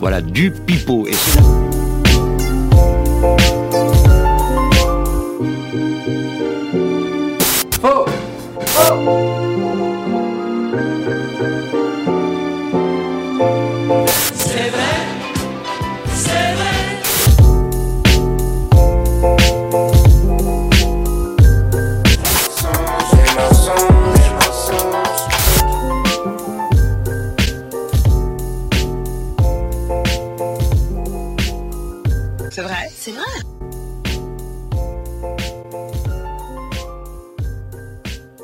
Voilà, du pipeau. Et c'est- C'est vrai C'est vrai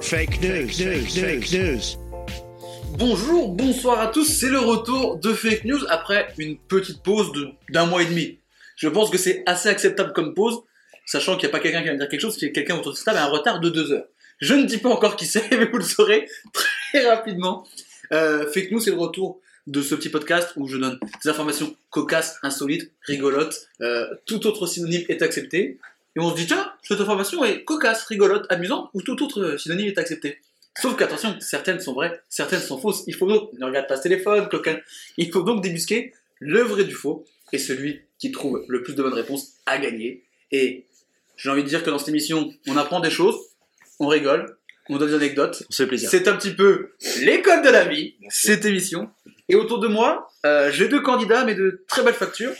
Fake news, fake news, fake news. Bonjour, bonsoir à tous, c'est le retour de Fake News après une petite pause de- d'un mois et demi. Je pense que c'est assez acceptable comme pause, sachant qu'il n'y a pas quelqu'un qui va me dire quelque chose, parce qu'il y a quelqu'un autour de cette table à un retard de deux heures. Je ne dis pas encore qui c'est, mais vous le saurez très rapidement. Euh, Fake News, c'est le retour de ce petit podcast où je donne des informations cocasses, insolites, rigolotes, euh, tout autre synonyme est accepté. Et on se dit, tiens, cette information est cocasse, rigolote, amusante, ou tout autre synonyme est accepté. Sauf qu'attention, certaines sont vraies, certaines sont fausses. Il faut donc, ne regarde pas ce téléphone, coquin. Il faut donc débusquer le vrai du faux. Et celui qui trouve le plus de bonnes réponses a gagné. Et j'ai envie de dire que dans cette émission, on apprend des choses, on rigole, on donne des anecdotes. On se fait plaisir. C'est un petit peu l'école de la vie, cette émission. Et autour de moi, euh, j'ai deux candidats, mais de très belles factures.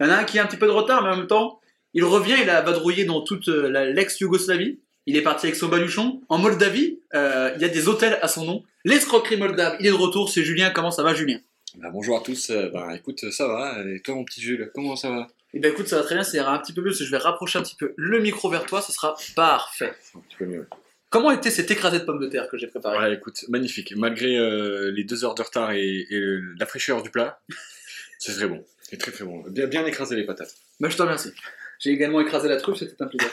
Il y en a un qui a un petit peu de retard, mais en même temps, il revient, il a vadrouillé dans toute euh, la- l'ex-Yougoslavie. Il est parti avec son baluchon. En Moldavie, euh, il y a des hôtels à son nom. L'escroquerie moldave, il est de retour, c'est Julien. Comment ça va, Julien Bah, bonjour à tous, euh, bah, écoute, ça va, et toi mon petit Jules, comment ça va Eh bien écoute, ça va très bien, ça ira un petit peu mieux, parce que je vais rapprocher un petit peu le micro vers toi, ce sera parfait. Un petit peu mieux. Comment était cet écrasé de pommes de terre que j'ai préparé Ouais, écoute, magnifique, malgré euh, les deux heures de retard et, et le- la fraîcheur du plat, c'est très bon, c'est très très bon. Bien, bien écraser les patates. Bah, je te remercie. J'ai également écrasé la truffe, c'était un plaisir.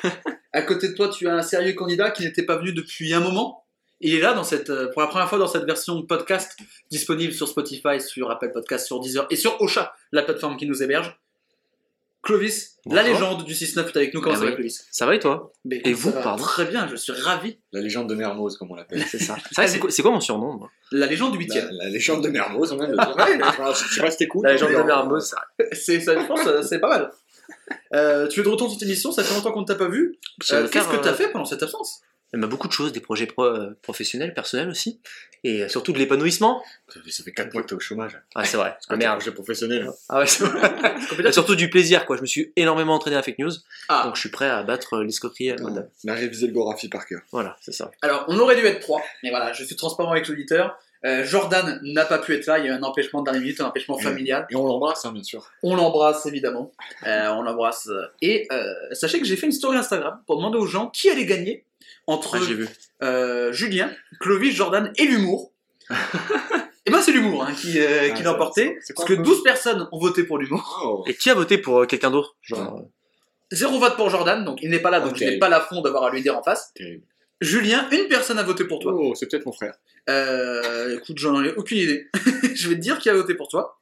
à côté de toi, tu as un sérieux candidat qui n'était pas venu depuis un moment. Il est là dans cette, euh, pour la première fois dans cette version de podcast disponible sur Spotify, sur Apple Podcast, sur Deezer et sur Ocha, la plateforme qui nous héberge. Clovis, la Bonjour. légende du 6-9 est avec nous. Comment Eh ça va, oui. Clovis Ça va et toi Mais Et ça vous, va pardon Très bien, je suis ravi. La légende de Mermoz, comme on l'appelle. C'est ça. C'est vrai, C'est quoi, c'est quoi mon surnom moi La légende du 8 La, la légende de Mermoz, on vient de le dire. Ouais, enfin, je sais pas si t'es cool. La légende de mais, Mermoz, ça. C'est ça, je pense, euh, c'est pas mal. Euh, tu es de retour sur cette émission, ça fait longtemps qu'on ne t'a pas vu. Parce Euh, le Qu'est-ce car, que tu as euh, fait pendant cette absence Il m'a beaucoup de choses, des projets pro- euh, professionnels, personnels aussi. Et euh, surtout de l'épanouissement. euh, Ça fait 4 mois que t'es au chômage. Ah, c'est vrai. Ah, Ah, merde. merde. projet professionnel. Ah, ouais, c'est vrai. Et surtout du plaisir, quoi. Je me suis énormément entraîné à fake news. Ah. Donc je suis prêt à battre euh, l'escroquerie à Moldave. On a révisé le Gorafi par cœur. Voilà, c'est ça. Alors, on aurait dû être trois, mais voilà, je suis transparent avec l'auditeur. Euh, Jordan n'a pas pu être là, il y a eu un empêchement de dernière minute, un Mm. empêchement familial. Et on l'embrasse, hein, bien sûr. On l'embrasse évidemment, Euh, on l'embrasse. euh, Et euh, sachez que j'ai fait une story Instagram pour demander aux gens qui allait gagner entre Ah, j'ai vu. euh, Julien, Clovis, Jordan et l'humour. et ben c'est l'humour hein, qui, euh, Ah, qui c'est- l'a emporté, c'est quoi parce que un peu 12 personnes ont voté pour l'humour. Et qui a voté pour euh, quelqu'un d'autre Genre, euh, Zéro vote pour Jordan, donc il n'est pas là, donc Ok. je n'ai pas la fond d'avoir à lui dire en face. Ah, Terrible. Julien, une personne a voté pour toi. Oh, c'est peut-être mon frère. Euh, écoute, j'en ai aucune idée. je vais te dire qui a voté pour toi.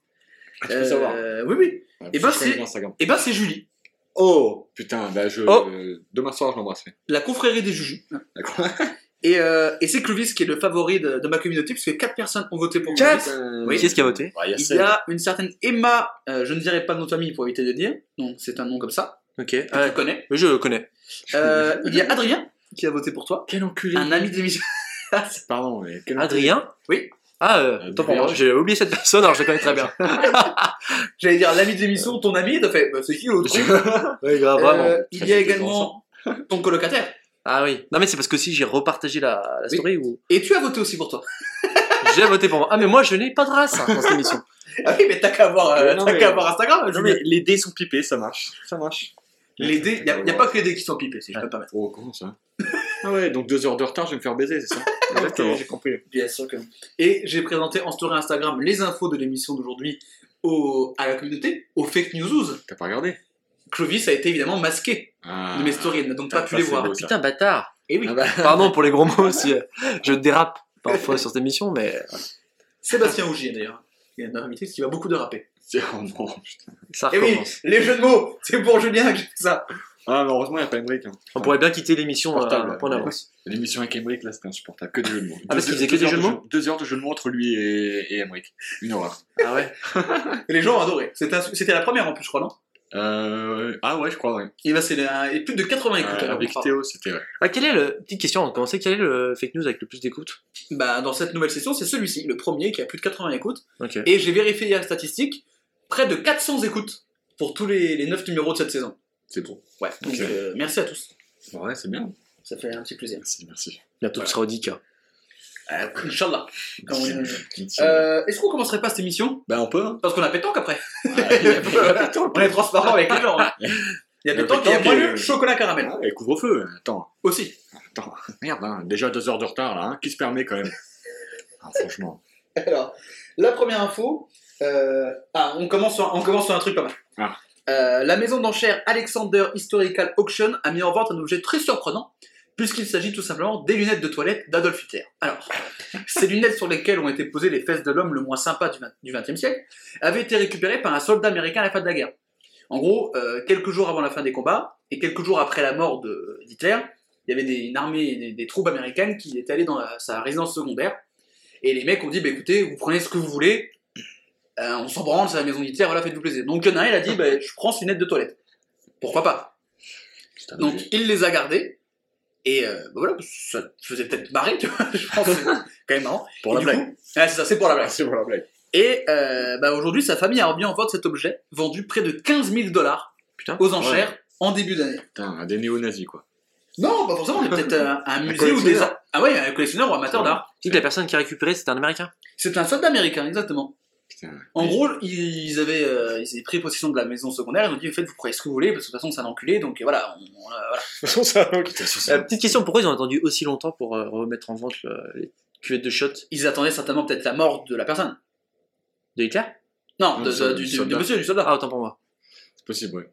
Ah, tu peux savoir. Euh, oui, oui. Ouais, Eh je ben, connais c'est- Instagram. Et ben c'est Julie, Oh Putain, bah je. Oh. euh, demain soir, je l'embrasserai. la confrérie des Juju. D'accord Et, euh, et c'est Clovis qui est le favori de, de ma communauté, puisque 4 personnes ont voté pour Clovis. Oui. Oui. Qui est-ce qui a voté Bah, il y a Il celle- y a une certaine Emma, euh, je ne dirai pas de nom de famille pour éviter de dire, donc c'est un nom comme ça, Ok. que Ah, tu connais. je le connais. Euh, il y a Adrien qui a voté pour toi, Quel enculé un ami de l'émission. Ah, Pardon, mais quel Adrien Oui. Ah, euh, Euh, tant pour Adrien. moi. J'ai oublié cette personne, alors je la connais très bien. J'allais dire l'ami de l'émission, ton ami, t'as fait, bah, c'est qui l'autre Oui, grave, Euh, Il y a Euh. Ça fait deux également ton colocataire, Ah oui. Non, mais c'est parce que si j'ai repartagé la, la Oui. story ou. et tu as voté aussi pour toi. J'ai voté pour moi. Ah, mais moi, je n'ai pas de race hein, dans cette émission. Ah oui, mais t'as qu'à avoir, euh, Ouais, non, t'as mais- qu'à avoir Instagram, Non Julien. mais les dés sont pipés, ça marche. Ça marche. Les dés, il n'y a, y a pas que les dés qui sont pipés, si je peux me permettre. Oh, comment ça Ah ouais, donc deux heures de retard, je vais me faire baiser, c'est ça Exactement. j'ai compris. Bien sûr que Et j'ai présenté en story Instagram les infos de l'émission d'aujourd'hui au- à la communauté, aux fake news. T'as pas regardé Clovis a été évidemment masqué ah. de mes stories, il n'a donc pas Ah, pu ça, les c'est voir. beau, ça. Oh, Putain, bâtard. Et oui, Ah bah, Pardon pour les gros mots si euh, je dérape parfois sur cette émission, mais Sébastien Augier d'ailleurs. Il y a un invité qui va beaucoup déraper. c'est oh non, putain. ça Et Eh oui, recommence. les jeux de mots, c'est pour Julien que j'ai fait ça. Ah, mais heureusement, il n'y a pas Emmerich. Hein. On pourrait bien quitter l'émission euh, Portable, un point ouais. d'avance. L'émission avec Emmerich, là, c'était insupportable. Que des jeux de mots. Ah, parce Deux- qu'il faisait que deux des heures jeux de mots Deux heures de jeux de mots entre lui et, et Emmerich. Une horreur. Ah ouais Et les gens ont adoré. C'était un- c'était la première en plus, je crois, non Euh, ah ouais, je crois, ouais. Et là, c'est la- et plus de 80 écoutes. Euh, Ah, alors, avec enfin. Théo, c'était ouais. Ah, quelle est le... Petite question, on va commencer. Quel est le fake news avec le plus d'écoute Bah, dans cette nouvelle session, c'est celui-ci, le premier qui a plus de 80 écoutes. Ok. Et j'ai vérifié hier les statistiques, près de 400 écoutes pour tous les, les 9 numéros de cette saison. C'est bon. Ouais, donc Ok. euh, merci à tous. Ouais, c'est bien. Ça fait un petit plaisir. Merci, merci. Bientôt, ce hein. sera au 10K. Ah, Euh, Inch'Allah. Comme on dit. Merci. Euh, Est-ce qu'on commencerait pas cette émission Bah, on peut, hein. Parce qu'on a pétanque après. Ah, il y a pas- attends, On est transparent avec les gens. hein. Il y a Il y a pétanque et il y a pétanque et- moelleux, chocolat caramel. Ah, et couvre-feu, attends, Aussi. attends, merde, hein, déjà deux heures de retard là, hein, qui se permet quand même Ah, Franchement, Alors, la première info. euh, Ah, on commence, sur, on commence sur un truc pas mal. Ah. Euh, la maison d'enchères Alexander Historical Auction a mis en vente un objet très surprenant, puisqu'il s'agit tout simplement des lunettes de toilette d'Adolf Hitler. Alors, ces lunettes sur lesquelles ont été posées les fesses de l'homme le moins sympa du vingt- du XXe siècle avaient été récupérées par un soldat américain à la fin de la guerre. En gros, euh, quelques jours avant la fin des combats et quelques jours après la mort de- d'Hitler, il y avait des, une armée, des, des troupes américaines qui étaient allées dans la- sa résidence secondaire. Et les mecs ont dit, bah écoutez, vous prenez ce que vous voulez, euh, on s'en branle, c'est la maison d'Hitler, voilà, faites-vous plaisir. Donc il y en a un, il a dit, bah, je prends ces lunettes de toilette. Pourquoi pas putain, Donc j'ai- il les a gardées, et euh, bah, voilà, ça faisait peut-être marrer, tu vois, je pense, c'est quand même marrant. pour Et la du blague, coup- Ouais, c'est ça, c'est pour la blague. c'est pour la blague. Et euh, bah, aujourd'hui, sa famille a remis en vente cet objet, vendu près de 15 000 dollars Putain. aux enchères en début d'année. Putain, des néo-nazis quoi. Non, pas forcément, mais peut-être euh, un musée ou des... collectionneur. Ah ouais, un collectionneur ou amateur d'art. Tu dis que la personne qui a récupéré, c'était un américain C'est un soldat américain, exactement. Putain. En gros, ils avaient, euh, ils avaient pris possession de la maison secondaire, ils ont dit, en fait, vous prenez ce que vous voulez, parce que de toute façon, c'est un enculé, donc euh, voilà, on, on, euh, voilà. De toute façon, ça Putain, c'est Euh, ça. Petite question, pourquoi ils ont attendu aussi longtemps pour euh, remettre en vente le- les cuvettes de shot Ils attendaient certainement peut-être la mort de la personne. de Hitler Non, Non, de- c'est- de- du, du du- soldat. du monsieur, du Ah, soldat. autant pour moi. C'est possible, ouais.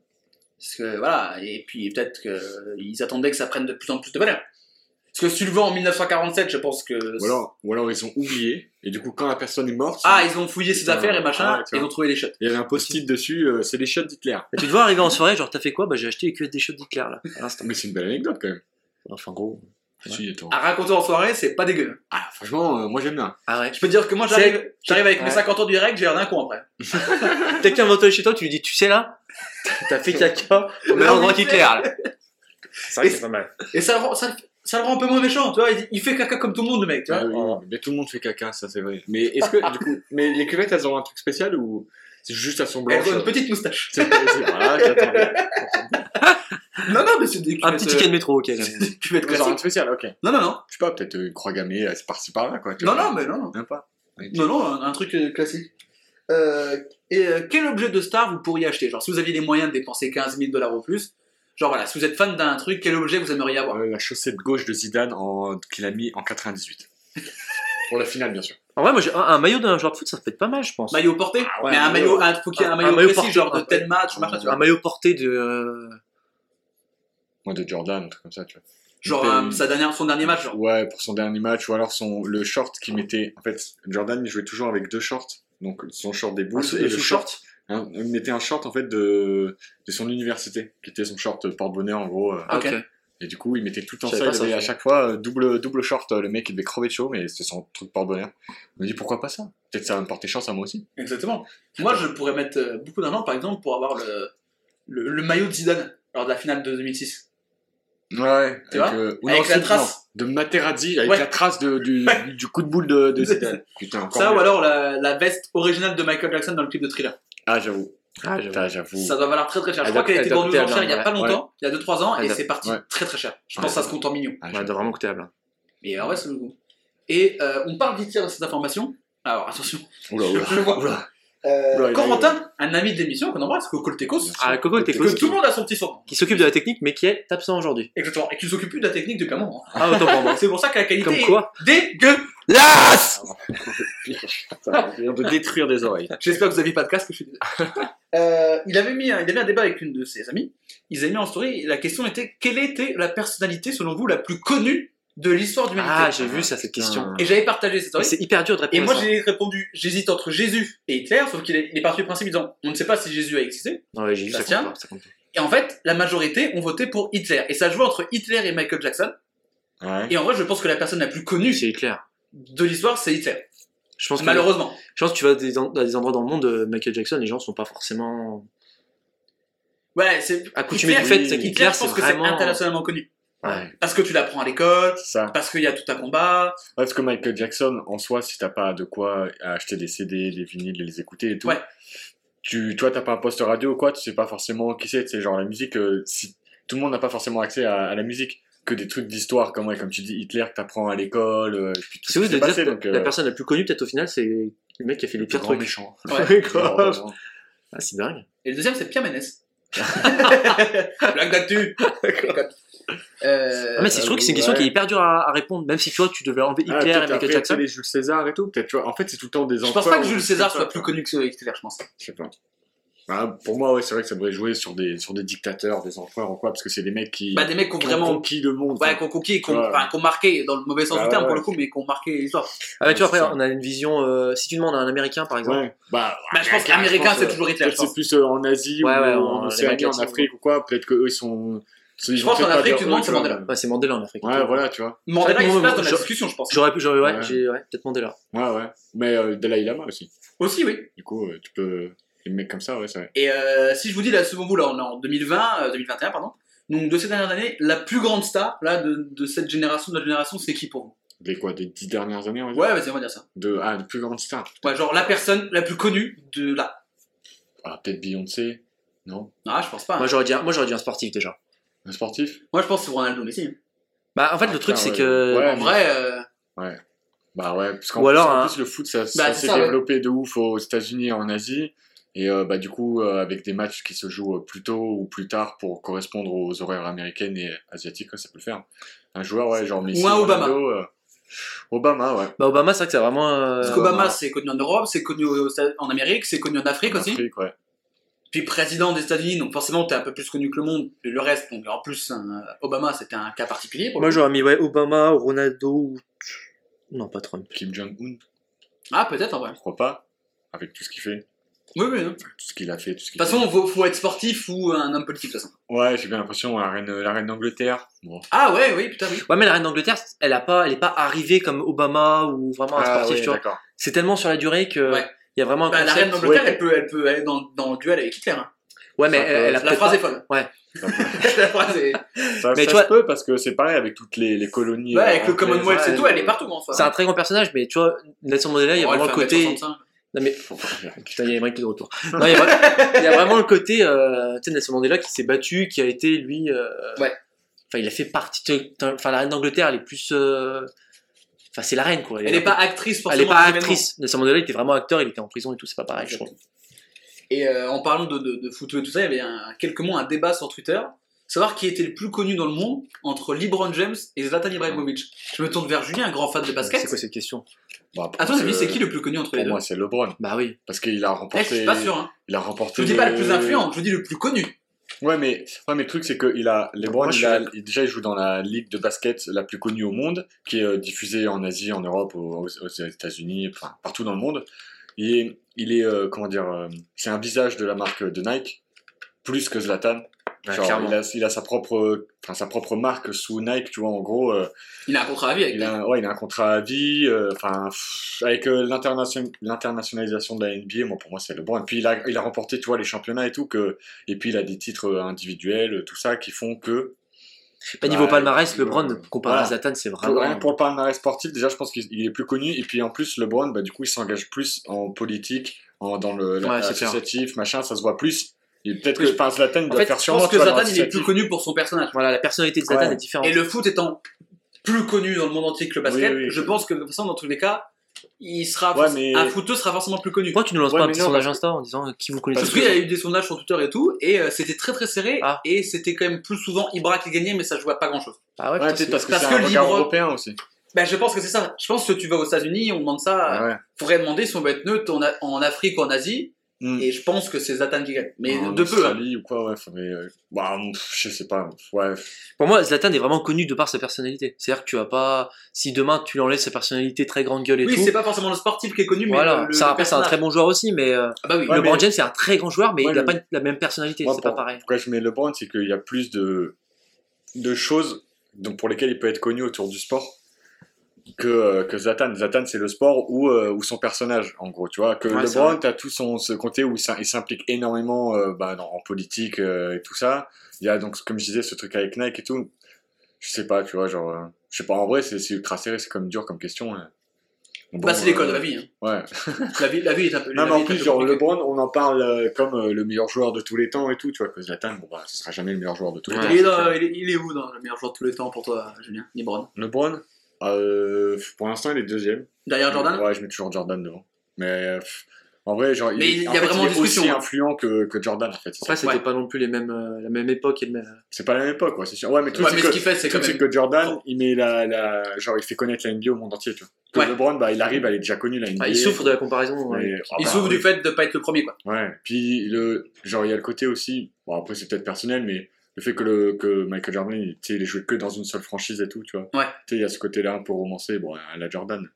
Parce que, voilà, et puis peut-être qu'ils attendaient que ça prenne de plus en plus de valeur. Parce que si tu le vends en 1947, je pense que... Ou alors, ou alors ils ont oublié, et du coup, quand la personne est morte, Ah, ils ont fouillé ses Putain, affaires et machin, ouais, tu et vois. ils ont trouvé les shots. il y avait un post-it dessus, euh, c'est les shots d'Hitler. Et tu te vois arriver en soirée, genre, t'as fait quoi Bah, j'ai acheté les cuvettes des shot d'Hitler, là, à l'instant. Mais c'est une belle anecdote quand même. Enfin, gros. Ouais. Si, attends. À raconter en soirée, c'est pas dégueu. Ah, franchement, euh, moi j'aime bien. Ah ouais. Je peux te dire que moi, j'arrive j'arrive avec mes Ouais. 50 ans du règle, j'ai l'air d'un con après. Quelqu'un va toiler chez toi, tu lui dis, tu sais là T'as fait caca, mais en droit Hitler, là. C'est vrai que c'est pas mal. Et ça, le rend- ça, le- ça le rend un peu moins méchant, tu vois. Il, il fait caca comme tout le monde, le mec, tu vois. Ah oui, Mais tout le monde fait caca, ça c'est vrai. Mais est-ce que, du coup, mais les cuvettes elles ont un truc spécial ou c'est juste à son Elle blanche a une petite moustache. euh, C'est- Ah, c'est- voilà, j'attends. Non, non, mais c'est des Un petit ticket de métro, ok. Tu veux être Genre un classique. spécial, ok. Non, non, non. Je sais pas, peut-être une croix gammée, euh, c'est par-ci par-là, quoi. tu Non, vois. non, mais non, non. Même pas. Non, non, un, un truc euh, classique. Euh, et euh, quel objet de star vous pourriez acheter Genre, si vous aviez les moyens de dépenser 15 000 dollars ou plus, genre voilà, si vous êtes fan d'un truc, quel objet vous aimeriez avoir Euh, la chaussette gauche de Zidane en... qu'il a mis en 98. Pour la finale, bien sûr. En vrai, moi, j'ai un, un maillot d'un joueur de foot, ça peut être pas mal, je pense. Maillot porté ouais, Mais un un maillot, un, faut qu'il y ait un, un maillot Euh, maillot précis, porté, genre de un- tel match, machin, tu un vois. maillot porté de. euh, Moi, de Jordan, un truc comme ça, tu vois. Genre Une paire- euh, sa dernière, son dernier match, genre. Ouais, pour son dernier match, ou alors son... le short qu'il mettait. En fait, Jordan, il jouait toujours avec deux shorts. Donc, son short des Bulls Ah, sous- et le sous- short. hein, il mettait un short, en fait, de, de son université, qui était son short euh, porte-bonheur, en gros. euh. Ah, ok. Et du coup, il mettait tout le temps Je ça. savais Il pas avait ça, à je- chaque fois euh, double, double short. euh, Le mec, il devait crever de chaud, mais c'était son truc porte-bonheur. On me dit pourquoi pas ça Peut-être ça va me porter chance à moi aussi. Exactement. Moi, je pourrais mettre euh, beaucoup d'argent, par exemple, pour avoir le, le, le maillot de Zidane lors de la finale de 2006. Ouais, Tu vois avec, euh, ou Avec non, la c'est- trace. non, de Materazzi, avec Ouais. la trace de, du, du- du coup de boule de, de Zidane. Putain, encore Ça, mieux. ou alors la, la veste originale de Michael Jackson dans le clip de Thriller. Ah, j'avoue. Ah, j'avoue. Putain, j'avoue. Ça doit valoir très très cher. Je Elle crois doit- qu'elle a elle été doit vendue aux coûter enchères il y un a pas blinde, longtemps, il y a 2-3 ans, Elle et doit- c'est parti ouais. très très cher. Je Ouais, pense que ça ouais. se compte en millions. Ah, Ouais, j'avoue. vraiment hein. coûter la blinde. Et en vrai, Ah c'est le coup. Et euh, on parle d'Itir dans cette information. Alors attention, Oula, oula. je le vois. Oula. Euh, Oula, Bah il a- Corentin, un ami de l'émission qu'on embrasse, Coco le Tecos, Ah, Coco, t'es que cool. tout le monde a son petit surnom. Qui s'occupe de la technique, mais qui est absent aujourd'hui. Exactement. Et qui ne s'occupe plus de la technique depuis un moment. Ah, autant pour moi. C'est pour ça que la qualité Comme quoi est dégueu. Ça vient de détruire des oreilles. J'espère que vous n'aviez pas de casque. Je suis désolé. Euh, il, avait mis un, il avait un débat avec une de ses amies. Ils avaient mis en story. et La question était quelle était la personnalité, selon vous, la plus connue de l'histoire de Ah, l'humanité j'ai vu ça, cette question. Et j'avais partagé cette Mais story. C'est hyper dur de Et répondre. moi, à ça. j'ai répondu j'hésite entre Jésus et Hitler, sauf qu'il est, il est parti du principe disant on ne sait pas si Jésus a existé. Ouais, j'ai vu ça. Bastien compte pas, ça compte pas. Et Et en fait, la majorité ont voté pour Hitler. Et ça jouait entre Hitler et Michael Jackson. Ouais. Et en vrai, je pense que la personne la plus connue C'est clair. de l'histoire, c'est Hitler. Je pense, que, Malheureusement. je pense que tu vas des en- dans des endroits dans le monde, euh, Michael Jackson, les gens sont pas forcément Ouais, c'est. accoutumés Hitler, du fait Hitler, qu'Hitler, je c'est pense que vraiment. c'est internationalement connu. Ouais, Parce que tu l'apprends à l'école, c'est ça. Ouais, parce qu'il y a tout un combat. parce que Michael Jackson, en soi, si t'as pas de quoi acheter des CD, des vinyles, les écouter et tout, Ouais. tu, toi, t'as pas un poste radio ou quoi, tu sais pas forcément qui c'est, tu sais, genre la musique, euh, si, tout le monde n'a pas forcément accès à, à la musique, que des trucs d'histoire, comme, ouais, comme tu dis, Hitler que t'apprends à l'école, euh, et puis tout ce C'est ouf qui de s'est dire passé, que donc, la euh, personne la plus connue, peut-être au final, c'est le mec qui a fait les le pires grand trucs. méchant. Ouais. euh, Grave. Ah, c'est dingue. Et le deuxième, c'est Pierre Ménès. Blague d'actu. Ah, euh, mais c'est je trouve que c'est une question qui est hyper dure à, à répondre, même si tu vois, tu devais enlever Euh, Ah, Hitler peut-être et après, Michael tu sais, Jackson. les Jules César et tout, peut-être, tu vois. En fait, c'est tout le temps des je enfants. pense pas que ou Jules des César trucs soit plus comme connu que Hitler, je pense. ça. Je sais pas. Bah, pour moi, ouais, c'est vrai que ça devrait jouer sur des, sur des dictateurs, des empereurs ou quoi, parce que c'est des mecs qui, Bah, des mecs qui ont qui ont vraiment. conquis le monde. Ouais, enfin, qui ont conquis et qui ont, Ouais. enfin, qui ont marqué, dans le mauvais sens Bah, du terme ouais, pour ouais. le coup, mais qui ont marqué l'histoire. Ah, bah, tu vois, Ouais, c'est après, ça. on a une vision. euh, si tu demandes à un américain, par exemple, ouais. Bah, Bah, je pense Américain, qu'américain, je c'est pense, toujours Hitler, je peut-être pense. c'est plus euh, en Asie Ouais, ou ouais, en en Océanie, Amérique en Afrique ou quoi. Peut-être qu'eux, ils sont. Je pense qu'en Afrique, tu demandes, c'est Mandela. ouais, c'est Mandela en Afrique. Ouais, voilà, tu vois. Mandela, il se Ouais, place ouais, dans la je- discussion, je pense. J'aurais pu, j'aurais, ouais, Ouais. j'ai, ouais, peut-être Mandela. Ouais, ouais. Mais euh, Dalai Lama aussi. Aussi, oui. Du coup, euh, tu peux. Les mecs comme ça, ouais, c'est vrai. Et euh, si je vous dis, là, selon vous, là, on est en 2020, euh, 2021, pardon. Donc, de ces dernières années, la plus grande star, là, de, de cette génération, de notre génération, c'est qui pour vous Des quoi, des dix dernières années, on va dire Ouais, vas-y, on va dire ça. De, ah, de plus grande star. Ouais, genre la personne la plus connue de là. Ah, peut-être Beyoncé, non Ah, je pense pas. hein. Moi, j'aurais dit, un- moi, j'aurais dit un sportif déjà. Un sportif Moi, je pense que c'est Ronaldo Messi. hein. Bah, en fait, Ah, le truc, putain, c'est ouais. que. Ouais, En vrai, euh, Bah ouais, parce qu'en Ou plus, alors, en hein. plus, le foot, ça, ça Bah, c'est s'est ça, ouais. développé de ouf aux États-Unis et en Asie. Et euh, bah, du coup, euh, avec des matchs qui se jouent euh, plus tôt ou plus tard pour correspondre aux horaires américaines et asiatiques, ouais, ça peut le faire. Un joueur, ouais, genre Messi, un Obama. Ronaldo, euh, Obama, ouais. Bah, Obama, c'est vrai que c'est vraiment. euh, parce qu'Obama, c'est connu en Europe, c'est connu au- en Amérique, c'est connu en Afrique En aussi. Afrique, ouais. Puis président des États-Unis, donc forcément, t'es un peu plus connu que le monde. Et le reste, donc en plus, hein, Obama, c'était un cas particulier. pour Moi, le coup. j'aurais mis, ouais, Obama, Ronaldo ou. Non, pas Trump. Kim Jong-un, Ah, peut-être en vrai. je crois pas, avec tout ce qu'il fait, Oui, oui. hein. De tout ce qu'il a fait, tout ce qu'il toute façon, faut, faut être sportif ou un homme politique, de toute façon. fait. Ouais, j'ai bien l'impression, la reine, la reine d'Angleterre. Bon. Ah, ouais, oui, putain, oui. Ouais, mais la reine d'Angleterre, elle a pas, elle est pas arrivée comme Obama ou vraiment un sportif, ouais, tu vois. d'accord. C'est tellement sur la durée que. Ah Ouais. Il y a vraiment un Bah, la concept. reine d'Angleterre, Ouais, elle, peut, elle peut aller dans, dans le duel avec Hitler. hein. ouais, mais Ça peut- elle, elle a La peut-être phrase pas- est folle. Ouais. la phrase est. Ça, Mais mais tu ça vois- se peut parce que c'est pareil avec toutes les, les colonies. Ouais, euh, avec le anglaises, Commonwealth, c'est ouais, tout, elle euh, est partout en soi. C'est un très grand personnage, mais tu vois, Nelson Mandela, il y a Oh, elle vraiment fait le côté. 1m65. Non mais oh, putain, il y a Emmerich qui est de retour. Non, il, y a vra- il y a vraiment le côté, euh, tu sais, Nelson Mandela qui s'est battu, qui a été lui. euh, Ouais. Enfin, il a fait partie. de- Enfin, la reine d'Angleterre, elle est plus. euh, Enfin, c'est la reine quoi. Elle n'est pas actrice Elle forcément. est pas de l'événement. actrice. Nelson Mandela, il était vraiment acteur, il était en prison et tout, c'est pas pareil, je trouve. Et euh, en parlant de, de, de foot et tout ça, il y avait un, quelques mois un débat sur Twitter, savoir qui était le plus connu dans le monde entre LeBron James et Zlatan Ibrahimovic. Je me tourne vers Julien, grand fan de basket. C'est quoi cette question Bah, pour À ton moi, avis, c'est qui le plus connu entre les Pour deux moi, c'est LeBron. Bah oui. Parce qu'il a Eh, remporté. Je suis pas sûr. Hein. Il a remporté. Je dis pas le plus influent, je dis le plus connu. Ouais, mais, ouais, mais le truc, c'est que il a, LeBron, Moi, je il a- suis il- déjà, il joue dans la ligue de basket la plus connue au monde, qui est euh, diffusée en Asie, en Europe, aux, aux- aux États-Unis, enfin, partout dans le monde. Et il est, euh, comment dire, euh, c'est un visage de la marque de Nike, plus que Zlatan. Genre, clairement. il a, il a sa propre, enfin, sa propre marque sous Nike, tu vois, en gros. euh, Il a un contrat à vie avec Il a, un- ouais, il a un contrat à vie. euh, Enfin, pff, avec euh, l'internation- l'internationalisation de la NBA, moi pour moi c'est LeBron. Et puis il a, il a remporté, tu vois, les championnats et tout. Que, et puis il a des titres euh, individuels, euh, tout ça, qui font que Bah, niveau Bah, palmarès, euh, LeBron comparé à voilà. Zlatan, c'est pour, rien vraiment. que pour le palmarès sportif, déjà je pense qu'il il est plus connu. Et puis en plus LeBron, bah, du coup il s'engage plus en politique, en, dans le Ouais, c'est clair. associatif, machin, ça se voit plus. Et peut-être Oui, que je- par Zlatan, il En doit fait, faire je sûrement. pense que tu vois, dans Zlatan, il est l'associatif. plus connu pour son personnage. Voilà, la personnalité de Zlatan Ouais. est différente. Et le foot étant plus connu dans le monde entier que le basket, Oui, oui, je oui. pense que de toute façon, dans tous les cas, il sera Ouais, mais- un footeur sera forcément plus connu. Pourquoi tu ne lances Ouais, pas un mais petit non, sondage Insta en disant euh, qui vous connaissez Parce Parce le qu'il plus y a eu des sondages sur Twitter et tout, et euh, c'était très très serré, Ah. et c'était quand même plus souvent Ibra qui gagnait, mais ça jouait à pas grand chose. Ah ouais, Ouais, putain, peut-être c'est- parce que parce c'est que un regard LeBron- européen aussi. Ben, je pense que c'est ça. Je pense que tu vas aux États-Unis, on demande ça. Ouais. Faudrait demander si on veut être neutre en, A- en Afrique ou en Asie. Mm. Et je pense que c'est Zlatan qui gagne. Mais En de peu. hein. Australie ou quoi, ouais. enfin, Mais, euh, bah, pff, je sais pas. Ouais. Pour moi, Zlatan est vraiment connu de par sa personnalité. C'est-à-dire que tu vas pas. Si demain tu lui enlèves sa personnalité très grande gueule et Oui, tout. c'est pas forcément le sportif qui est connu, mais Voilà, le, ça, après, c'est un très bon joueur aussi, mais euh, Ah bah oui. Ouais, LeBron mais- James, c'est un très grand joueur, mais Ouais, il a le- pas la même personnalité, Moi, c'est pour- pas pareil. Pourquoi je mets LeBron, c'est qu'il y a plus de, de choses donc, pour lesquelles il peut être connu autour du sport que, euh, que Zlatan. Zlatan, c'est le sport ou, euh, ou son personnage, en gros, tu vois. Que Ouais, c'est LeBron, t'as tout son, ce côté où il s'im- il s'implique énormément euh, bah, dans- en politique euh, et tout ça. Il y a donc, comme je disais, ce truc avec Nike et tout. Je sais pas, tu vois, genre... euh, je sais pas, en vrai, c'est c'est ultra serré, c'est comme dur comme question. hein. Bon, Bah, c'est l'école de euh, la vie. hein. Ouais. La vie, la vie est un peu. la Non, vie mais est en un plus, peu genre, compliquée. LeBron, on en parle euh, comme euh, le meilleur joueur de tous les temps et tout, tu vois, que Zlatan, bon, bah, ce sera jamais le meilleur joueur de tous les temps. Il est, donc, dans- euh, il, est, il est où dans le meilleur joueur de tous les temps pour toi, Julien LeBron LeBron, euh, pour l'instant, il est deuxième. Derrière Jordan Ouais, je mets toujours Jordan devant. Mais euh, pff, en vrai, genre, Mais il y en a fait, vraiment il est discussion, aussi hein. influent que, que Jordan, en fait. c'est ça. Après, c'était Ouais. pas non plus les mêmes, euh, la même époque et le même. C'est pas la même époque, quoi, c'est sûr. Ouais, mais tout, Ouais, c'est mais que, ce qu'il fait, c'est tout, quand c'est même. que Jordan, il met la, la, genre, il fait connaître la NBA au monde entier, tu vois. Que Ouais. Bah, LeBron, bah, il arrive, elle est déjà connue, la NBA. Ah, il souffre de la comparaison. ouais. Mais- ah, Il bah, s'ouvre oui. du fait de pas être le premier, quoi. Ouais, puis le genre il y a le côté aussi, bon après c'est peut-être personnel, mais le fait que le que Michael Jordan il, tu sais, il ait joué que dans une seule franchise et tout, tu vois. Ouais. Tu sais, il y a ce côté-là un peu romancé, bon à la Jordan.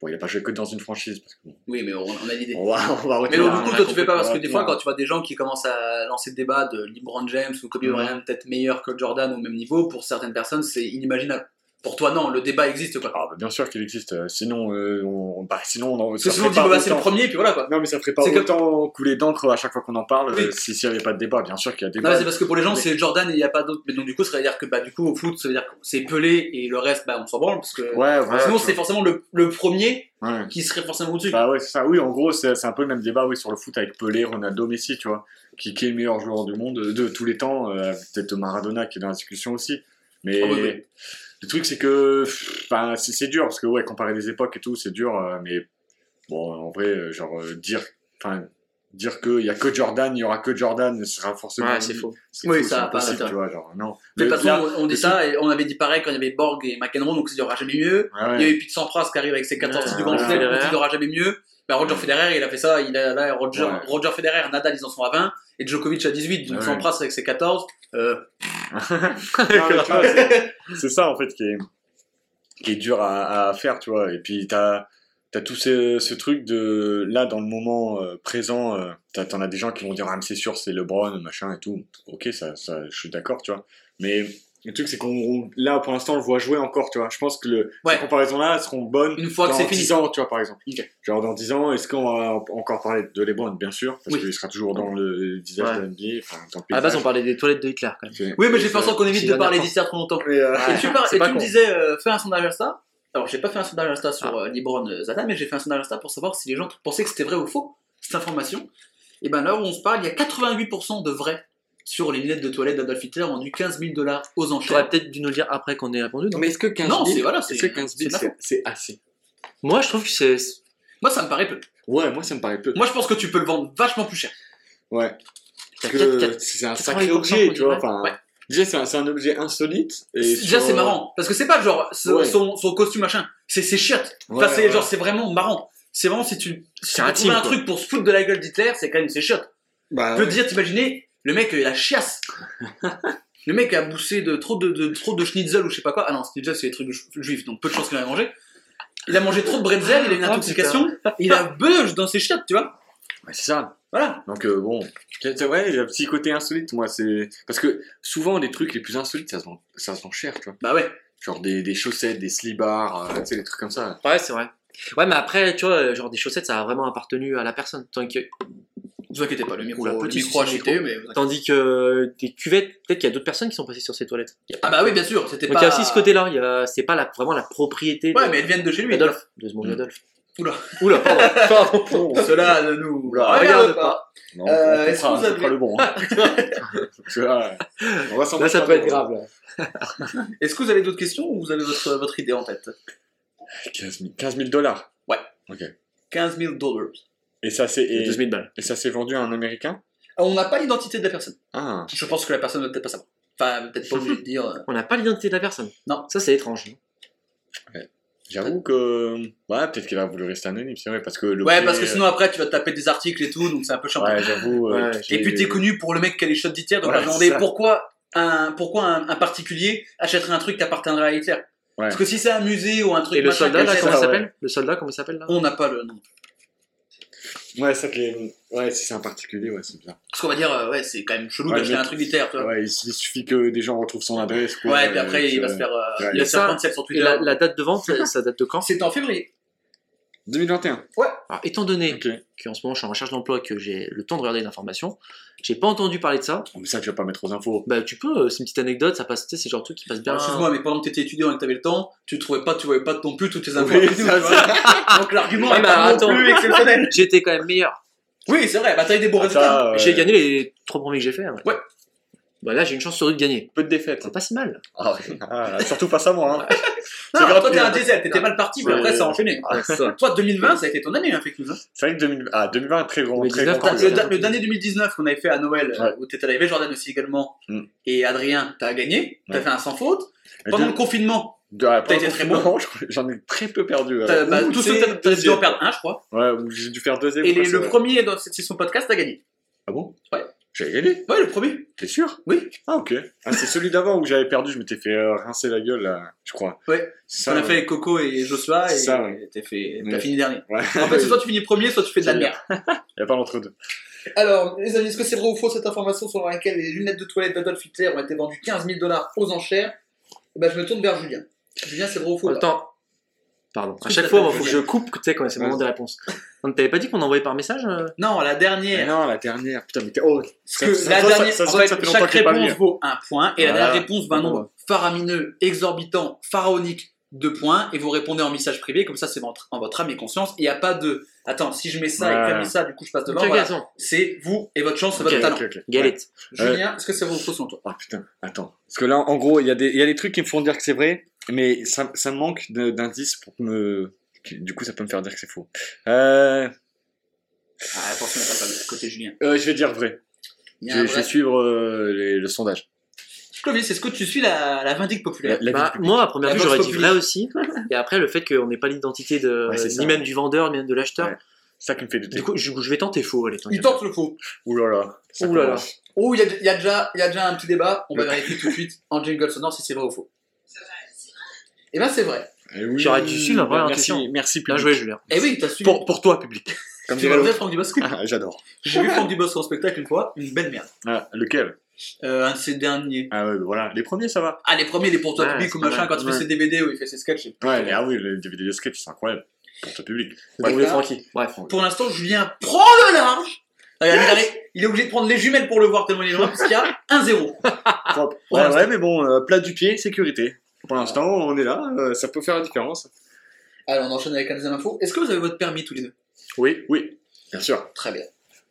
Bon, il a pas joué que dans une franchise parce que bon, Oui, mais on, on a l'idée. on va on va Mais retenir donc, la- du coup, la toi, tu fais pas parce que compétition. des fois, quand tu vois des gens qui commencent à lancer le débat de LeBron James ou Kobe Mhm. Bryant, peut-être meilleur que Jordan au même niveau, pour certaines personnes, c'est inimaginable. Pour toi, non, le débat existe, quoi. Ah, bah, bien sûr qu'il existe, euh, sinon euh, on bah sinon on en- Parce ça que sinon, on ferait dit, pas bah, c'est le autant- premier, puis voilà, quoi. Non, mais ça ferait pas C'est comme- autant couler d'encre à chaque fois qu'on en parle Oui. euh, si s'il y avait pas de débat, bien sûr qu'il y a Non, débat. mais c'est parce que pour les gens, Mais- c'est Jordan et il n'y a pas d'autre. Mais donc, du coup, ça veut dire que, bah, du coup, au foot, ça veut dire que c'est Pelé et le reste, bah, on s'en branle, parce que. Ouais, voilà, sinon, tu c'est forcément le, le premier vois. Ouais. qui serait forcément au-dessus. Bah ouais, c'est ça. Oui, en gros, c'est c'est un peu le même débat oui, sur le foot avec Pelé, Ronaldo, Messi, tu vois. Qui, qui est le meilleur joueur du monde euh, de tous les temps euh, avec Peut-être Maradona qui est dans la discussion aussi. Mais Ah oui, oui. le truc, c'est que pff, ben, c'est c'est dur parce que, ouais, comparer les époques et tout, c'est dur. euh, mais bon, en vrai, euh, genre, euh, dire. Enfin, dire qu'il n'y a que Jordan, il n'y aura que Jordan, ce sera forcément. Ouais, c'est faux. C'est Oui, ça faux, c'est a pas impossible, d'intérêt. tu vois. Genre, non. Mais de Le- toute là- façon, on on dit le- ça, et on avait dit pareil quand il y avait Borg et McEnroe, donc il n'y aura jamais mieux. Ouais, Il y ouais. a eu Pete Sampras qui arrive avec ses 14 titres du Grand Ouais. Chelem, on dit Federer. il n'aura jamais mieux. Bah, Roger Federer, il a fait ça. Il a, là, Roger, Ouais. Roger Federer, Nadal, ils en sont à 20. Et Djokovic à 18. Donc Ouais. Sampras avec ses 14. Euh, Non, mais tu vois, c'est- c'est ça en fait qui est, qui est dur à, à faire, tu vois. Et puis t'as as tout ce, ce truc de là dans le moment euh, présent, euh, t'as- t'en as des gens qui vont dire ah mais c'est sûr c'est LeBron machin et tout. Ok, ça, ça je suis d'accord, tu vois. Mais le truc c'est qu'on on- là pour l'instant on le voit jouer encore, tu vois. Je pense que le, Ouais. ces comparaisons là seront bonnes Une fois que dans c'est fini. 10 ans, tu vois par exemple. Ok. Genre dans 10 ans, est-ce qu'on va en- encore parler de LeBron bien sûr, parce Oui. qu'il sera toujours dans le visage Ouais. de la NBA, enfin dans le À la base, on paysage. parlait des toilettes de Hitler quand même. C'est- Oui, mais j'ai peur qu'on évite C'est de la parler dernière d'ici à trop longtemps. Mais, euh, Et tu, par- c'est et pas tu me con. disais, euh, fais un sondage Insta. Alors, j'ai pas fait un sondage Insta sur Ah. euh, Libron euh, Zata, mais j'ai fait un sondage Insta pour savoir si les gens pensaient que c'était vrai ou faux, cette information. Et ben là où on se parle, il y a 88% de vrai sur les lunettes de toilette d'Adolf Hitler vendues 15 000 dollars aux T'aurais enchères. peut-être dû nous le dire après qu'on ait répondu. non Mais est-ce que 15 Non, 000, c'est- voilà, est-ce c'est- que 15 c'est 000, de la c'est c'est assez Ah, Moi, je trouve que c'est. Moi, ça me paraît peu. Ouais, moi ça me paraît peu. Moi, je pense que tu peux le vendre vachement plus cher. Ouais. Parce T'as quatre- que quatre- c'est un 88% sacré qu'on objet, tu dirait. vois. Enfin, Ouais. Déjà, c'est un, c'est un objet insolite. Et C'est- Déjà, sur- euh, c'est marrant. Parce que c'est pas genre ce- Ouais. son, son costume machin, c'est ses chiottes. Ouais, enfin, c'est ouais. genre, c'est vraiment marrant. C'est vraiment si tu. Si tu C'est intime, trouves un quoi. truc pour se foutre de la gueule d'Hitler, c'est quand même ses chiottes. Bah, Je veux dire, t'imaginer, le mec, il a chiasse. le mec a bouffé de, trop, de, de- trop de schnitzel ou je sais pas quoi. Ah non, schnitzel, c'est les trucs ju- juifs, donc peu de chances qu'il en ait mangé. Il a mangé trop de bretzel, il a une Ah, intoxication, il a beuge dans ses chiottes, tu vois. ouais, c'est ça. Voilà. Donc, euh, bon. C'est c'est vrai, il y a un petit côté insolite, moi. c'est Parce que souvent, les trucs les plus insolites, ça se vend, ça se vend cher, tu vois. Bah ouais. Genre des, des chaussettes, des slibards, euh, tu sais, des trucs comme ça. Ouais, c'est vrai. Ouais, mais après, tu vois, genre des chaussettes, ça a vraiment appartenu à la personne. Tandis que, Vous inquiétez pas, le micro, Oula, le petit micro a souci, chuté, mais. tandis que des cuvettes, peut-être qu'il y a d'autres personnes qui sont passées sur ces toilettes. Ah bah oui, bien sûr, c'était Donc pas. il y a aussi ce côté-là. il y a- C'est pas la, vraiment la propriété Ouais, de mais elles viennent de chez lui. Adolphe, de ce monde Mm. Adolphe. Oula. Oula, pardon. Oh, pardon. Cela ne nous Oula, regarde regarde pas. Non, Euh, on est-ce comprend, que vous on comprend avez- le bon. hein. Parce que là, on va s'en Là, ça mettre peut un être bon. grave. là. Est-ce que vous avez d'autres questions ou vous avez votre, votre idée en tête 15 000 15 000 dollars. 15 000 dollars. Et ça s'est et, 12 000 balles. et ça s'est vendu à un Américain On n'a pas l'identité de la personne. Ah, Je pense que la personne ne doit peut-être pas savoir. Enfin, peut-être pas obligé de dire. euh, On n'a pas l'identité de la personne. Non. Ça, c'est étrange. J'avoue que. Ouais, peut-être qu'elle a voulu rester anonyme, c'est vrai, parce que le. Ouais, prix, parce que euh, sinon après tu vas te taper des articles et tout, donc c'est un peu chiant. Ouais, j'avoue. euh, Ouais, et puis t'es connu pour le mec qui a les shots d'Hitler, donc Ouais, à demander ça. pourquoi un, pourquoi un, un particulier achèterait un truc qui appartiendrait à Hitler Parce que si c'est un musée ou un truc Et le machin soldat, là, qu'achète- comment ça, il ouais. s'appelle Le soldat, comment il s'appelle là on n'a pas le nom. Ouais, ça que les- Ouais, si c'est un particulier, ouais, c'est bizarre. Parce qu'on va dire, euh, ouais, c'est quand même chelou Ouais, d'acheter mais- un truc d'Hitler, tu vois. Ouais, Ouais, il il suffit que des gens retrouvent son adresse. quoi, et puis euh, après il va euh, se faire, euh, ouais. il va se faire Ça, prendre celle sur Et Twitter. la, la date de vente, ça- ça date de quand C'était en février. 2021. Alors, étant donné Ok. qu'en ce moment je suis en recherche d'emploi, que j'ai le temps de regarder l'information, j'ai pas entendu parler de ça. Oh, Mais ça, tu vas pas mettre aux infos. Bah, tu peux, euh, c'est une petite anecdote, ça passe, tu sais, c'est genre de truc qui passe bien. Alors, Ah. Excuse-moi, mais pendant que t'étais étudiant et que t'avais le temps, tu trouvais pas, tu voyais pas non plus toutes tes infos. Oui, tu ça, vois. Donc l'argument Ouais, est bah, pas attends. non plus exceptionnel. J'étais quand même meilleur. Oui, c'est vrai, bah t'as eu des bons résultats. Ça, euh, J'ai gagné les trois premiers que j'ai fait. Ouais. Bah, là, j'ai une chance sur deux de gagner. Peu de défaites. C'est pas si mal. Ah, ouais. Ah, surtout face à moi. Hein. Non, C'est grave, toi t'es un tu- diesel, t'étais mal parti, mais Ouais. après ça a enchaîné. Ah, ça. Toi, 2020, ça a été ton année, hein, Fake News, hein. C'est vrai que 2000... ah, 2020 est très grand. Très 2019, grand quand T'as- Ah, truc. oui, le, c'est da- un le dernier 2019 qu'on avait fait à Noël, euh, où t'étais là, il y avait Jordan aussi également, Mm. et Adrien, t'as gagné, t'as Ouais. fait un sans faute. Mais Pendant de- le confinement, de- ah, pendant été le très confinement, je crois- J'en ai très peu perdu. euh. t'as- bah, Ou tous ceux que c'est t'as- t'as dû en deuxième. perdre un, je crois. Ouais, ou j'ai dû faire deuxième. Et les- quoi, c'est le vrai. premier dans cette session podcast, t'as gagné. Ah bon Ouais. J'avais gagné. Ouais, le premier. T'es sûr Oui. Ah, ok. Ah, c'est celui d'avant où j'avais perdu, je m'étais fait euh, rincer la gueule, là, je crois. Ouais. C'est On ça. a ouais. fait avec Coco et Joshua, C'est et ça, ouais. et t'as fait- t'as Ouais. fini dernier. Ouais. En fait, c'est soit tu finis premier, soit tu fais de la C'est merde. Y a pas l'entre-deux. Alors, les amis, est-ce que c'est vrai ou faux cette information selon laquelle les lunettes de toilette d'Adolf Hitler ont été vendues 15 000 dollars aux enchères Eh ben, Je me tourne vers Julien. Julien, c'est vrai ou faux là Attends. Pardon. À que chaque t'as fois, fait il faut que je Julien coupe, tu sais, quand c'est le moment Vas-y. des réponses. On t'avait pas dit qu'on envoyait par message euh Eh Non, la Mais dernière. non, la dernière. Putain, mais t'es. Oh, Parce que Ça- ça- la ça- dernière, ça- ça- en fait, ça fait longtemps chaque que j'ai pas réponse lu. vaut un point et la Voilà. dernière réponse vaut un nombre faramineux, exorbitant, pharaonique, deux points et vous répondez en message privé, comme ça c'est votre- en votre âme et conscience. Il n'y a pas de attends, si je mets ça et que Ouais. je mets ça, du coup je passe Ok, devant. Voilà. Gazan. C'est vous et votre chance, c'est Ok, votre talent. ok, ok. Ouais. Galette. Julien, est-ce que c'est vrai ou faux selon toi Ah putain, attends. Parce que là, en gros, il y, a des- il y a des trucs qui me font dire que c'est vrai, mais ça, ça me manque de- d'indices pour me. Du coup, ça peut me faire dire que c'est faux. Euh, ah, Attention, on passe à côté Julien. euh, je vais dire vrai. Il y Je, a un je vrai- vais suivre euh, les- le sondage. Clovis, est-ce que tu suis la, la vindicte La, populaire la Bah, vie du moi, à première La vue, vox j'aurais dit populi. vrai aussi. Et après, le fait qu'on n'ait pas l'identité de, Ouais, c'est ça. ni même du vendeur, ni même de l'acheteur. Ouais. public. ça qui me fait douter. Du coup, je, je vais tenter faux. Allez, tant Il qu'à tente le faux. Ouh là là. ça Ouh là là. commence. Oh, il y a, il y a déjà, il y a déjà un petit débat. On va Le- vérifier tout de suite en jingle sonore si c'est vrai ou faux. C'est vrai, c'est vrai. Eh oui. J'aurais dû suivre la première Merci, intuition. merci Bien public. joué, Julien. Eh oui, t'as suivi. Pour, pour toi, public. Comme tu dirait vois, l'autre. Franck Dubosc. Ah, J'adore. J'ai vu Franck Dubosc en spectacle une fois, une belle merde. Ah, lequel Euh, un de ses derniers. Ah ouais, voilà. Les premiers, ça va. Ah, les premiers, les pour toi Ouais, public c'est ou machin, pas mal, quand il fait ouais. ses DVD où il fait ses sketchs. et- Ouais, mais ah oui, les DVD de sketch, c'est incroyable. Pour toi, public. Bref, Bref, Ah. là- Francky. Bref. Pour l'instant, Julien prend le large. Regarde, il, arrive- il est obligé de prendre les jumelles pour le voir tellement il est loin, parce qu'il y a 1-0. Propre. Pour Ah, Ouais, l'instant. ouais, mais bon, euh, plat du pied, sécurité. Pour l'instant, on est là, euh, ça peut faire la différence. Alors, on enchaîne avec la deuxième info. Est-ce que vous avez votre permis tous les deux Oui, oui, bien sûr. Très bien.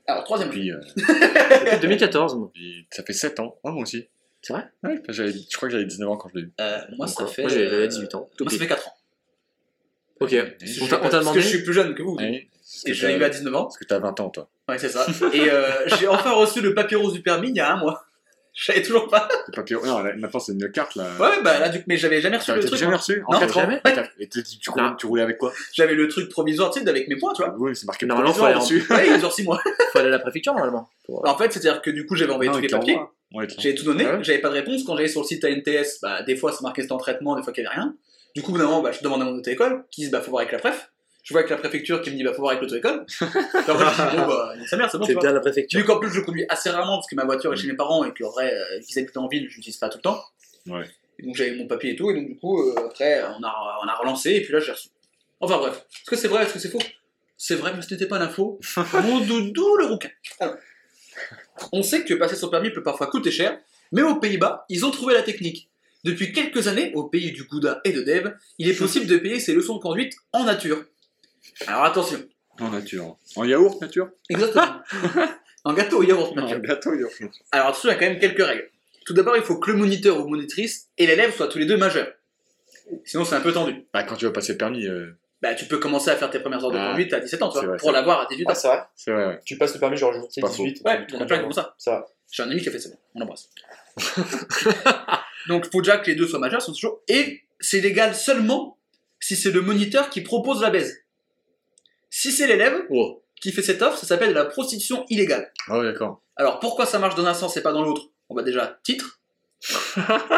Alors, troisième info. Puis, euh, Depuis 2014, moi. puis, ça fait 7 ans, Ouais, moi aussi. C'est vrai Ouais, j'avais- je crois que j'avais 19 ans quand je l'ai eu. Euh, moi, ça Encore. fait. Moi, j'avais euh, 18 ans. Moi, ça fait 4 ans. Ok. Est-ce On t'a- on t'a Parce que je demandé suis plus jeune que vous. que Et je l'ai eu t'as- à 19 ans. parce que t'as 20 ans, toi. Ouais, c'est ça. Et euh, j'ai enfin reçu le papier rose du permis il y a un mois. Je savais toujours pas. Le papier... Non, là, maintenant c'est une carte là. Ouais, bah là, du coup, mais j'avais jamais reçu T'as le t'as truc. jamais Ah. reçu En Non, 4 ans jamais. Et t'as- Et t'es- tu, tu roulais, Non. tu roulais avec quoi J'avais le truc provisoire, tu sais, avec mes points, tu vois. Oui, mais c'est marqué Normalement, provisoire faut aller dessus. Ouais, il dure 6 mois. faut aller à la préfecture normalement. Pour- En fait, c'est-à-dire que du coup, j'avais envoyé Non, tous il les te l'envoie. papiers, Ah, Ouais, il te j'avais tout donné, Ouais. j'avais pas de réponse. Quand j'allais sur le site ANTS, bah, des fois, ça marquait c'était en traitement, des fois qu'il y avait rien. Du coup, au bout d'un moment, bah, je demande à mon auto-école, qui dit, bah, faut voir avec la préf. Je vois avec la préfecture qui me dit, bah, faut voir avec l'auto-école. Et en fait, je dis, bon, bah, sa mère, c'est bon, C'est tu vois. bien Mm. la préfecture. Vu qu'en plus je conduis assez rarement parce que ma voiture est chez mes parents et que en vrai, euh, qu'ils habitent en ville, je l'utilise pas tout le temps. Ouais. Et donc j'avais mon papier et tout, et donc du coup, euh, après, on a, on a relancé, et puis là, j'ai reçu. Enfin bref, est-ce que c'est vrai, est-ce que c'est faux C'est vrai, mais ce n'était pas l'info. mon doudou, le rouquin. Alors, on sait que passer son permis peut parfois coûter cher, mais aux Pays-Bas, ils ont trouvé la technique. Depuis quelques années, au pays du Gouda et de Dev, il est possible de payer ses leçons de conduite en nature. Alors attention, l'envoie. En nature. En yaourt nature exactement. en gâteau, il y a votre nature. En gâteau yaourt nature. Alors attention, il y a quand même quelques règles. Tout d'abord, il faut que le moniteur ou monitrice et l'élève soient tous les deux majeurs. Sinon, c'est un peu tendu. Bah, quand tu vas passer le permis, euh, Bah, tu peux commencer à faire tes premières heures de Ah. conduite à 17 ans, tu vois, C'est vrai, pour c'est l'avoir à 18 ans. Ah, c'est vrai c'est vrai, ouais. Tu passes le permis, genre, je sais, Pas faux. 18. Ouais, il y en a plein qui font ça. Ça. J'ai un ami qui a fait ça, on l'embrasse. Donc, faut déjà que les deux soient majeurs, sont toujours. Et c'est légal seulement si c'est le moniteur qui propose la baise. Si c'est l'élève Wow. qui fait cette offre, ça s'appelle la prostitution illégale. Ah ouais, d'accord. Alors pourquoi ça marche dans un sens et pas dans l'autre On va déjà titre.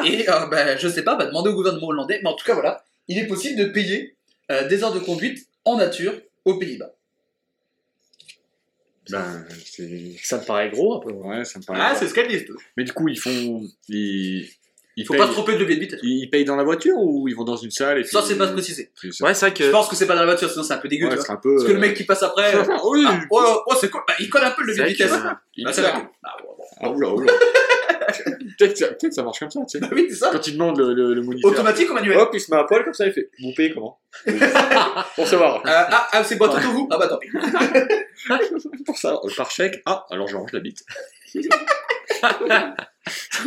et euh, ben, je sais pas, bah, demander au gouvernement hollandais. Mais en tout cas voilà, il est possible de payer euh, des heures de conduite en nature aux Pays-Bas. Ben, c'est. Ça me paraît gros après. Ouais, ça me paraît. Ah, grave. c'est ce qu'elle dit. Il Mais du coup, ils font. Ils, ils faut payent, pas se tromper de levier de vitesse. Ils ils payent dans la voiture ou ils vont dans une salle et puis. Ça c'est pas précisé. Puis ça- Ouais, c'est vrai Je que. pense que c'est pas dans la voiture, sinon c'est un peu dégueu. Ouais, tu vois. c'est un peu. Parce que le euh, mec qui passe après, euh, oui. ah, oh, oh, oh, c'est cool. Bah, il colle un peu le c'est levier de vrai que, vitesse. euh, il Bah, c'est la sert. queue. Ah, ouais, ouais. Ah, oula, oula. peut-être, ça- peut-être ça marche comme ça, tu sais. Bah oui, c'est ça. Quand ils demandent le, le, le moniteur. Automatique ou manuel Hop, il se met à poil comme ça, il fait. Vous payez comment Pour savoir. Euh, ah, ah, c'est boîte auto vous Ah bah tant pis. Pour ça, euh, par chèque. Ah, alors je range la bite.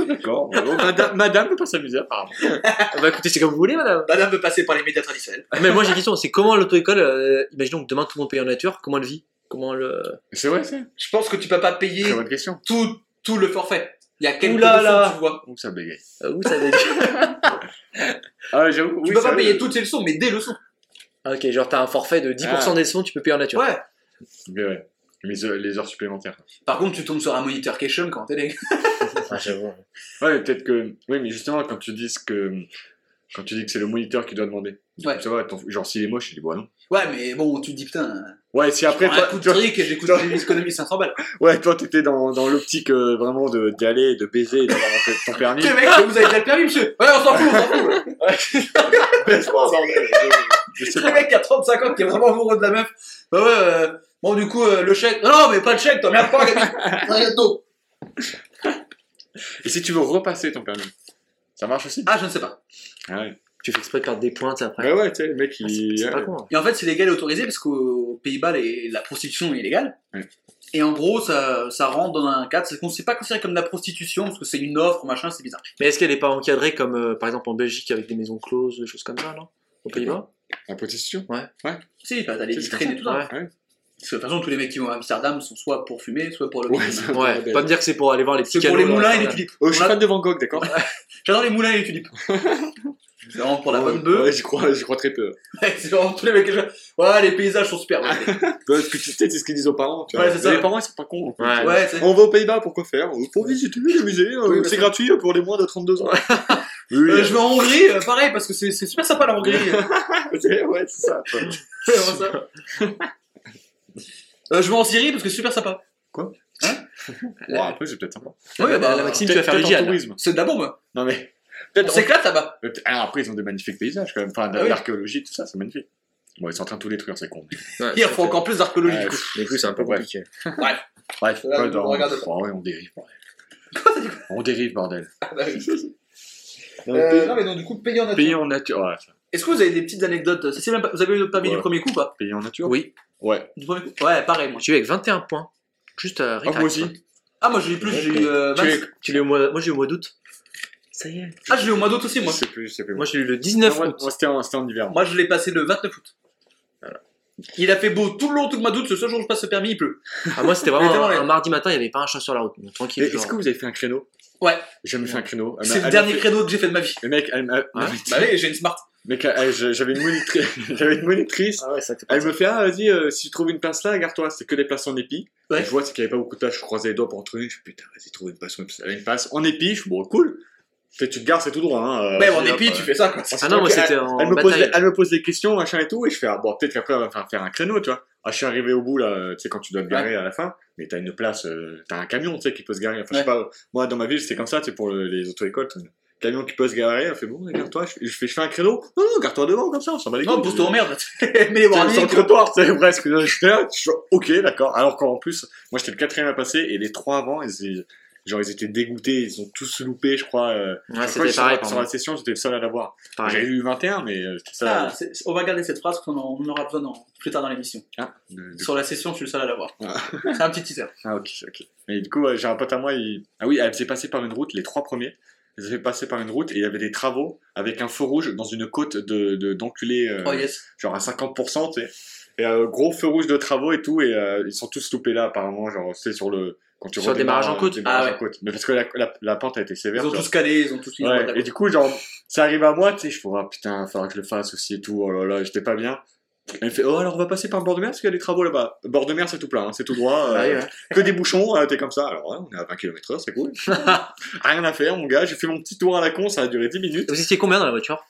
D'accord. Bon, madame, madame peut pas s'amuser apparemment. Bah écoutez, c'est comme vous voulez, madame. Madame veut passer par les médias traditionnels. Mais moi j'ai une question, c'est comment l'auto-école, euh, imaginons que demain tout le monde paye en nature, comment elle vit Comment le. C'est vrai, ça. Je pense que tu peux pas payer Très bonne question. tout, tout le forfait. Il y a quelques Ouh là leçons, là. tu vois. Où ça bégaye Euh, où ça va être- Ah, j'avoue. Tu oui, peux ça- pas payer toutes les leçons, mais des leçons. Ok, genre t'as un forfait de 10% Ah. des sons, tu peux payer en nature. Ouais. Mais ouais. Les, heures- les heures supplémentaires. Par contre, tu tombes sur un moniteur Keshem quand t'es né. Ah, j'avoue. Ouais, mais peut-être que. Oui, mais justement, quand tu dis que. Quand tu dis que c'est le moniteur qui doit demander. Ouais. Ça va, ton- genre s'il est moche, il dit bon non. Ouais, mais bon, tu te dis putain. Ouais, si après. Après, un Toi, coup de toi- trick et j'écoute les économies 500 balles. ouais, toi, t'étais dans, dans l'optique euh, vraiment de- d'y aller, de baiser et d'avoir ton permis. Tu sais, mec, vous avez déjà le permis, monsieur Ouais, on s'en fout, on s'en fout. Baisse-moi, bordel. Je- je sais C'est le mec qui a 35 ans qui est vraiment amoureux de la meuf. Bah ouais, euh, bon, du coup, euh, le chèque. Non, non, mais pas le chèque, t'en viens pas, gâteau. Et si tu veux repasser ton permis, ça marche aussi Ah, je ne sais pas. ah ouais. Tu fais exprès de perdre des points, tu sais, après. Ouais, ouais, tu sais, le mec, Ah, c'est- il. c'est pas ouais. con. hein. Et en fait, c'est légal et autorisé parce qu'aux Pays-Bas, les- la prostitution est illégale. Ouais. Et en gros, ça, ça rentre dans un cadre, c'est qu'on ne sait pas considéré comme de la prostitution parce que c'est une offre, machin, c'est bizarre. Mais est-ce qu'elle est pas encadrée comme euh, par exemple en Belgique avec des maisons closes, des choses comme ça, non Aux Pays-Bas La prostitution Si, bah, t'as les C'est vitrines et tout ça. Ouais. Parce que de toute façon, tous les mecs qui vont à Amsterdam sont soit pour fumer, soit pour le. Ouais, ça- Ouais, faut pas me dire que c'est pour aller voir les petits c'est pour canaux les dans moulins et les la- tulipes. Oh, je suis On a- fan de Van Gogh, d'accord J'adore les moulins et les tulipes. c'est vraiment pour la bonne bœuf. Ouais, j'y crois, j'y crois très peu. c'est vraiment tous les mecs. qui jouent. Ouais, les paysages sont super. ouais. Ouais, parce que tu sais, c'est ce qu'ils disent aux parents. Tu Ouais, vois. c'est Mais ça. Les parents, ils sont pas cons. en fait. Ouais. Ouais, c'est- On va aux Pays-Bas, pourquoi faire Euh, Pour visiter le musée, euh, Oui, bah, c'est gratuit euh, pour les moins de 32 ans. oui, Euh, je vais en Hongrie, euh, pareil, parce que c'est c'est super sympa la Hongrie. vais... ouais, c'est ça. toi. C'est vraiment ça. Euh, je vais en Syrie parce que c'est super sympa. Ouais, après, c'est peut-être sympa. Ouais, bah, la Maxime, tu vas Peut-être faire en l'hygiène. là. tourisme. C'est de la bombe. Non, mais. On Peut-être en- s'éclate là-bas. Mais peut- Alors, après, ils ont des magnifiques paysages quand même. Enfin, de Ah oui. l'archéologie, tout ça, c'est magnifique. Bon, ils sont en train de tout détruire, c'est con. Il faut encore plus d'archéologie. Ouais, du coup. Du coup, c'est un peu Ouais. compliqué. Bref, Là, ouais, nous, non, on regarde pff, ouais, on dérive, bordel. on dérive, bordel. Ah, bah Euh, non, mais donc, du coup, payer en nature. Pays en nature. Ouais, ça. Est-ce que vous avez des petites anecdotes euh, C'est même pas- Vous avez eu le permis Ouais. du premier coup ou pas Pays en nature Oui, Ouais. Du premier coup Ouais, pareil, moi. tu es avec 21 points. Juste à Ah, moi aussi. Ah, moi j'ai eu plus, j'ai eu euh, Tu 20. es- Tu l'as au mois, moi j'ai eu au mois d'août. Ça y est. Ah, je l'ai au mois d'août aussi, Je moi. sais plus, je sais plus. Moi j'ai eu le Non, 19 moi, août. moi, c'était en, c'était en hiver. Moi je l'ai passé le 29 août. Il a fait beau tout le long, tout le mois d'août. Ce seul jour où je passe le permis, il pleut. Ah, moi c'était vraiment Mais tellement un, laid. un mardi matin, il n'y avait pas un chat sur la route. Donc, Et tranquille. Est-ce genre. que vous avez fait un créneau Ouais. J'ai jamais fait un créneau. Elle m'a- C'est le elle dernier m'a fait- créneau que j'ai fait de ma vie. Mais mec, elle m'a- Hein Bah oui, j'ai une smart. mec, elle- je- j'avais une monitrice. j'avais une monitrice. Ah ouais, ça c'est pas Elle me fait, ah, vas-y, euh, si tu trouves une place là, garde-toi. C'est que des places en épi. Ouais. Et Je vois, c'est qu'il n'y avait pas beaucoup de places. Je croisais les doigts pour en trouver une. Je dis, putain, vas-y, trouve une place. Elle a une place en épi. Je suis bon, cool. Tu sais, tu te gares, c'est tout droit. Hein, euh, Mais je en dis, hop, épi, euh, tu fais ça quoi. Ah non, moi Elle- c'était en elle, me pose, bataille. elle me pose des questions, machin et tout, et je fais, ah, bon, peut-être qu'après, on va faire, faire un créneau, tu vois. Ah, je suis arrivé au bout, là, tu sais, quand tu dois te garer à la fin, mais t'as une place, euh, t'as un camion, tu sais, qui peut se garer. Enfin, je sais pas, moi, dans ma ville, c'était comme ça, tu sais, pour le- les auto-écoles, t'as un camion qui peut se garer, elle fait, bon, garde-toi, je, je fais, je fais un créneau, non, non, garde-toi devant, comme ça, on s'en bat les Non, couilles. pousse-toi en merde. Mets les T'es sur warnings. le trottoir, tu sais, presque. J'étais là, je suis genre, ok, d'accord. Alors qu'en plus, moi, j'étais le quatrième à passer, et les trois avant, ils, ils- genre, ils étaient dégoûtés, ils ont tous loupé, je crois. euh. Ouais, Je crois que c'était sur, pareil. la- pour sur moi. la session, j'étais le seul à l'avoir. J'ai Pareil. eu 21, mais euh, c'était ça. Ah, c'est- on va garder cette phrase qu'on en- on aura besoin dans- plus tard dans l'émission. Ah, de- de- Sur la session, je suis le seul à l'avoir. Ah. C'est un petit teaser. ah, ok, ok. Et du coup, ouais, j'ai un pote à moi, il... ah oui, elle s'est passée par une route, les trois premiers, elle s'est passée par une route et il y avait des travaux avec un feu rouge dans une côte de, de, d'enculés, euh, Oh yes. genre à 50%, tu sais. Et euh, gros feu rouge de travaux et tout, et euh, ils sont tous loupés là, apparemment, genre, c'est sur le. Quand tu Sur le démarrage en redémarres, côte. euh, démarrage Ah ouais. en côte. Mais parce que la, la, la pente a été Ils sévère. ont tu vois. tous calé, ils ont tous mis. Ouais, et du coup, genre, ça arrive à moi, tu sais, je fais, ah putain, faudra que je le fasse aussi et tout, oh là là, j'étais pas bien. Et il fait, oh alors on va passer par le bord de mer parce qu'il y a des travaux là-bas. Le Bord de mer, c'est tout plein, hein, c'est tout droit, Ah euh, Ouais, ouais. que des bouchons, euh, t'es comme ça. Alors, ouais, on est à 20 km/h, c'est cool. Rien à faire, mon gars, j'ai fait mon petit tour à la con, ça a duré 10 minutes. Vous étiez combien dans la voiture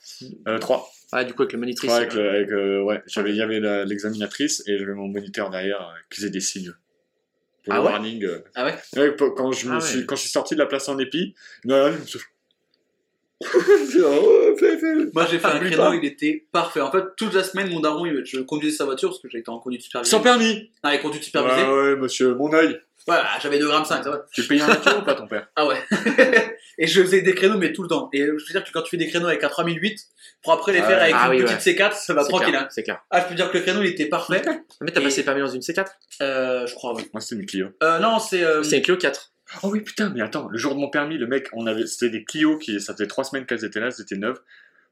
3. Ah, du coup, avec le monitrice. avec, le- avec, euh, ouais, j'avais, il y avait la- l'examinatrice et j'avais mon moniteur derrière euh, qui faisait des signes. Pour Ah le ouais warning. euh. Ah ouais Ouais, pour- quand, je me Ah suis, ouais. quand je suis sorti de la place en épi, non, je me suis- Je dis, oh, fais- fais- Moi, j'ai fait Ah, un oublie créneau, pas. il était parfait. En fait, toute la semaine, mon daron, il- je conduisais sa voiture parce que j'étais en conduite supervisée. Sans permis Ah, et conduite Ouais, supervisée. ouais, monsieur, mon œil. Voilà, j'avais 2,5 Ah grammes, ça va. Tu payes un voiture ou pas ton père Ah ouais. et je faisais des créneaux, mais tout le temps. Et je veux dire que quand tu fais des créneaux avec un 3008, pour après les Ah faire ouais. avec Ah une oui, petite C4, ça va c'est tranquille. clair, hein. C'est clair. Ah, je peux dire que le créneau, il était parfait. Mais t'as Et- passé le permis dans une C4 Euh, je crois, oui. Moi, c'était une Clio. Euh, non, c'est. euh, C'est une Clio 4. Oh oui, putain, mais attends, le jour de mon permis, le mec, on avait, c'était des Clio qui, ça faisait trois semaines qu'elles étaient là, elles étaient neuves.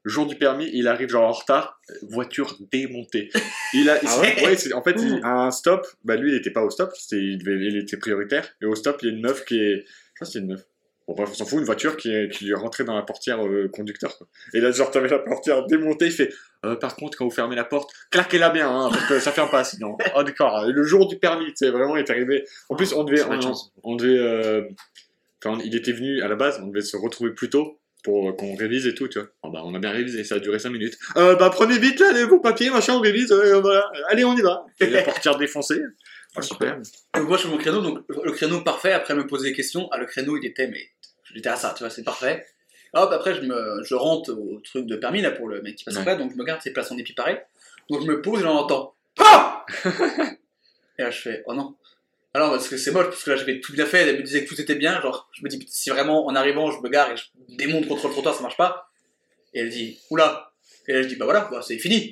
Le jour du permis, il arrive genre en retard, euh, voiture démontée. Il a, Ah ouais, c'est- en fait, il- à un stop, bah lui, il était pas au stop, c'était- il, devait- il était prioritaire, et au stop, il y a une meuf qui est, je crois que c'est une meuf. Bon, bref, on s'en fout, une voiture qui, est- qui lui est rentrée dans la portière euh, conducteur. quoi. Et là, genre, t'avais la portière démontée, il fait Euh, Par contre, quand vous fermez la porte, claquez-la bien, hein, parce que ça ferme pas sinon. Oh, d'accord, le jour du permis, tu sais, vraiment, il est arrivé. En plus, on devait. C'est pas de on- chance. on devait euh, Enfin, il était venu à la base, on devait se retrouver plus tôt pour euh, qu'on révise et tout, tu vois. Bon, bah, on a bien révisé, ça a duré 5 minutes. Euh, bah, prenez vite, là, les- vos papiers, machin, on révise, euh, voilà. Allez, on y va. Et la portière défoncée. Ah, super. Donc moi je fais mon créneau, donc le créneau parfait, après elle me poser des questions, ah le créneau il était mais j'étais à ça, tu vois, c'est parfait. Hop, après je me je rentre au truc de permis là pour le mec qui passe Ouais. pas, donc je me garde ses places en épi pareil. Donc je me pose et là, on entend Ah Et là je fais oh non. Alors parce que c'est moche, parce que là j'avais tout bien fait, elle me disait que tout était bien, genre je me dis si vraiment en arrivant je me gare et je démonte contre le trottoir ça marche pas. Et elle dit oula et là je dis bah voilà, bah, c'est fini.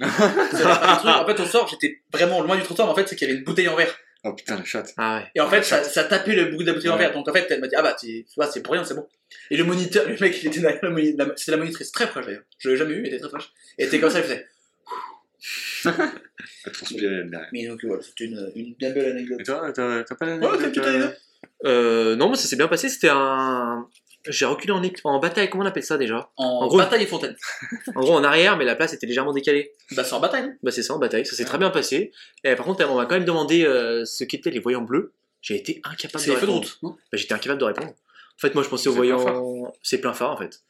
C'est la fin du truc. En fait on sort, j'étais vraiment loin du trottoir, mais en fait c'est qu'il y avait une bouteille en verre. Oh, putain, la chatte. Ah ouais. Et en fait, ça, ça tapait le bruit de la bouteille en Ouais. verre. Donc en fait, elle m'a dit Ah bah, tu tu vois, c'est pour rien, c'est bon. Et le moniteur, le mec, il était derrière le moni- la- C'était la monitrice très proche d'ailleurs. Je l'ai jamais eu, elle était très proche. Et elle était comme ça, elle faisait. Elle transpirait derrière. Mais donc voilà, c'était une, une bien belle anecdote. Et toi, t'as t'as hein. pas la. Ouais, c'est une petite anecdote. Euh, non, moi ça s'est bien passé. C'était un. J'ai reculé en, é- en bataille, comment on appelle ça déjà En, En gros- bataille et fontaine. En gros, en arrière, mais la place était légèrement décalée. Bah, c'est en bataille. Bah, c'est ça, en bataille. Ça s'est très bien passé. Et par contre, on m'a quand même demandé euh, ce qu'étaient les voyants bleus. J'ai été incapable C'est de les feux de répondre. route, non Bah, J'étais incapable de répondre. En fait, moi je pensais aux C'est plein voyants. C'est plein phare en fait.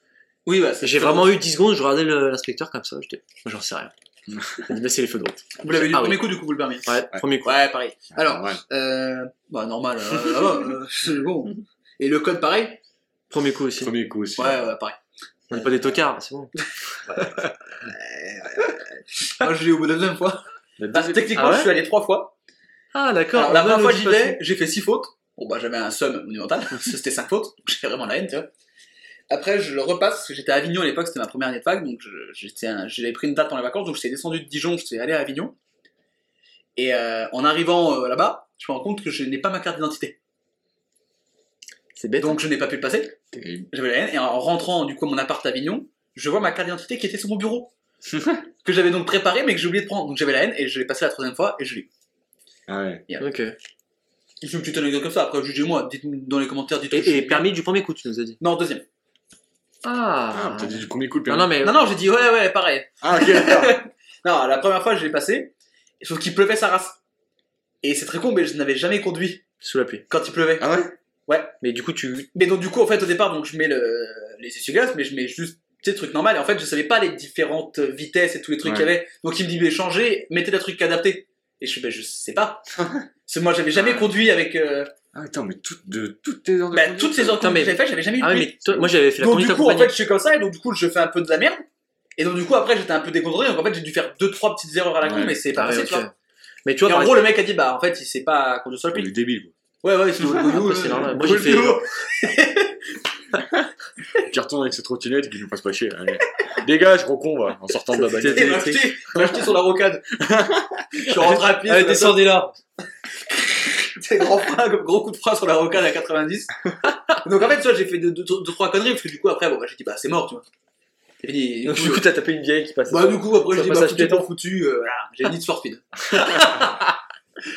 Oui, bah, c'est J'ai les feux de vraiment route. eu 10 secondes, je regardais le- l'inspecteur comme ça, j'étais, moi, j'en sais rien. Il dit, mais c'est les feux de route. Vous l'avez eu du Ah premier oui. coup, du coup, vous le permis. Ouais, premier coup. Ouais, pareil. Alors, Ah, ouais. euh, bah, normal. euh, ah bah, euh, c'est bon. Et le code, pareil Premier coup aussi. Premier coup aussi. Ouais, ouais, pareil. On n'est pas des tocards, c'est bon. Moi, je l'ai eu au bout de la deuxième fois. La Bah, techniquement, Ah ouais je suis allé trois fois. Ah, d'accord. Alors, la on première va fois le j'y dépasser. vais, j'ai fait 6 fautes. Bon bah j'avais un sum monumental, parce que c'était 5 fautes, j'ai vraiment la haine, tu vois. Après je le repasse, parce que j'étais à Avignon à l'époque, c'était ma première année de fac, donc je- j'étais un- j'avais pris une date dans les vacances, donc j'étais descendu de Dijon, j'étais allé à Avignon. Et euh, en arrivant euh, là-bas, je me rends compte que je n'ai pas ma carte d'identité. C'est bête. Donc je n'ai pas pu le passer, j'avais la haine, et en rentrant du coup à mon appart à Avignon, je vois ma carte d'identité qui était sur mon bureau. que j'avais donc préparée mais que j'ai oublié de prendre, donc j'avais la haine et je l'ai passé la troisième fois et je l'ai eu. Ah Ouais. Ok. Et, Je fais une petite anecdote comme ça, après jugez-moi, dites-nous dans les commentaires, dites-moi. si je et suis bien. permis du premier coup, tu nous as dit. Non, deuxième. Ah. Ah, t'as dit du premier coup le non, permis. non, mais. Non, non, j'ai dit ouais, ouais, pareil. Ah, ok, d'accord. Non, la première fois, je l'ai passé, sauf qu'il pleuvait sa race. Et c'est très con, mais je n'avais jamais conduit Sous la pluie. quand il pleuvait. ah ouais Mais du coup, tu. Mais donc, du coup, en fait, au départ, donc, je mets le... les essuie-glaces, mais je mets juste tu sais, le truc normal. Et en fait, je savais pas les différentes vitesses et tous les trucs Ouais. qu'il y avait. Donc, il me dit, mais changez, mettez des trucs adaptés. Et je suis, ben, je sais pas. Parce que moi, j'avais jamais conduit avec. euh, Ah, attends, mais tout- de toutes tes heures de. Ben, conduite, toutes ces euh, heures que mais- j'avais fait, j'avais jamais eu de Ah, ouais, pluie. mais toi, moi j'avais fait la Donc du conduite coup, en accompagnée. fait, je suis comme ça, et donc du coup, je fais un peu de la merde. Et donc du coup, après, j'étais un peu décontrôlé. Donc en fait, j'ai dû faire deux, trois petites erreurs à la con, Ouais. mais c'est Ah, pas ouais, possible. ok. tu vois. Mais tu vois, Et en par gros, le mec a dit, bah en fait, il sait pas conduire sur le On est pic. débile, quoi. Ouais, ouais, c'est le exemple, boulot, c'est euh, normal. Moi le j'ai fait. boulot. Qui retourne avec ses trottinettes et qui nous fasse pas chier. Allez. Dégage, gros con, va, en sortant de la bagnole. Et m'a jeté- m'a jeté sur la rocade. Je suis rentré à pied, Allez, sur la- descendez là. c'est grand frein, comme gros coup de frein sur la rocade à 90. Donc en fait, tu vois, j'ai fait deux, deux, deux, trois conneries, parce que du coup, après, bon, bah, j'ai dit, bah c'est mort, tu vois. C'est fini. Et Donc, du du coup, coup, t'as tapé une vieille qui passe. Bah du coup après Ça j'ai dit passe bah à foutu piéton. pour foutu, euh, voilà, j'ai une Need for Speed.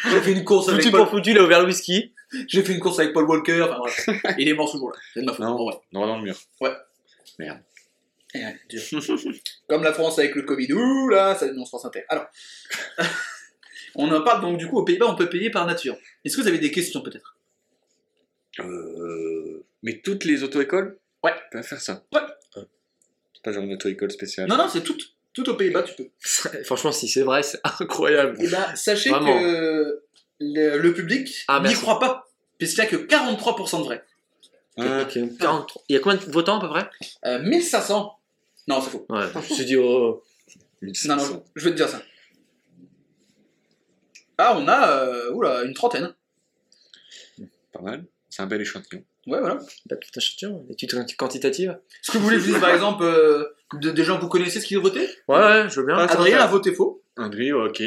j'ai fait une course Foutu avec pour Paul. foutu, il a ouvert le whisky. J'ai fait une course avec Paul Walker. Enfin, voilà. Il est mort ce jour-là. C'est de ma faute. Non. En vrai. Droit dans le mur. Eh ouais, dur. Comme la France avec le Covid, ouh là, ça dénonce France Inter. Alors, on en parle donc du coup aux Pays-Bas, on peut payer par nature. Est-ce que vous avez des questions peut-être Euh, Mais toutes les auto-écoles Ouais. Tu vas faire ça Ouais. Euh, C'est pas genre une auto-école spéciale. Non, non, c'est tout. Tout aux Pays-Bas, tu peux. Franchement, si c'est vrai, c'est incroyable. Eh ben, sachez Vraiment. que le, le public Ah, n'y merci. croit pas, puisqu'il n'y a que 43% de vrai. Ah, Ok, 43. Il y a combien de votants à peu près Euh, 1500 Non, c'est faux. Ouais, je me suis dit, oh. Non, 1500. non, je vais te dire ça. Ah, on a euh, oula, une trentaine. Pas mal. C'est un bel échantillon. Ouais, voilà. Bah, putain, je tiens, une étude quantitative Est-ce que vous voulez que je vous dise, par exemple, euh, de- des gens que vous connaissez, ce qu'ils ont voté Ouais, ouais, je veux bien. Ah, ça Bah, Adrien a m'intéresse. voté faux. André, ok.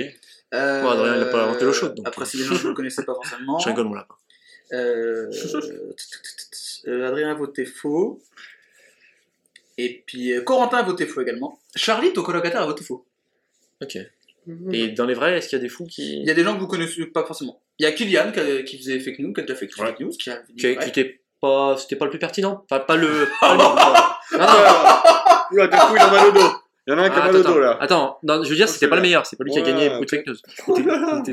Euh, Bon, Adrien, il a pas inventé l'eau chaude, donc. Après, c'est des gens que je ne connaissais pas forcément. Je rigole, mon lapin. Euh, euh, Adrien a voté faux. Et puis euh, Corentin a voté faux également. Charlie, ton colocataire, a voté faux. Ok. Et dans les vrais, est-ce qu'il y a des fous qui. Mhm. Il y a des gens que vous connaissez pas forcément. Il y a Kylian qui, a- qui faisait fake news, qui a déjà fait Ouais. fake news, qui a dit qui, vrai. qui était pas. C'était pas le plus pertinent Enfin, pas le. pas Ah le- Non, non, non. Oula, d'un coup, il a mal au dos. Il y en a un qui a Ah, mal au attends, dos, là. attends, non, je veux dire, c'était pas le meilleur, c'est pas lui qui a Voilà. gagné beaucoup de fake news. C'était- c'était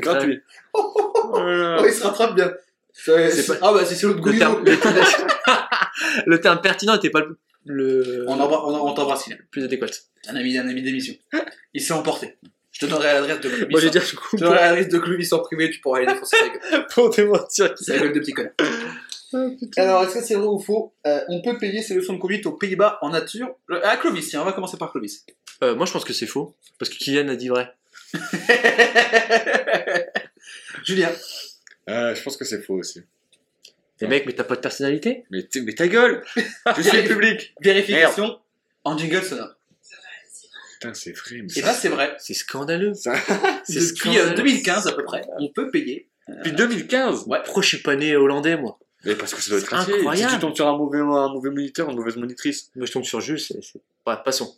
très- Gratuit. Voilà. Oh, il se rattrape bien. C'est- C'est c'est- Ah bah c'est sur l'autre Le terme, goulot. le terme- le terme pertinent était pas le, le- On embra- on- on t'embrasse, Kylian. le plus adéquat. Un ami, un ami d'émission. Il s'est emporté. Je te donnerai l'adresse de Clovis. Moi, je veux dire, du coup, Je te donnerai l'adresse de Clovis en privé, tu pourras aller défoncer sa gueule. pour te mentir, C'est la gueule de petit connard. Alors, est-ce que c'est vrai ou faux Euh, On peut payer ses leçons de conduite aux Pays-Bas en nature. Le- À Clovis, tiens, on va commencer par Clovis. Euh, moi, je pense que c'est faux, parce que Kylian a dit vrai. Julien, Euh, je pense que c'est faux aussi. Mais mec, mais t'as pas de personnalité Mais, t- mais ta gueule Je suis le public vérification en jingle sonore. Putain, c'est vrai, mais Et ça... là, c'est vrai. C'est scandaleux. Ça- C'est Depuis euh, scandaleux. 2015 à peu près, on peut payer. Depuis 2015 Ouais. Pourquoi je suis pas né hollandais, moi Mais parce que ça doit être C'est assez. incroyable. Si tu tombes sur un mauvais, un mauvais moniteur, une mauvaise monitrice, Moi, je tombe sur Jules, c'est. c'est- Ouais, passons.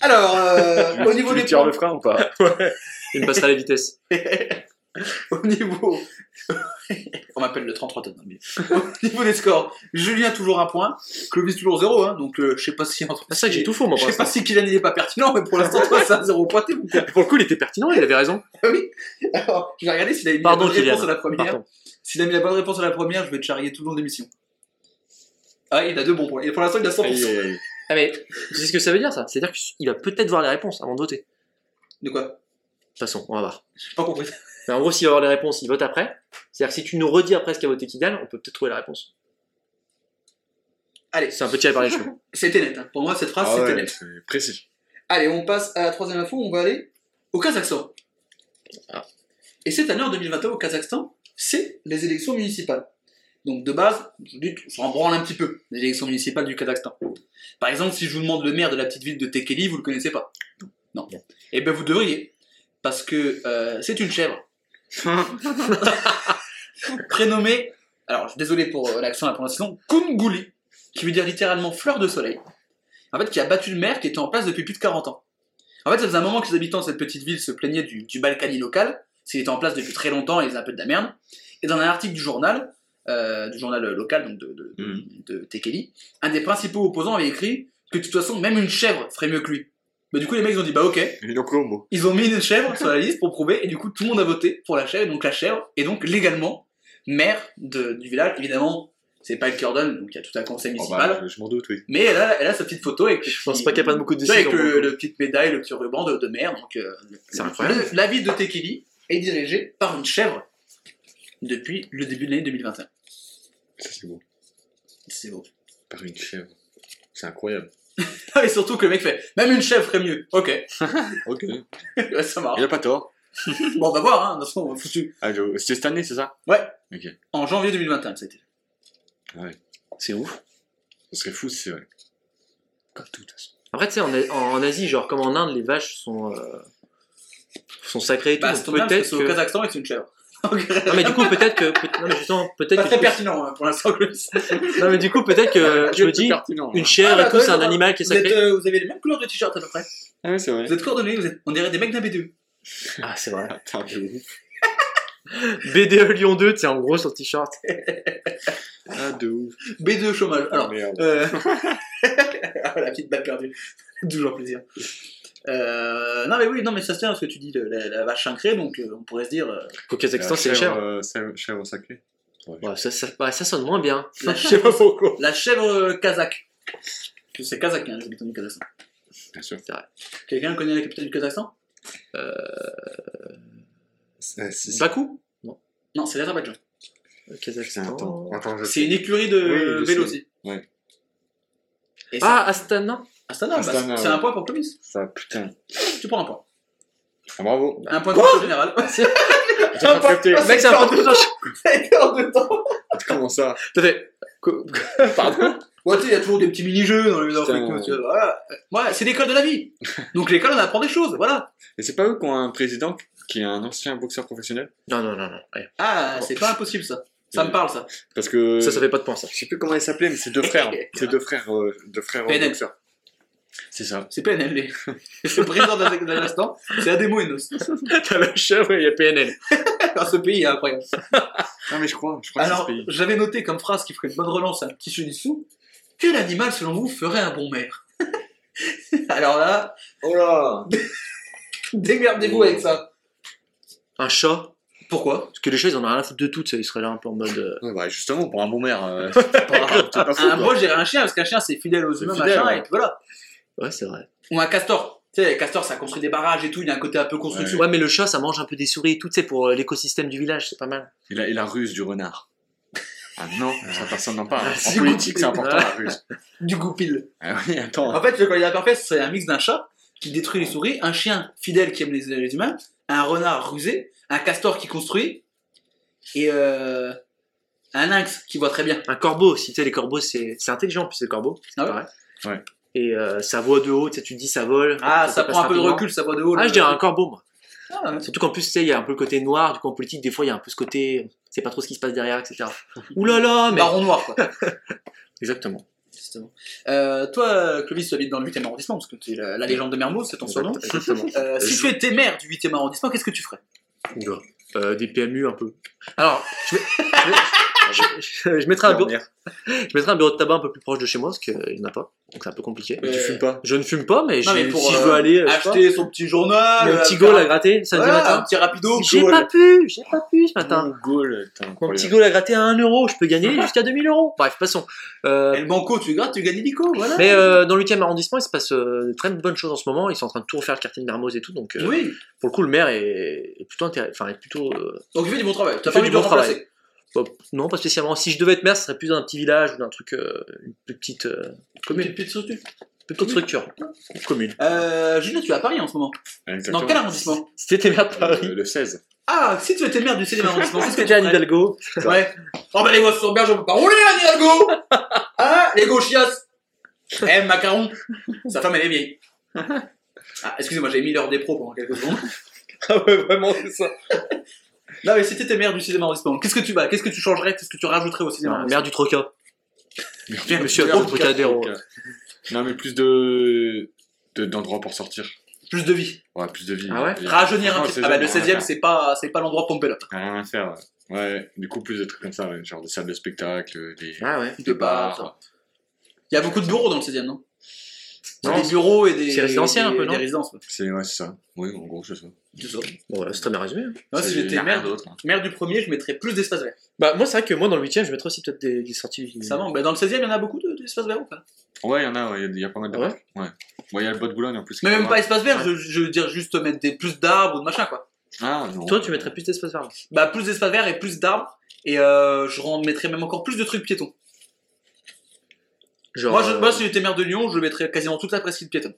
Alors, euh, au niveau tu des lui tires points, le frein ou pas Il me passera la vitesse. au niveau, on m'appelle le 33 tonnes. mais- Au niveau des scores, Julien toujours un point, Clovis toujours zéro. Hein, donc, euh, je sais pas si entre. Ah, c'est vrai que j'ai tout faux, moi, Je pour sais pas l'instant. si Kylian il est pas pertinent, mais pour l'instant, toi, c'est un zéro pointé. mon con. Pour le coup, il était pertinent, il avait raison. Ah Oui. Alors, je vais regarder s'il a mis Pardon, la bonne réponse Kylian. à la première. Pardon. S'il a mis la bonne réponse à la première, je vais te charrier tout le long de l'émission. Ah, il a deux bons points. Et pour l'instant, il a 100%. Aïe, aïe, aïe. Ah, mais tu sais ce que ça veut dire, ça C'est-à-dire qu'il va peut-être voir les réponses avant de voter. De De quoi toute façon, on va voir. J'ai pas compris. Mais en gros, s'il va avoir les réponses, il vote après. C'est-à-dire que si tu nous redis après ce qu'a voté Kylian, on peut peut-être trouver la réponse. Allez, C'est un peu tiré par les cheveux. c'était net. hein. Pour moi, cette phrase, Ah c'était ouais, net. c'est précis. Allez, on passe à la troisième info. On va aller au Kazakhstan. Ah. Et cette année, en 2021, au Kazakhstan, c'est les élections municipales. Donc, de base, je vous dis, on s'en branle un petit peu, les élections municipales du Kazakhstan. Par exemple, si je vous demande le maire de la petite ville de Tekeli, vous le connaissez pas Non. Non. Eh bien, vous devriez. Parce que euh, c'est une chèvre. prénommé, alors je suis désolé pour euh, l'accent et la prononciation, Kunguli, qui veut dire littéralement fleur de soleil. En fait, qui a battu le maire qui était en place depuis plus de 40 ans. En fait, ça faisait un moment que les habitants de cette petite ville se plaignaient du, du balkany local, s'il était en place depuis très longtemps et il faisait un peu de la merde. Et dans un article du journal, euh, du journal local, donc de, de, Mhm. de Tekeli, un des principaux opposants avait écrit que de toute façon, même une chèvre ferait mieux que lui. Mais du coup, les mecs ils ont dit, bah ok, Et donc, au mot. Oh, ils ont mis une chèvre sur la liste pour prouver, et du coup, tout le monde a voté pour la chèvre, donc la chèvre est donc légalement maire de- du village. Évidemment, c'est pas elle qui ordonne, donc il y a tout un conseil Oh, municipal. bah, je je m'en doute, oui. Mais elle a, elle a sa petite photo avec, Je pense pas qu'il y a pas beaucoup de tu vois, avec décisions. le, le petite médaille, le petit ruban de, de maire. Donc, euh, C'est incroyable. le- la ville de Tekili est dirigée par une chèvre depuis le début de l'année 2021. Ça, c'est beau. C'est beau. Ah, Par une chèvre. C'est incroyable. et surtout que le mec fait, même une chèvre ferait mieux. Ok, Ok. Ouais, ça marche. Il a pas tort. Bon, on va voir, hein, de toute façon, on va foutu. Ah, je- C'était cette année, c'est ça En janvier 2021, c'était. C'est ouf. Ce serait fou si c'est vrai. Comme tout, de toute façon. Après, tu sais, en, A- en- en Asie, genre comme en Inde, les vaches sont, euh, sont sacrées et tout. Bah, donc c'est dommage parce que peut-être c'est au que- Kazakhstan et que c'est une chèvre. Non, mais du coup, peut-être que. peut- Non, mais justement, pas peut-être très que. pertinent hein, pour l'instant, Clovis. Non, mais du coup, peut-être que. Je me dis, pertinent. hein. une chèvre Ah, et bah, tout, c'est ouais, un bah, animal qui est Vous, êtes, sacré. euh, vous avez les mêmes couleurs de t-shirt à peu près. Ah, ouais, c'est vrai. Vous êtes coordonnés, vous êtes, on dirait des mecs d'un B2. Ah, c'est vrai. Attends, je vous- BDE Lyon 2, tiens, en gros, sur le t-shirt. Ah, de ouf. B2 chômage. Alors, Merde. Euh, ah, la petite balle perdue. Toujours plaisir. Euh, non mais oui, non mais ça se tient à ce que tu dis, le- la, la vache incrée, donc euh, on pourrait se dire euh, Au Kazakhstan, c'est cher. euh, cher. Cher au sacré. Ouais, ça, ça, ouais, ça sonne moins bien. la, Je sais chèvre, pas pourquoi. la chèvre euh, kazakh. Parce que C'est kazakh, hein, les habitants du Kazakhstan. Bien sûr. Quelqu'un connaît la capitale du Kazakhstan C'est- c'est- c'est- Bakou Non, c'est l'Azerbaïdjan. Au Putain, Kazakhstan. attends, attends, je C'est une écurie de Ah, Oui, je vélo sais. aussi. Ouais. Et ça, Ah, Astana Astana, bah, Astana, c'est ouais. un point pour Clovis. Ça, putain. Tu prends un point. Ah, bravo. Un point de force général. J'ai pas capté. Mec, c'est un peu Ça a été en deux temps. Comment ça Tout à fait. Co- Pardon Ouais, tu sais, il y a toujours des petits mini-jeux dans les dans les Putain. trucs, tu vois, voilà. Ouais, c'est l'école de la vie. Donc l'école, on apprend des choses, voilà. Et c'est pas eux qui ont un président qui est un ancien boxeur professionnel Non, non, non, non. ouais. Ah, c'est pas impossible ça. Ça me parle ça. Parce que. Ça, ça fait pas de point, ça. Je sais plus comment ils s'appelaient, mais c'est deux frères. c'est deux frères, euh, deux frères PNL. boxeurs. C'est ça. C'est PNL. les- Le président de de l'instant, c'est Ademo Enos. T'as la chèvre et il y a PNL. Alors, ce pays est incroyable. Non, mais je crois, je crois Alors, que c'est ce pays. j'avais noté comme phrase qui ferait une bonne relance à un petit dessous Quel animal, selon vous, ferait un bon maire Alors là, Oh là démerdez-vous avec ça. Un chat Pourquoi Parce que les chats, ils en ont rien à foutre de tout, tu sais, ils seraient là un peu en mode. euh, ouais, bah, Justement, pour un bon maire, euh, c'est pas, c'est pas fou, Un quoi. Moi, je dirais un chien, parce qu'un chien, c'est fidèle aux C'est humains, fidèle, machin, ouais. et puis voilà. Ouais, c'est vrai. Ou un castor. Tu sais, castor, ça construit des barrages et tout, il y a un côté un peu construction. Ouais, mais le chat, ça mange un peu des souris et tout, tu sais, pour euh, l'écosystème du village, c'est pas mal. Et la, et la ruse du renard. Ah non, ça personne n'en parle. En c'est politique, bon. c'est important la ruse. Du goupil. Ah oui, attends. En fait, le candidat parfait, c'est un mix d'un chat qui détruit les souris, un chien fidèle qui aime les, les humains, un renard rusé, un castor qui construit, et euh, un lynx qui voit très bien. Un corbeau aussi, tu sais, les corbeaux, c'est c'est intelligent, en plus, le corbeau. c'est Ah ouais pareil. Ouais. Et euh, ça voit de haut, tu sais, tu te dis ça vole. Ah, ça passe prend un peu de rapidement. recul, ça voit de haut. Ah, le- je dirais un corbeau, moi. Ah, ouais. Surtout qu'en plus, tu sais, il y a un peu le côté noir, du coup, en politique, des fois, il y a un peu ce côté, c'est pas trop ce qui se passe derrière, etc. Ouh là là, mais. Baron noir, quoi. Exactement. Justement. Euh, toi, euh, Clovis, tu habites dans le 8 e arrondissement, parce que tu es la, la légende de Mermoz, c'est ton surnom. Exactement. Euh, si tu étais maire du 8 e arrondissement, qu'est-ce que tu ferais Oula. Euh, des PMU un peu. Alors, je, mets- je, mets- je- je mettrai un bureau, je mettrai un bureau de tabac un peu plus proche de chez moi, parce qu'il n'y en a pas. Donc c'est un peu compliqué. Mais tu euh, fumes pas Je ne fume pas, mais, Non, j'ai- mais pour, si je euh, veux aller. euh, je sais pas, Acheter son petit journal, le euh, petit faire goal un- à gratter samedi Voilà, un matin. petit rapido. J'ai goal. pas pu, j'ai pas pu ce matin. Mon goal, t'es Mon incroyable. petit goal à gratter à 1 euro, je peux gagner jusqu'à 2000 euros. Bref, passons. Euh, Et le banco, tu grattes, tu gagnes l'hélico, voilà. mais euh, dans le 8e arrondissement, il se passe euh, de très bonnes choses en ce moment. Ils sont en train de tout refaire le quartier de Mermoz et tout. Donc, euh, Oui, pour le coup, le maire est, est plutôt intéressant. Enfin, est plutôt. euh, donc il fait du bon travail. T'as fait pas envie du de le bon travail. remplacer. bah, non, pas spécialement. Si je devais être maire, ce serait plus dans un petit village ou d'un truc. euh, une plus petite. euh, commune. Petite- petite structure. Plus petite structure. Commune. Euh, Julien, tu es à Paris en ce moment. Exactement. Dans quel arrondissement Si t'étais maire de Euh, Paris. Le 16. Ah, si tu étais maire du 7 e arrondissement, qu'est-ce que tu C'était Anne ferais Hidalgo. Ouais. Oh bah les gosses sur berge, on peut pas rouler Anne Hidalgo Hein Les gauchias Eh, Macaron Sa femme, elle est vieille. Ah, excusez-moi, j'ai mis l'heure des pros pendant quelques secondes. Ah ouais, vraiment, c'est ça. Non, mais si t'étais maire du 6 e arrondissement, qu'est-ce que tu vas Qu'est-ce que tu changerais Qu'est-ce que tu rajouterais au 6 e arrondissement Maire du Troca. Monsieur Merde, Arnaud Trocadéro. Trocadéro. Non, mais plus de de- d'endroits pour sortir. Plus de vie. Ouais, plus de vie. Ah ouais Et- Rajeunir un franchement, petit Ah bah le saison, 16 e rien c'est pas, c'est pas l'endroit pour pomper là. à faire. Rien à faire. Ouais. Ouais, du coup, plus de trucs comme ça, ouais, genre des salles de spectacle, des, Ah ouais. des bars. Il y a beaucoup de bureaux dans le 16 e non C'est Non, des bureaux et des. c'est résidentiel un peu, des- non Des résidences, ouais. C'est ouais, c'est ça. Oui, en gros, c'est ça. C'est ça. Bon, voilà, c'est très bien résumé. hein. Moi, si Ça, y j'étais a rien maire, d'autre, hein. maire du premier, je mettrais plus d'espace vert. Bah, moi, c'est vrai que moi, dans le 8 je mettrais aussi peut-être des, des sorties. Ça manque. Bah, dans le 16 e il y en a beaucoup de- d'espace vert ou pas Ouais, il y en a, ouais, il y a- il y, a pas mal de Ah ouais parcs. Ouais. Ouais, Il y a le bois de Boulogne en plus. Mais qui est même pas pas mal. espace vert, je, je veux dire juste mettre des, plus d'arbres ou de machin quoi. Ah, non. Toi, tu mettrais plus d'espace vert. Bah plus d'espace vert et plus d'arbres et euh, je rend- mettrais même encore plus de trucs piétons. Genre, Moi, je, euh, moi si j'étais maire de Lyon, je mettrais quasiment toute la presqu'île piétonne.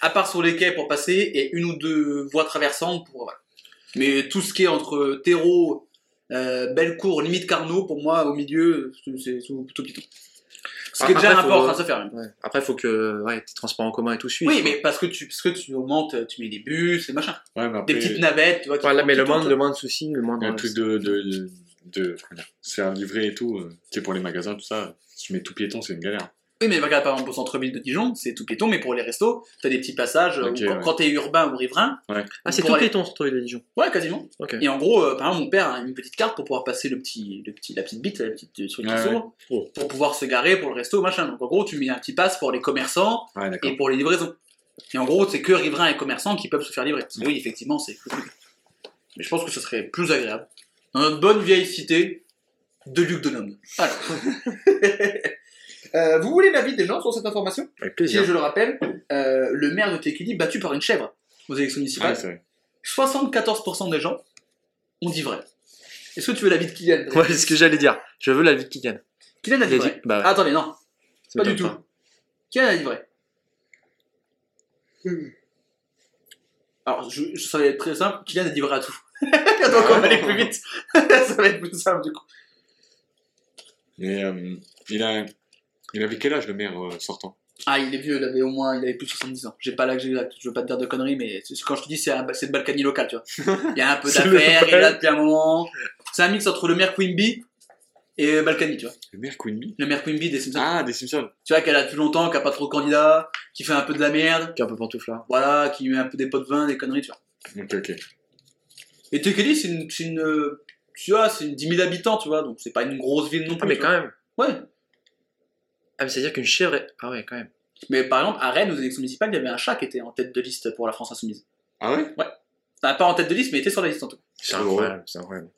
À part sur les quais pour passer et une ou deux voies traversantes pour voilà. Mais tout ce qui est entre terreau, euh, Bellecour, limite Carnot, pour moi au milieu c'est- c'est tout, tout piéton. Ce qui est Après, déjà un faut- peu en train de se faire. euh, ouais. Après, faut que ouais, tes transports en commun et tout suivent. Oui, quoi. mais parce que tu parce que tu augmentes, tu mets des bus et machin, Ouais, mais après, des petites navettes, tu vois. qui Voilà, font mais le tout autour. moins, le moins de soucis, le moins il y de. a un truc de. de, de, de comment dire, se faire livrer et tout. euh, tu sais, pour les magasins, tout ça. Si tu mets tout piéton, c'est une galère. Oui, mais regarde, par exemple, au centre-ville de Dijon, c'est tout piéton, mais pour les restos, t'as des petits passages euh, Ok, où, quand, ouais. quand t'es urbain ou riverain. Ah, c'est Pour tout aller- piéton, ce truc de Dijon. Ouais, quasiment. Ok. Et en gros, euh, par exemple, mon père a une petite carte pour pouvoir passer le petit, le petit, la petite bite, la petite euh, truc Ouais, qui ouais. s'ouvre, Oh. pour pouvoir se garer pour le resto, machin. Donc en gros, tu mets un petit pass pour les commerçants Ah Ouais, d'accord. et pour les livraisons. Et en gros, c'est que riverains et commerçants qui peuvent se faire livrer. Oui, effectivement, c'est plus compliqué. Mais je pense que ce serait plus agréable. Dans notre bonne vieille cité de Luc de Nome. Alors. Euh, vous voulez l'avis des gens sur cette information Avec Qui est, je le rappelle, euh, le maire de Téquili battu par une chèvre aux élections municipales. Ah Ouais, c'est vrai. 74% des gens ont dit vrai. Est-ce que tu veux l'avis de Kylian Ouais, c'est ce que j'allais dire. Je veux la vie de Kylian. Kylian a dit Il a vrai. dit- bah ouais. Ah, attendez, non, Ça pas du tout. m'étonne Kylian a dit vrai. Alors, je, je- ça va être très simple. Kylian a dit vrai à tout. Ah Donc, on va aller plus vite. ça va être plus simple, du coup. Mais euh, il, a, il avait quel âge le maire euh, sortant Ah, il est vieux, il avait au moins il avait plus de 70 ans. J'ai pas l'âge exact, je veux pas te dire de conneries, mais c'est- quand je te dis, c'est un- c'est le Balkany local, tu vois. Il y a un peu C'est le d'affaires, il est Bal- là depuis un moment. C'est un mix entre le maire Quimby et Balkany, tu vois. Le maire Queenby Le maire Quimby des Simpsons. Ah, des Simpsons. Tu vois, qu'elle a depuis longtemps, qui a pas trop de candidats, qui fait un peu de la merde, Qui est un peu pantouflard. voilà, qui met un peu des pots de vin, des conneries, tu vois. Ok, ok. Et Tekeli, c'est une, c'est une, euh, tu vois, c'est une 10 000 habitants, tu vois, donc c'est pas une grosse ville non plus. Ah, mais tu quand même. vois. Ouais. Ah, mais c'est-à-dire qu'une chèvre est... Ah ouais, quand même. Mais par exemple, à Rennes, aux élections municipales, il y avait un chat qui était en tête de liste pour la France Insoumise. Ah ouais Enfin, pas en tête de liste, mais il était sur la liste en tout cas. C'est incroyable, c'est incroyable.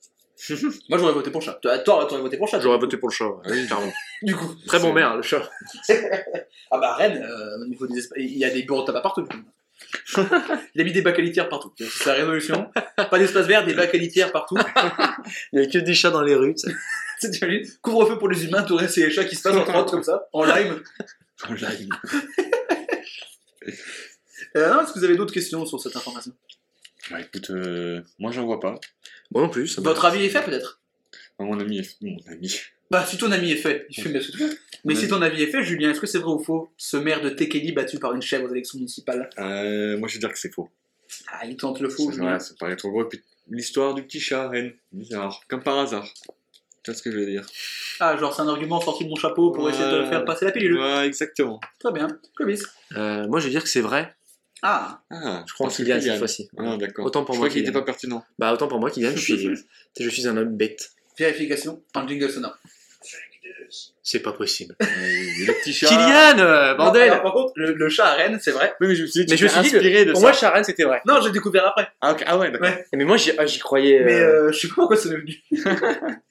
Moi, j'aurais voté pour le chat. Toi, toi, t'aurais voté pour le Ah, chat. J'aurais voté pour le chat, ouais, clairement. Du coup. Très bon maire, le chat. Ah bah, à Rennes, euh, au niveau des espa- il y a des bureaux de tabac partout. il a mis des bacs à litière partout. C'est sa révolution. pas d'espace vert, des bacs à litière partout. Il n'y a que des chats dans les rues, tu sais. C'est déjà lui. Couvre-feu pour les humains, tout le reste, c'est les chats qui se passent en trotte comme ça, en lime. En live. Euh, non, Est-ce que vous avez d'autres questions sur cette information Bah écoute, euh, moi j'en vois pas. Moi non plus. ça m'a- Votre avis est fait peut-être Enfin, mon ami est... Mon ami. Bah, si ton avis est fait, il fait bien ce que tu veux. Mais Mon si ton avis est fait, Julien, est-ce que c'est vrai ou faux Ce maire de Tekeli battu par une chèvre aux élections municipales Euh, moi je vais dire que c'est faux. Ah, il tente le Ça, faux, Julien. ouais, ça paraît trop gros. Et puis, l'histoire du petit chat, Rennes. Bizarre. Comme par hasard. Tu vois ce que je veux dire Ah, genre, c'est un argument sorti de mon chapeau pour essayer de Ouais. faire passer la pilule. Ouais, exactement. Très bien. Clovis. Euh, moi, je veux dire que c'est vrai. Ah, Ah, Je crois en parce que Kylian cette Kylian. fois-ci. Ah, d'accord. Autant pour je moi crois qu'il qu'il était gagne. pas pertinent. Bah, autant pour moi, Kylian, je suis... je suis un homme bête. vérification dans le jingle sonore. C'est pas possible. Euh, le petit chat. Kylian, Bah, euh, bordel Non, alors, Par contre, le, le chat à Rennes, c'est vrai. Oui, mais je me suis dit, Mais tu je me t'es suis dit que- inspiré de Pour ça. moi, Charan, c'était vrai. Non, j'ai découvert après. Ah, ok. Ah ouais, d'accord. Mais moi, j'y ah, j'y croyais. Mais euh, euh, je sais pas pourquoi ça m'est venu.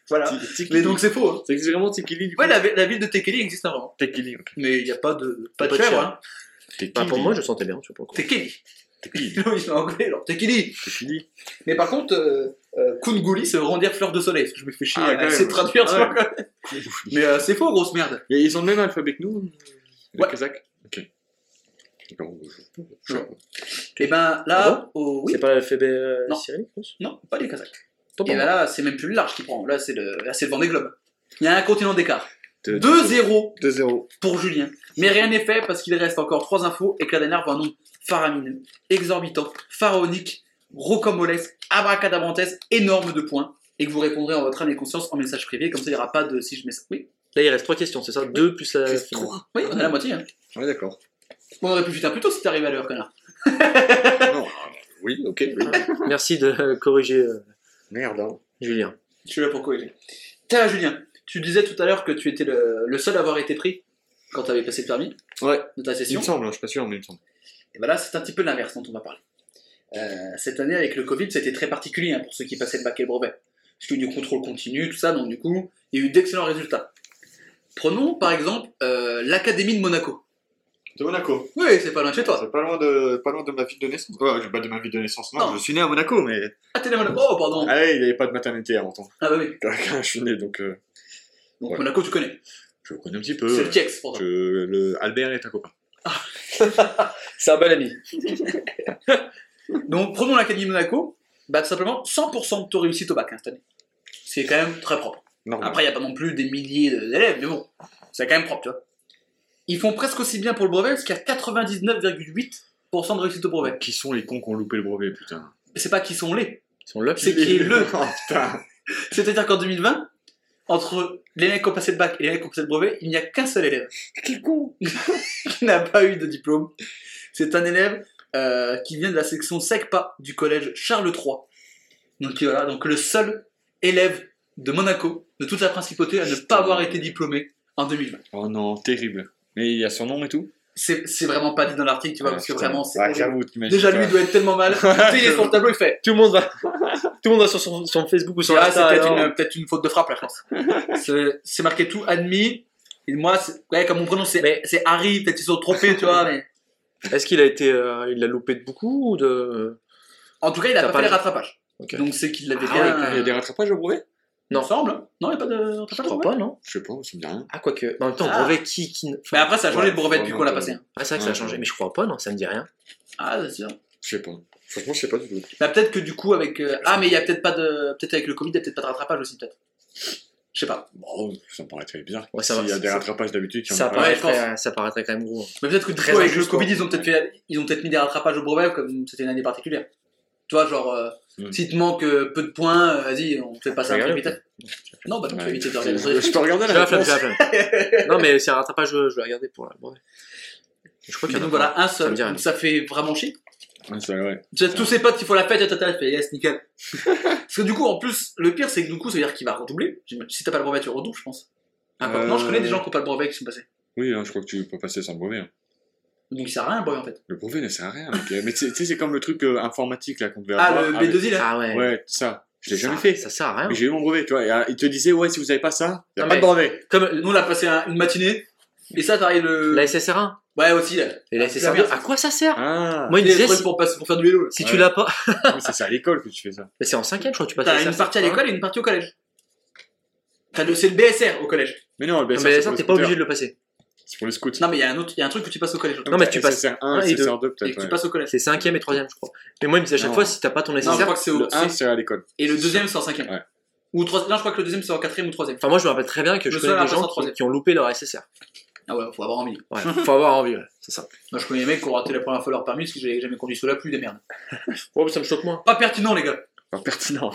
voilà. Tiki- Tiki- Mais donc, c'est faux. hein. C'est vraiment Tikili du Ouais, la, vi- la ville de Tekeli existe avant. Tikili. ok. Mais il n'y a pas de, pas Y a de pas de chèvre. chèvre. Hein. bah, Tikili. pour moi, je sentais bien, tu vois. Pour le coup. Tekeli. Tikili. Ils sont anglais, alors Tekeli. Tikili. Mais par contre, euh, euh, Kunguli, c'est rendir fleur de soleil. Parce que je me fais chier Ah, à quand essayer de même. traduire, tu Ah, vois. quoi. Mais euh, c'est faux, grosse merde. Et ils ont le même alphabet que nous Les Ouais. Kazakhs Ok. Bon, je- je- Ouais. Et ben là, Ah oh, oui. C'est pas l'alphabet euh, Non. cyrillique, je pense Non, pas les Kazakhs. Autant Et pour ben moi. là, c'est même plus le large qui prend. Là, c'est le, là, c'est le Vendée Globe. Il y a un continent d'écart. Deux- 2-0 2-0. pour Julien. Mais rien n'est fait parce qu'il reste encore 3 infos et que la dernière voit un nombre faramineux, exorbitant, pharaonique, rocambolesque, abracadabrantesque, énorme de points. Et que vous répondrez en votre âme et conscience en message privé, comme ça il n'y aura pas de si je mets ça. Oui, Là, il reste trois questions, c'est ça Deux plus la. Juste finale. trois. oui, on a la moitié. hein. Ouais, d'accord. On aurait pu finir plus tôt si t'es arrivé à l'heure, connard. Non, euh, Oui, ok. oui. Merci de euh, corriger euh, Merde. hein. Julien. Je suis là pour corriger. Tiens, Julien, tu disais tout à l'heure que tu étais le, le seul à avoir été pris quand tu avais passé le permis Ouais. de ta Il session. me semble, hein, je suis pas sûr, mais il me semble. Et ben là, c'est un petit peu l'inverse dont on va parler. Euh, cette année, avec le Covid, c'était très particulier hein, pour ceux qui passaient le bac et le brevet. Parce qu'il y a eu du contrôle continu, tout ça, donc du coup, il y a eu d'excellents résultats. Prenons par exemple euh, l'Académie de Monaco. De Monaco. Oui, c'est pas loin de chez toi. C'est pas loin de, pas loin de ma ville de naissance. Ouais, j'ai pas de ma ville de naissance, non. Non. Je suis né à Monaco, mais. Ah, t'es né à Monaco Oh, pardon Ah ouais, il n'y avait pas de maternité avant temps. Ah, bah oui. Quand je suis né, donc. euh, Donc Ouais. Monaco, tu connais. je connais un petit peu. C'est euh, le Tiex, pour toi. je- le Albert est un copain. C'est un bel ami. Donc, prenons l'Académie de Monaco. Bah, tout simplement, 100% de taux de réussite au bac hein, cette année. C'est quand même très propre. Normal. Après, il n'y a pas non plus des milliers d'élèves, mais bon, c'est quand même propre, tu vois. Ils font presque aussi bien pour le brevet, parce qu'il y a 99,8% de réussite au brevet. Qui sont les cons qui ont loupé le brevet, putain Mais C'est pas qui sont les, Ils sont là. c'est qui est le. Oh putain C'est-à-dire qu'en 2020, entre les mecs qui ont passé le bac et les mecs qui ont passé le brevet, il n'y a qu'un seul élève. Qui con Qui n'a pas eu de diplôme. C'est un élève euh, qui vient de la section SECPA du collège Charles III. Donc voilà, donc le seul élève de Monaco, de toute la principauté, à ne pas avoir été diplômé en 2020. Oh non, terrible. Mais il y a son nom et tout. C'est c'est vraiment pas dit dans l'article, tu vois, parce que vraiment, c'est. Ouais, horrible. j'avoue, t'imagines. Déjà, lui, il doit être tellement mal. Il est sur le tableau, il fait. Tout le monde va, tout le monde va sur son, son Facebook ou sur Ah, c'est Insta, peut-être alors. une, peut-être une faute de frappe, là, je pense. C'est- c'est marqué tout admis. Et moi, c'est- ouais, comme mon prénom, c'est c'est Harry, peut-être ils sont trompés, tu vois, mais. Est-ce qu'il a été, euh, il l'a loupé de beaucoup ou de En tout cas, il a T'as pas, pas fait les le- rattrapages. Ok. Donc, c'est qu'il l'avait Ah bien. ouais, il y a des rattrapages au brevet Il me semble. hein. Non, il n'y a pas de rattrapage. Je crois pas, non Je sais pas, ça me dit rien. Ah quoique. En même temps, Ah. brevet qui, qui. ne- Mais après, ça a changé Ouais, le brevet, du vraiment, coup, on l'a t'as- passé. hein. Ah, c'est vrai que ça a Ouais. changé, mais je crois pas, non, ça me dit rien. Ah, c'est sûr. Je sais pas. Franchement, je sais pas du tout. Bah, peut-être que du coup, avec. euh, Ah, mais il y a peut-être pas de. Peut-être avec le Covid, il y a peut-être pas de rattrapage aussi, peut-être. Je sais pas. Bon, ça me paraît très bizarre. Ouais, ça Ah, S'il va, y a ça- des ça- rattrapages d'habitude, il y en Ça a pas. paraît- paraîtrait, je Ah, ça paraîtrait quand même gros. Mais peut-être que du Très coup, avec le injuste, Covid, quoi. ils ont peut-être fait... ils ont peut-être mis des rattrapages au brevet, comme c'était une année particulière. Tu vois, genre, euh, Mm. si te manque euh, peu de points, euh, vas-y, on te fait passer un Hmm. Regarde, truc vite. Non, bah non, tu vas Ouais. éviter de regarder. Je peux regarder Je vais la la flamme, réponse je vais la flamme. Non, mais c'est un rattrapage, je je vais regarder pour la brevet. Je crois Mais qu'il y en a donc pas. voilà, un Ça seul. me dit rien. Donc ça fait vraiment chier. Ouais, c'est vrai, ouais. Tu sais, tous ses potes qui font la fête, tata, je fais yes, nickel. Parce que du coup, en plus, le pire, c'est que du coup, ça veut dire qu'il va redoubler. J'imagine- Si t'as pas le brevet, tu redoubles, je pense. Ah, quoi que Non, je Euh, connais des gens qui ont pas le brevet qui sont passés. Oui, hein, je crois que tu peux passer sans le brevet. hein. Donc il sert à rien, le brevet, en fait. Le brevet ne sert à rien. mec. Mais tu sais- tu sais, c'est comme le truc euh, informatique là qu'on devait Ah, avoir le avec- B2I, là. Ah ouais. Ouais, ça. Je l'ai Ça- jamais fait. Ça sert à rien. Mais j'ai eu mon brevet, tu vois. et, euh, Ils te disaient, ouais, si vous avez pas ça, il n'y a Non, pas mais- de brevet. Comme nous, on a passé un- une matinée. Et ça, t'arrives le. La SSR1 Ouais, aussi, là. et la Ah, SSR2, merde. à quoi ça sert Ah, Moi, il me Des disait, trucs si, pour, passer- pour faire du vélo. là. si Ouais. tu l'as pas. mais ça, c'est à l'école que tu fais ça. Mais c'est en 5 je crois que tu passes T'as la une SSR1. partie à l'école et une partie au collège. T'as le- C'est le BSR au collège. Mais non, le Non, BSR, mais la c'est SSR, pour t'es les pas obligé scooters. de le passer. C'est pour les scouts. Non, mais il y, a un autre- il y a un truc que tu passes au collège. non, mais tu passes SSR1, un et deux. SSR2, Et que peut-être. tu ouais. passes au collège. C'est 5ème et 3ème, je crois. Mais moi, il me disait à chaque Non. fois, si t'as pas ton Non, je SSR. crois que c'est au. Le 1, c'est- c'est à l'école. Et le deuxième, c'est en cinquième. Ouais. Ou trois... Non, je crois que le deuxième, c'est en quatrième ou troisième. Enfin, moi, je me rappelle très bien que je Le connais seul à des gens passer en qui, troisième. qui ont loupé leur SSR. Ah ouais, faut avoir envie. Ouais, faut avoir envie, ouais. C'est ça. Moi, je connais des mecs qui ont raté la première fois leur permis parce que j'avais jamais conduit sous la pluie, des merdes. Ouais, mais ça me choque moins. Pas pertinent, les gars. Pas pertinent.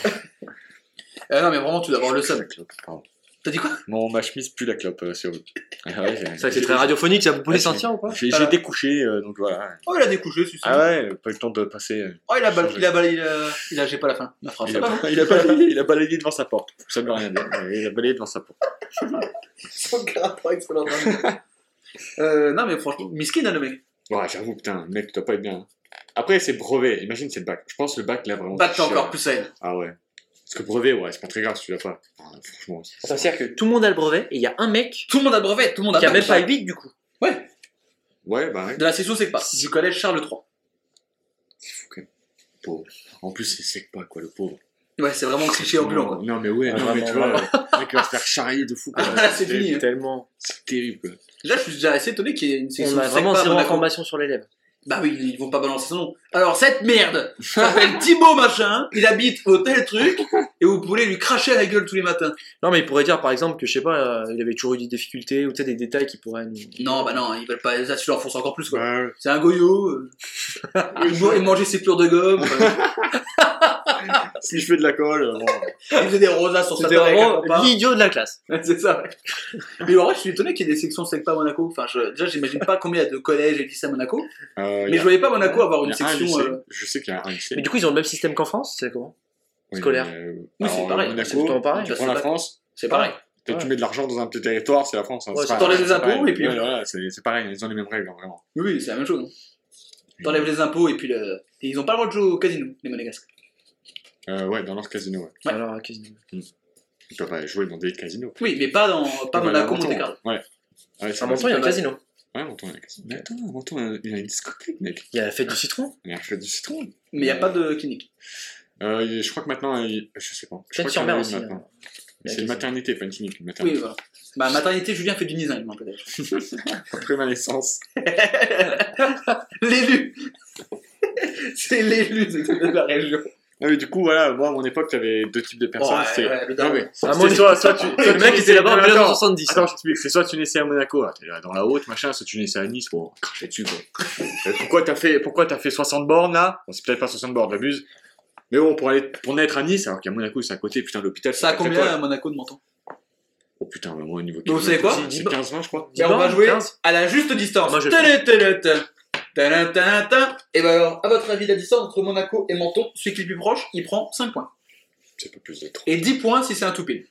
Euh, non, mais vraiment, tu dois avoir le seum. La clope, pardon. T'as dit quoi Mon, ma chemise pue la clope, euh, c'est horrible. Ah ouais, j'ai- C'est vrai que c'est très radiophonique, ça vous pouvez Ouais, les sentir ou pas J'ai Voilà. j'ai découché, euh, donc voilà. Oh, il a découché, celui-ci. Ah ouais, pas le temps de passer. euh, Oh, il a balayé, il a balayé, il a, il a- j'ai pas la fin. Ma phrase. Il a, il a balayé, il a balayé devant sa porte. Ça ne veut rien dire. mais Il a balayé devant sa porte. Euh, non, mais franchement, miskin, hein, le mec. Ouais, j'avoue, putain, le mec, tu dois pas être bien. hein. Après, c'est brevet. Imagine, c'est le bac. Je pense que le bac, là, vraiment. Bah, t'as c'est encore chiant. plus à elle. Ah ouais. Parce que brevet, ouais, c'est pas très grave si tu l'as pas. Ah, franchement. c'est- Ça veut dire que tout le monde a le brevet et il y a un mec Tout le monde a brevet, tout le monde a qui a même bac. pas le 8 du coup. Ouais, bah ouais. De la session, c'est que pas. Du collège Charles III. Pauvre. En plus, c'est sec pas, quoi, le pauvre. Ouais, c'est vraiment cliché ambulant, Non, quoi. Non, mais ouais, Ah, non, mais vraiment, tu vois, le mec va se faire charrier de fou. quoi. Ah, là, c'est terrible. fini. hein. Tellement. C'est terrible, quoi. Là, je suis déjà assez étonné qu'il y ait une section On a sec vraiment pas zéro dans la- information sur l'élève. Bah oui, ils vont pas balancer son nom. Alors, cette merde s'appelle Thibaut Machin, il habite au tel truc, et vous pouvez lui cracher à la gueule tous les matins. Non, mais il pourrait dire par exemple que je sais pas, euh, il avait toujours eu des difficultés ou tu sais, des détails qui pourraient nous. Non, bah non, ils veulent pas, ça, tu leur fonces encore plus, quoi. Bah, ouais. C'est un goyot, euh, il man- il mangeait ses plures de gomme, euh, si je fais de la colle, Bah, euh, bon. il faisait des rosas sur sa C'était tête avec un vraiment copain. l'idiot de la classe. C'est ça, ouais. Mais en vrai, je suis étonné qu'il y ait des sections sec pas à Monaco. Enfin, je- déjà, j'imagine pas combien il y a de collèges et de lycées à Monaco. Euh, il y Mais a- je voyais pas Monaco avoir il une y a un section. lycée. euh, Je sais qu'il y a un lycée. Mais du coup, ils ont le même système qu'en France, c'est comment Oui, scolaire. mais, euh, Oui, c'est alors, pareil, Monaco, c'est tout le temps pareil. Tu prends C'est la pas- France, C'est pareil. tu- Ouais. tu mets de l'argent dans un petit territoire, c'est la France. hein, Ouais, c'est c'est pareil, t'enlèves c'est les impôts, pareil. et puis- Ouais, voilà, c'est c'est pareil, ils ont les mêmes règles, hein, vraiment. Oui, oui, c'est la même chose. hein. T'enlèves les impôts et puis le... et ils ont pas le droit de jouer au casino, les monégasques. Euh, ouais, dans leur casino, ouais. Ouais. Alors, qu'est-ce que- Ils peuvent pas jouer dans des casinos. Oui, mais pas dans pas Ils peuvent Monaco, aller à Menton. Monte-Carlo. Ouais. Ouais, c'est à Menton, Ah, il y a un Ouais. casino. Ouais, Menton, il y a un casino. Mais attends, Menton, il y a- il y a une discothèque, mec. Il y a la fête du citron. Il y a un fête du citron. Mais y a pas de clinique. Euh, il- je crois que maintenant, il- je sais pas. Je crois qu'il y en a Seine-sur-Mer une aussi, maintenant. hein. Mais Il y a C'est un une casino. maternité, pas une clinique, une Oui, maternité. voilà. Ma maternité, Julien fait du design, moi, peut-être. Après ma naissance. L'élu C'est l'élu de de la région. Non, mais Ah du coup, voilà, moi, à mon époque, t'avais deux types de personnes. Ouais, c'est- ouais, le Non, daron. mais Ah, moi, c'est- toi, soit tu- soit tu Le mec était naissais- là-bas en Non, mais attends. 1970. Attends, je t'explique, c'est soit tu naissais à Monaco, là, t'es là dans la haute, machin, soit tu naissais à Nice, bon, cracher dessus, quoi. Euh, pourquoi t'as fait, pourquoi t'as fait 60 bornes, là? Bon, c'est peut-être pas 60 bornes, j'abuse. Mais bon, pour aller, pour naître à Nice, alors qu'à Monaco, c'est à côté, putain, l'hôpital, Ça a pas très combien loin. à Monaco de Menton Oh putain, vraiment au niveau. Mais vous savez quoi C'est- C'est 15-20, je crois. Et on va Dix, jouer quinze. à la juste distance. Moi, je Télé, télé, télé. Télé, télé, télé. Et ben alors, à votre avis, la distance entre Monaco et Menton, celui qui est le plus proche, il prend 5 points. C'est pas plus de 3. Et 10 points si c'est un tout pile.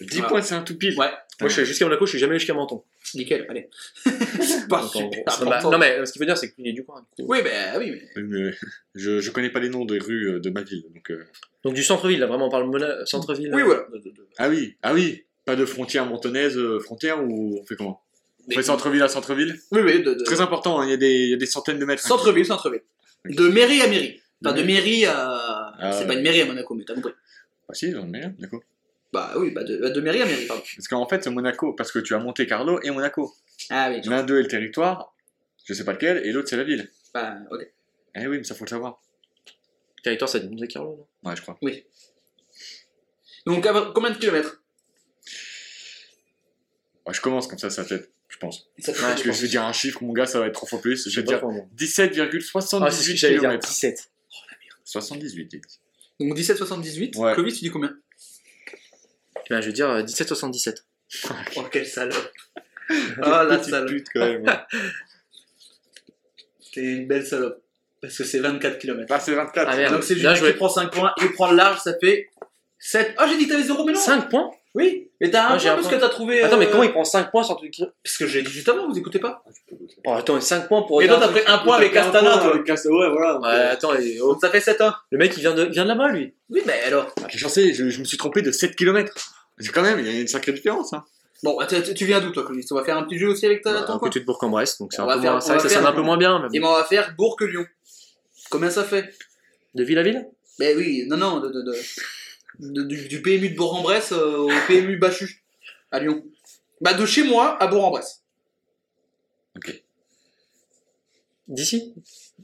10 Ah. points, c'est un tout pile. Ouais, Moi, je suis jusqu'à Monaco, je suis jamais allé jusqu'à Menton. nickel, allez. c'est pas Ah, super Donc, en gros, ça m'a- important. non, mais euh, ce qu'il veut dire, c'est qu'il est du coin. du coup. Oui, ben oui, mais. Oui, mais euh, je, je connais pas les noms des rues euh, de ma ville. Donc, euh, Donc, du centre-ville, là, vraiment, on parle Mona- centre-ville. Oui, euh, voilà. de- de- de- Ah oui, ah oui. Pas de frontière montonnaise, euh, frontière ou on fait comment On Mais- fait centre-ville à centre-ville Oui, oui, de, de- Très important, hein, il y, a des- il y a des centaines de mètres. hein, Centre-ville, centre-ville. De mairie à mairie. Enfin, De de mairie à. Ah, c'est ouais. pas une mairie à Monaco, mais t'as compris. Ah si, j'en ai un, d'accord. Bah oui, bah de, de mairie à mairie, pardon. Parce qu'en fait, Monaco, parce que tu as Monte Carlo et Monaco. Ah oui, L'un d'eux est le territoire, je sais pas lequel, et l'autre c'est la ville. bah ok. Eh oui, mais ça faut le savoir. Territoire, ça dit Monte Carlo, non Ouais, je crois. Donc, à votre- combien de kilomètres Ouais, je commence comme ça, ça tête, je pense. Ça fait- Parce que je vais dire un chiffre, mon gars, ça va être trois fois plus. Je vais dire vraiment. Ah, c'est ce que 17,78 j'allais dire, km. 17. 78, dit. Donc 1778, Ouais. Clovis, tu dis combien Eh ben, je veux dire euh, 1777. Oh, quelle salope Ah, la Petite salope pute, quand même. T'es une belle salope. Parce que c'est 24 km. Là, c'est 24. Ah, merde. Donc c'est Julien Bien joué. qui prend 5 points, il prend le large, ça fait 7. Ah, j'ai dit que t'avais 0, mais non 5 points Oui Mais t'as un Ah, j'ai point un parce point. que t'as trouvé. Attends, mais euh, comment il prend 5 points sur tout le Parce que j'ai dit juste avant, vous écoutez pas Oh, attends, 5 points pour. Et toi, regarder- t'as pris un point avec Astana, toi Ouais, voilà. Ouais, attends, et- oh, Donc ça fait hein. 7 1 le mec, il vient de, il vient de là-bas, lui. Oui, mais alors. J'en sais, Ah, je, je me suis trompé de 7 km. C'est quand même, il y a une sacrée différence. Hein. Bon, tu- tu tu viens d'où, toi, Clovis On va faire un petit jeu aussi avec ta, ton un coin Bah, côté de Bourg-en-Bresse, donc c'est On un va peu faire- moins. on C'est vrai va que ça sonne faire- un peu moins bien. mais Et bon. ben, on va faire Bourg-Lyon. Combien ça fait De ville à ville Ben oui, non, non, de, de- de- de- du, du PMU de Bourg-en-Bresse euh, au PMU Bachu, à Lyon. Bah de chez moi à Bourg-en-Bresse. D'ici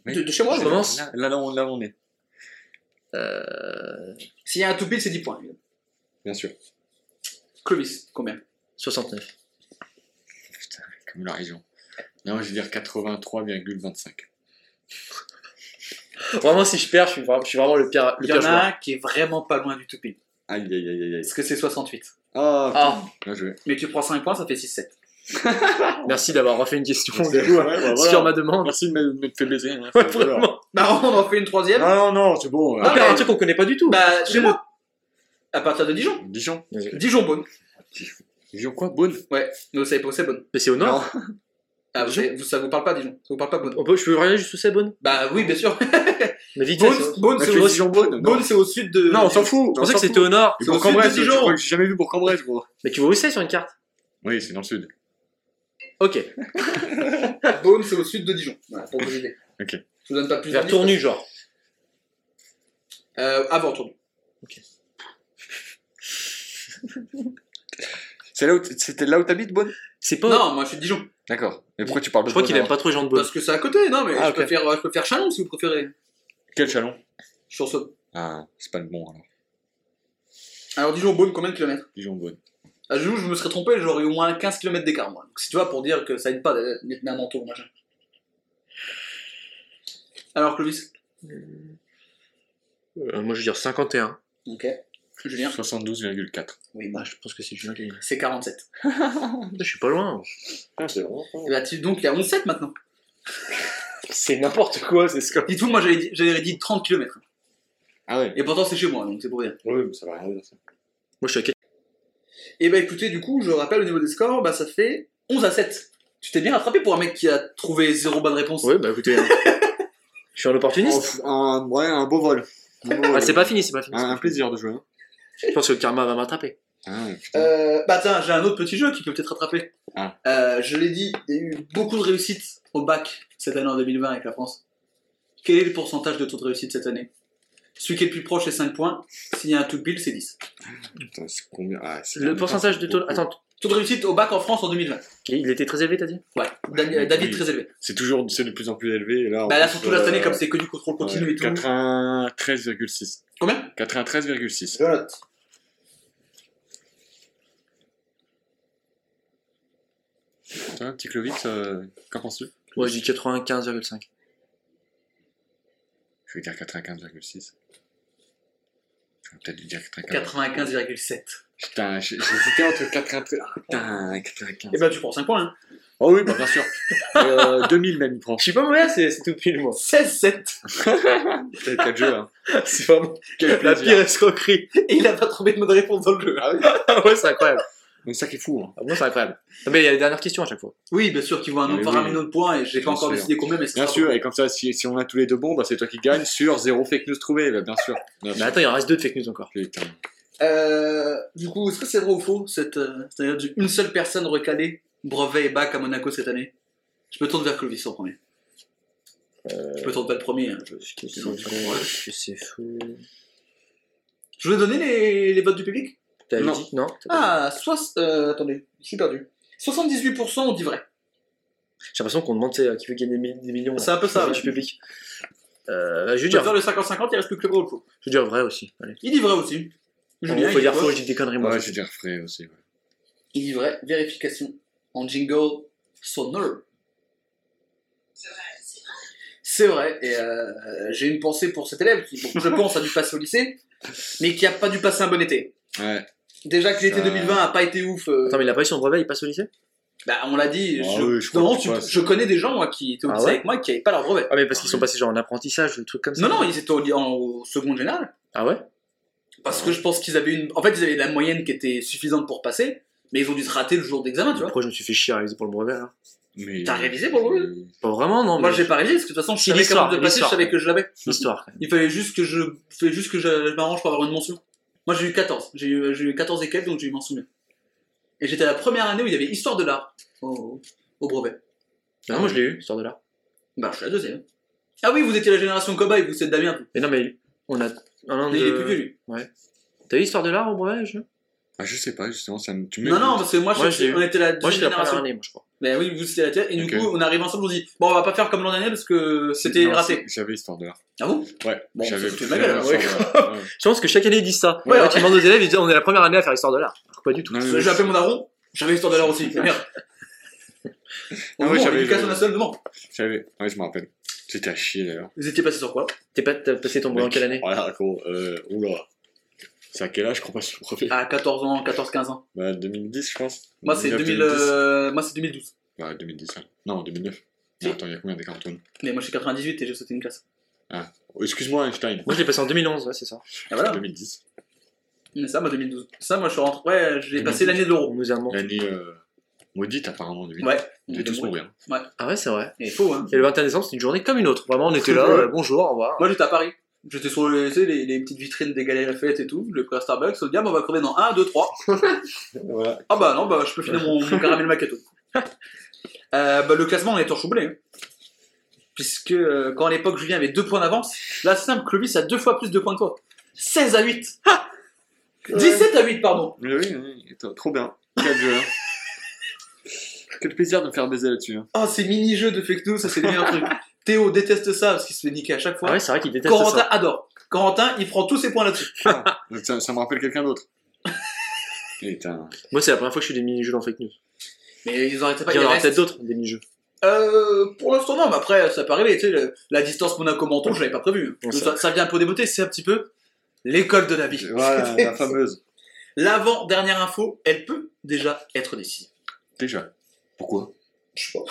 De, de chez moi, Je je commence. Là, là, là, on, là, on est. Euh, S'il y a un tout pile, c'est 10 points. Bien sûr. Clovis, combien 69. Comme la région. Non, je vais dire 83,25. Vraiment, si je perds, je suis vraiment, je suis vraiment le pire, le Il y pire en a joueur. un qui est vraiment pas loin du tout pile. Aïe, aïe, aïe, aïe, aïe. Parce que c'est 68. Oh, Ah, bien joué. Mais tu prends 5 points, ça fait 6-7. merci d'avoir refait une question Ouais, du coup, bah, voilà. sur ma demande. Merci de me, de me fait baiser. hein. Ouais, Voilà. vraiment. Bah on en fait une troisième. Non, non, non, c'est bon. On Ah, mais- perd un truc qu'on connaît pas du tout. Bah chez moi. À partir de Dijon. Dijon. Dijon-Bonne. Dijon quoi Bonne Ouais, mais vous savez pas où c'est Bonne. Mais c'est au nord. Ah, vous, savez- vous- ça vous parle pas Dijon. Ça vous parle pas Bonne. On peut, je peux regarder jusqu'où c'est Bonne Bah oui, bien sûr. Mais vite, fait, c'est au- Bonne, Bonne, Ah, c'est tu au- dis Dijon Bonne Bonne, c'est au sud de. Non, on s'en fout. Je pensais que c'était au nord. Et C'est au Bourg-en-Bresse, sud de je Dijon. crois que j'ai jamais vu Bourg-en-Bresse, gros. Mais tu vois où c'est sur une carte Oui, c'est dans le sud. Ok. Beaune, c'est au sud de Dijon. Voilà, pour vous aider. Ok. Je vous donne pas plus Vers d'indices. Tournu, genre. Euh, avant Tournu. C'est là où t- C'était là où t'habites, Bonne C'est pas. Non, moi je suis de Dijon. D'accord. Mais pourquoi tu parles de je crois Bonne, qu'il aime alors pas trop les gens de Bonne. Parce que c'est à côté, non, mais Ah, je, ok. peux faire, euh, je peux faire Chalon si vous préférez. Quel chalon Sur ce. Ah, c'est pas le bon, alors. Alors Dijon, Beaune, combien de kilomètres Dijon Bonne. À Dijon, je me serais trompé, j'aurais eu au moins 15 km d'écart, moi. Donc, si tu vois, pour dire que ça aide pas d'être né à Menton, machin. Alors, Clovis. Euh, moi, je veux dire 51. Ok. Julien. 72,4. Oui, Ah, moi, je pense que c'est Julien qui gagne. c'est 47. Je suis pas loin. Ah, c'est vraiment Et bah, tu- donc, il y a 11-7 maintenant. C'est n'importe quoi, c'est ce que. Dites-vous, moi, j'avais dit- j'avais dit 30 km. Ah ouais Et pourtant, c'est chez moi, donc c'est pour dire. Oui, mais ça va rien dire, ça. Moi, je suis à quatre- Et bah écoutez, du coup, je rappelle au niveau des scores, bah ça fait 11 à 7. Tu t'es bien rattrapé pour un mec qui a trouvé zéro bonne réponse. Ouais, bah écoutez. hein. je suis un opportuniste. Oh, un, ouais, un beau vol. Un beau Ah, vol. c'est pas fini, c'est pas fini. Un, un plaisir de jouer. hein. Je pense que le karma va m'attraper. Ah, ouais, putain. Euh, bah tiens, j'ai un autre petit jeu qui peut peut-être rattraper. Ah. Euh, je l'ai dit, il y a eu beaucoup de réussites au bac cette année en 2020 avec la France. Quel est le pourcentage de taux de réussite cette année Celui qui est le plus proche, c'est 5 points. S'il y a un tout pile, c'est 10. Putain, c'est combien ah, c'est- Le pourcentage de taux. beaucoup. Attends, Taux de réussite au bac en France en 2020. il était très élevé, t'as dit Ouais, Dan- Oui. David très élevé. C'est toujours, c'est de plus en plus élevé. et Là, en Bah là, plus, surtout là, cette année, euh, comme c'est que du contrôle continu et tout. 93,6. Combien 93,6. Je note. Toi, petit Clovis, euh, qu'en penses-tu Moi, je dis 95,5. Je vais dire 95,6. Peut-être dire 95. 95,7. Putain, j'ai- j'hésitais entre 93. Ah, putain, 95. Et bah, tu prends 5 points, hein. Oh oui, bah, bien sûr. Euh, 2000 même, il prend. Je suis pas mauvais, c'est c'est tout pile, moi. 16,7. Quel quel jeu, hein. C'est vraiment Quel la plaisir. pire escroquerie. Et il a pas trouvé de bonne réponse dans le jeu. hein. Ah ouais, c'est incroyable. Mais ça qui est fou, hein. Ah, moi, c'est incroyable. Non, Mais il y a les dernières questions à chaque fois. Oui, bien sûr, qu'il voit un Oui, autre oui. parmi nos points, et j'ai pas Bien encore sûr. décidé combien, mais c'est Bien pas sûr, et comme ça, si, si on a tous les deux bons, bah, c'est toi qui gagne sur zéro fake news trouvé, bah, bien sûr. Bien Mais sûr. attends, il en reste deux de fake news encore. Putain. Euh, du coup, est-ce que c'est vrai ou faux cette, euh, C'est-à-dire du- une seule personne recalée, brevet et bac à Monaco cette année Je me tourne vers Clovis en premier. Je me tourne pas le premier. hein. que c'est faux Je vous ai donné les, les votes du public T'as Non. dit Non t'as Ah, pas dit. sois- euh, attendez, je suis perdu. 78% ont dit vrai. J'ai l'impression qu'on demande tu sais, à qui veut gagner mi- des millions. C'est un peu ça, Du ouais. public. Euh, je vais Je vais dire, faire le 50-50, il reste plus que le vrai ou le faux. je vais dire vrai aussi. Allez. Il dit vrai aussi. Julien, il Il faut dit dire quoi faux, je dis des conneries, moi. Ouais, je vais dire frais aussi. ouais. Il dit vrai, vérification. En jingle sonore. C'est vrai, c'est vrai. C'est vrai, et euh, j'ai une pensée pour cet élève qui, bon, je pense, a dû passer au lycée, mais qui a pas dû passer un bon été. Ouais. Déjà que l'été Ça- 2020 a pas été ouf. euh, Attends, mais il a pas eu son brevet, il passe au lycée bah, on l'a dit. Ah je, oui, je non, crois que tu- ouais, je connais des gens moi, qui étaient au Ah lycée ouais avec moi qui n'avaient pas leur brevet. Ah, mais parce qu'ils sont passés genre en apprentissage ou des trucs comme ça Non, non, ils étaient au, li- en, au seconde générale. Ah ouais Parce que je pense qu'ils avaient une. En fait, ils avaient la moyenne qui était suffisante pour passer, mais ils ont dû se rater le jour d'examen, tu vois. Pourquoi je me suis fait chier à réviser pour le brevet alors Mais... euh, T'as révisé pour le Pas vraiment, non. Moi, mais- j'ai pas révisé, parce que de toute façon, je Si, savais l'histoire, comment de passer, je l'histoire. savais que je l'avais. L'histoire. quand même. Il fallait juste que je, fallait juste que je, je m'arrange pour avoir une mention. Moi j'ai eu 14, j'ai eu, j'ai eu 14 et quelques donc je m'en souviens. Et j'étais à la première année où il y avait histoire de l'art au, au brevet. Ah, Non, moi je l'ai eu, histoire de là. Bah je suis la deuxième. Ah oui, vous étiez la génération cobaye, vous êtes Damien. vous. Mais non, mais on a. un an Mais Il est de- plus vieux lui. T'as eu l'histoire de l'art au brevet je- Ah, je sais pas, justement, ça me. Tu me- Non, non, parce que moi, je- Moi, je l'ai eu. on était la Moi, deuxième je l'ai la première génération. année, moi, je crois. Mais oui, vous étiez la deuxième. Et du Ok. coup, on arrive ensemble, on dit Bon, on va pas faire comme l'an dernier parce que c'était Non, raté. c'est- J'avais histoire de l'art. Ah bon Ouais, Bon, j'avais. ça se fout de ma gueule, alors. j'avais histoire de l'art, ouais. Je pense que chaque année, ils disent ça. Ouais, Ouais, ouais. tu demandes aux élèves, ils disent on est la première année à faire l'histoire de l'art. Alors, Pas du tout. Non, mais J'ai appelé mon daron, j'avais histoire de l'art aussi. Merde. Ah Ah oui, oui, j'avais- l'éducation j'avais- nationale demande. J'avais. Ouais, je me rappelle. C'était à chier d'ailleurs. Vous étiez passé sur quoi T'es pas t'as passé ton brevet en quelle année Voilà, gros. Euh, oula. C'est à quel âge qu'on passe le brevet À 14 ans, 14-15 ans. Bah, 2010, je pense. Ah. Moi, c'est 2009, 2000, euh, moi, c'est 2012. Bah, 2010, hein. Non, 2009. Si. Non, attends, il y a combien des cartons Mais moi, je suis 98 et j'ai sauté une classe. Oh, Excuse-moi, Einstein. Moi, je l'ai passé en 2011, ouais, c'est ça. Et voilà. 2010. Mais ça, moi, 2012. Ça, moi, je suis rentré. Ouais, j'ai 2012. passé l'année de l'euro. Oh, On nous a menti. L'année euh, maudite, apparemment, 2010. Ouais. On devait tous mourir. Ah ouais, c'est vrai. Mais faux, hein. Et le 21 décembre, c'était une journée comme une autre. Vraiment, on était là, euh, bonjour, au revoir. Moi, j'étais à Paris. J'étais sur les, tu sais, les, les petites vitrines des galeries Lafayette et tout. Le prix à Starbucks. On dit, ah, bah, on va crever dans 1, 2, 3. Voilà. Ah, bah, non, bah, je peux finir mon, mon caramel macchiato. Euh, bah, le classement, on est en choublé. hein. Puisque euh, quand à l'époque Julien avait 2 points d'avance, la simple Clovis a deux fois plus de points que toi. 16 à 8. Ah 17 à 8, pardon. Mais oui, oui, attends, trop bien. Quel jeu, hein. Quel plaisir de me faire baiser là-dessus. hein. Oh, ces mini-jeux de fake news, ça c'est le meilleur truc. Théo déteste ça parce qu'il se fait niquer à chaque fois. Ah ouais, c'est vrai qu'ils détestent Corentin ça. adore. Corentin, il prend tous ses points là-dessus. Ça, ça me rappelle quelqu'un d'autre. Putain. Moi, c'est la première fois que je fais des mini-jeux dans Fake News. Mais ils arrêtent pas. Il y en aura reste- peut-être d'autres, des mini-jeux. Euh, pour l'instant, non, mais après, ça peut arriver. Tu sais, le- la distance Monaco-Menton, je l'avais pas prévu. Ouais, ça, ça vient un peu déboter, c'est un petit peu l'école de la vie. Voilà, la fameuse. L'avant-dernière info, elle peut déjà être décisive. Déjà. Pourquoi Je sais pas.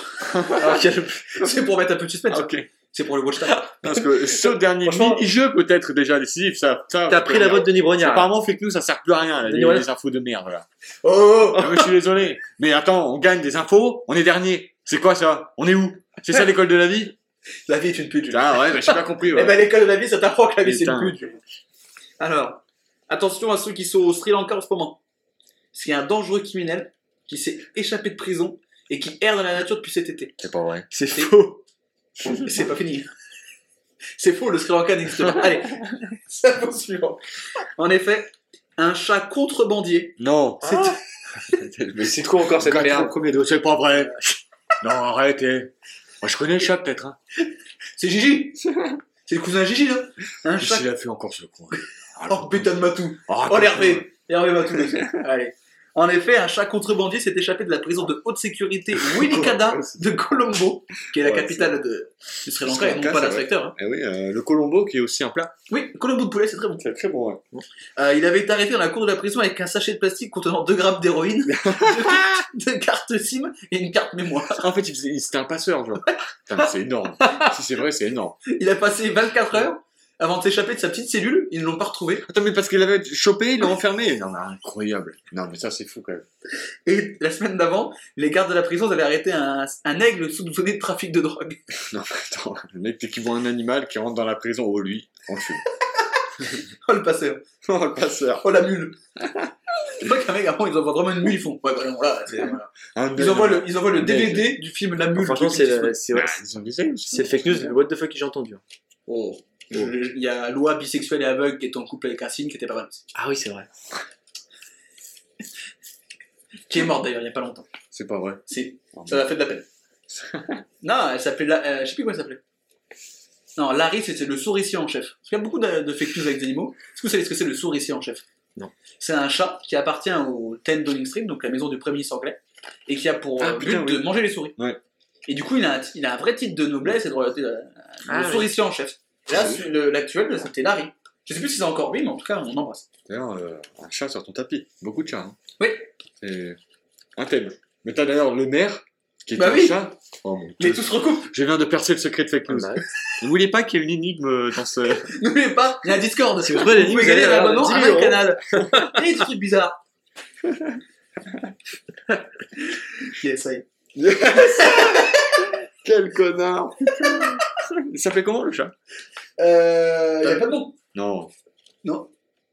Ah, Alors qu'il y a le- C'est pour mettre un peu de suspense. hein. ok. C'est pour le watch time. Parce que ce dernier Franchement- mini-jeu peut être déjà décisif, ça. ça T'as pris la vote de Denis Parce que Brognard. Apparemment, fake news, ça sert plus à rien, là, les, Denis Brognard. les infos de merde, là. Oh, Ah, mais je suis désolé. Mais attends, on gagne des infos, on est dernier. C'est quoi ça On est où C'est ça l'école de la vie La vie est une pute. Putain, ouais, bah, j'ai pas compris. Eh ben, l'école de la vie, ça t'apprend que la vie, c'est Putain. une pute. Alors, attention à ceux qui sont au Sri Lanka en ce moment. C'est un dangereux criminel qui s'est échappé de prison et qui erre dans la nature depuis cet été. C'est pas vrai. C'est faux. C'est pas fini. C'est faux, le Sri Lanka n'existe pas. Allez, ça vaut suivant. En effet, un chat contrebandier. Non. C'est Mais c'est quoi encore Gagne le premier dos, c'est pas vrai. Non, arrêtez. Moi, je connais le chat, peut-être. Hein. c'est Gigi C'est le cousin de Gigi, là Un Mais chat. s'il a fait encore ce con. Oh, putain de Matou Oh, Oh, l'Hervé Hervé Matou, le chat. Allez. En effet, un chat contrebandier s'est échappé de la prison de haute sécurité Winikada de Colombo, qui est la Ouais, capitale de... du Sri Lanka, Sri et non Lanka, pas c'est l'inspecteur. hein. Eh oui, euh, le Colombo qui est aussi un plat. Oui, Colombo de poulet, c'est très bon. C'est très bon, ouais. Euh, il avait été arrêté dans la cour de la prison avec un sachet de plastique contenant 2 grammes d'héroïne, 2 cartes, SIM et une carte mémoire. Ah, En fait, il faisait- il- c'était un passeur, genre. Putain, mais c'est énorme. si c'est vrai, c'est énorme. Il a passé 24 heures avant de s'échapper de sa petite cellule, ils ne l'ont pas retrouvé. Attends, mais parce qu'il avait chopé, il l'a enfermé. Non, mais incroyable. Non, mais ça, c'est fou, quand même. Et la semaine d'avant, les gardes de la prison avaient arrêté un, un aigle soupçonné de trafic de drogue. Non, mais attends, le mec, dès qu'il voit un animal qui rentre dans la prison, oh, lui, on le tue. Oh le passeur, Oh, le passeur. oh la mule. C'est pas qu'un mec, avant, ils envoient vraiment une mule, ils font. Ouais, bah non, là, c'est- voilà. Un Ils envoient le, ils envoient le Un DVD du film La Mule. Ah, Franchement, de c'est Clint Eastwood. le- c'est ouais, Ah, ils ont des ailes aussi. c'est le fake news, le what the fuck que j'ai entendu. Oh. Il y a Loi bisexuelle et aveugle qui était en couple avec un signe qui était pas mal. aussi. Ah oui, c'est vrai. Qui est morte d'ailleurs il y a pas longtemps. C'est pas vrai. Si, ça l'a fait de la peine. non, elle s'appelait. La- euh, je sais plus comment elle s'appelait. Non, Larry, c'était le souricier en chef. Parce qu'il y a beaucoup de, de fake news avec des animaux. Est-ce que vous savez ce que c'est le souricier en chef Non. C'est un chat qui appartient au 10 Downing Street, donc la maison du premier ministre anglais, et qui a pour Ah, euh, but putain, oui. de manger les souris. Ouais. Et du coup, il a, un, il a un vrai titre de noblesse et de royauté. euh, le Ah, oui. souricier en chef. Et là, celui- le- l'actuel, c'était Larry. Je sais plus si c'est encore lui, mais en tout cas, on embrasse. D'ailleurs, euh, un chat sur ton tapis. Beaucoup de chats. Hein. Oui. C'est un thème. Mais t'as d'ailleurs le maire, qui est Bah un oui. chat. Oh mon Mais Ah, bah. Dieu. tout se recoupe. Je viens de percer le secret de fake news. Vous voulez pas qu'il y ait une énigme euh, dans ce. N'oubliez pas, il y a un Discord. Si vous trouvez les Vous lignes, pouvez vous allez gagner un avoir abonnement 10 à 000 mon euros. canal. Et des trucs bizarres. yes, ça y est. Quel connard Il s'appelait comment le chat Euh, y a pas de nom. Non.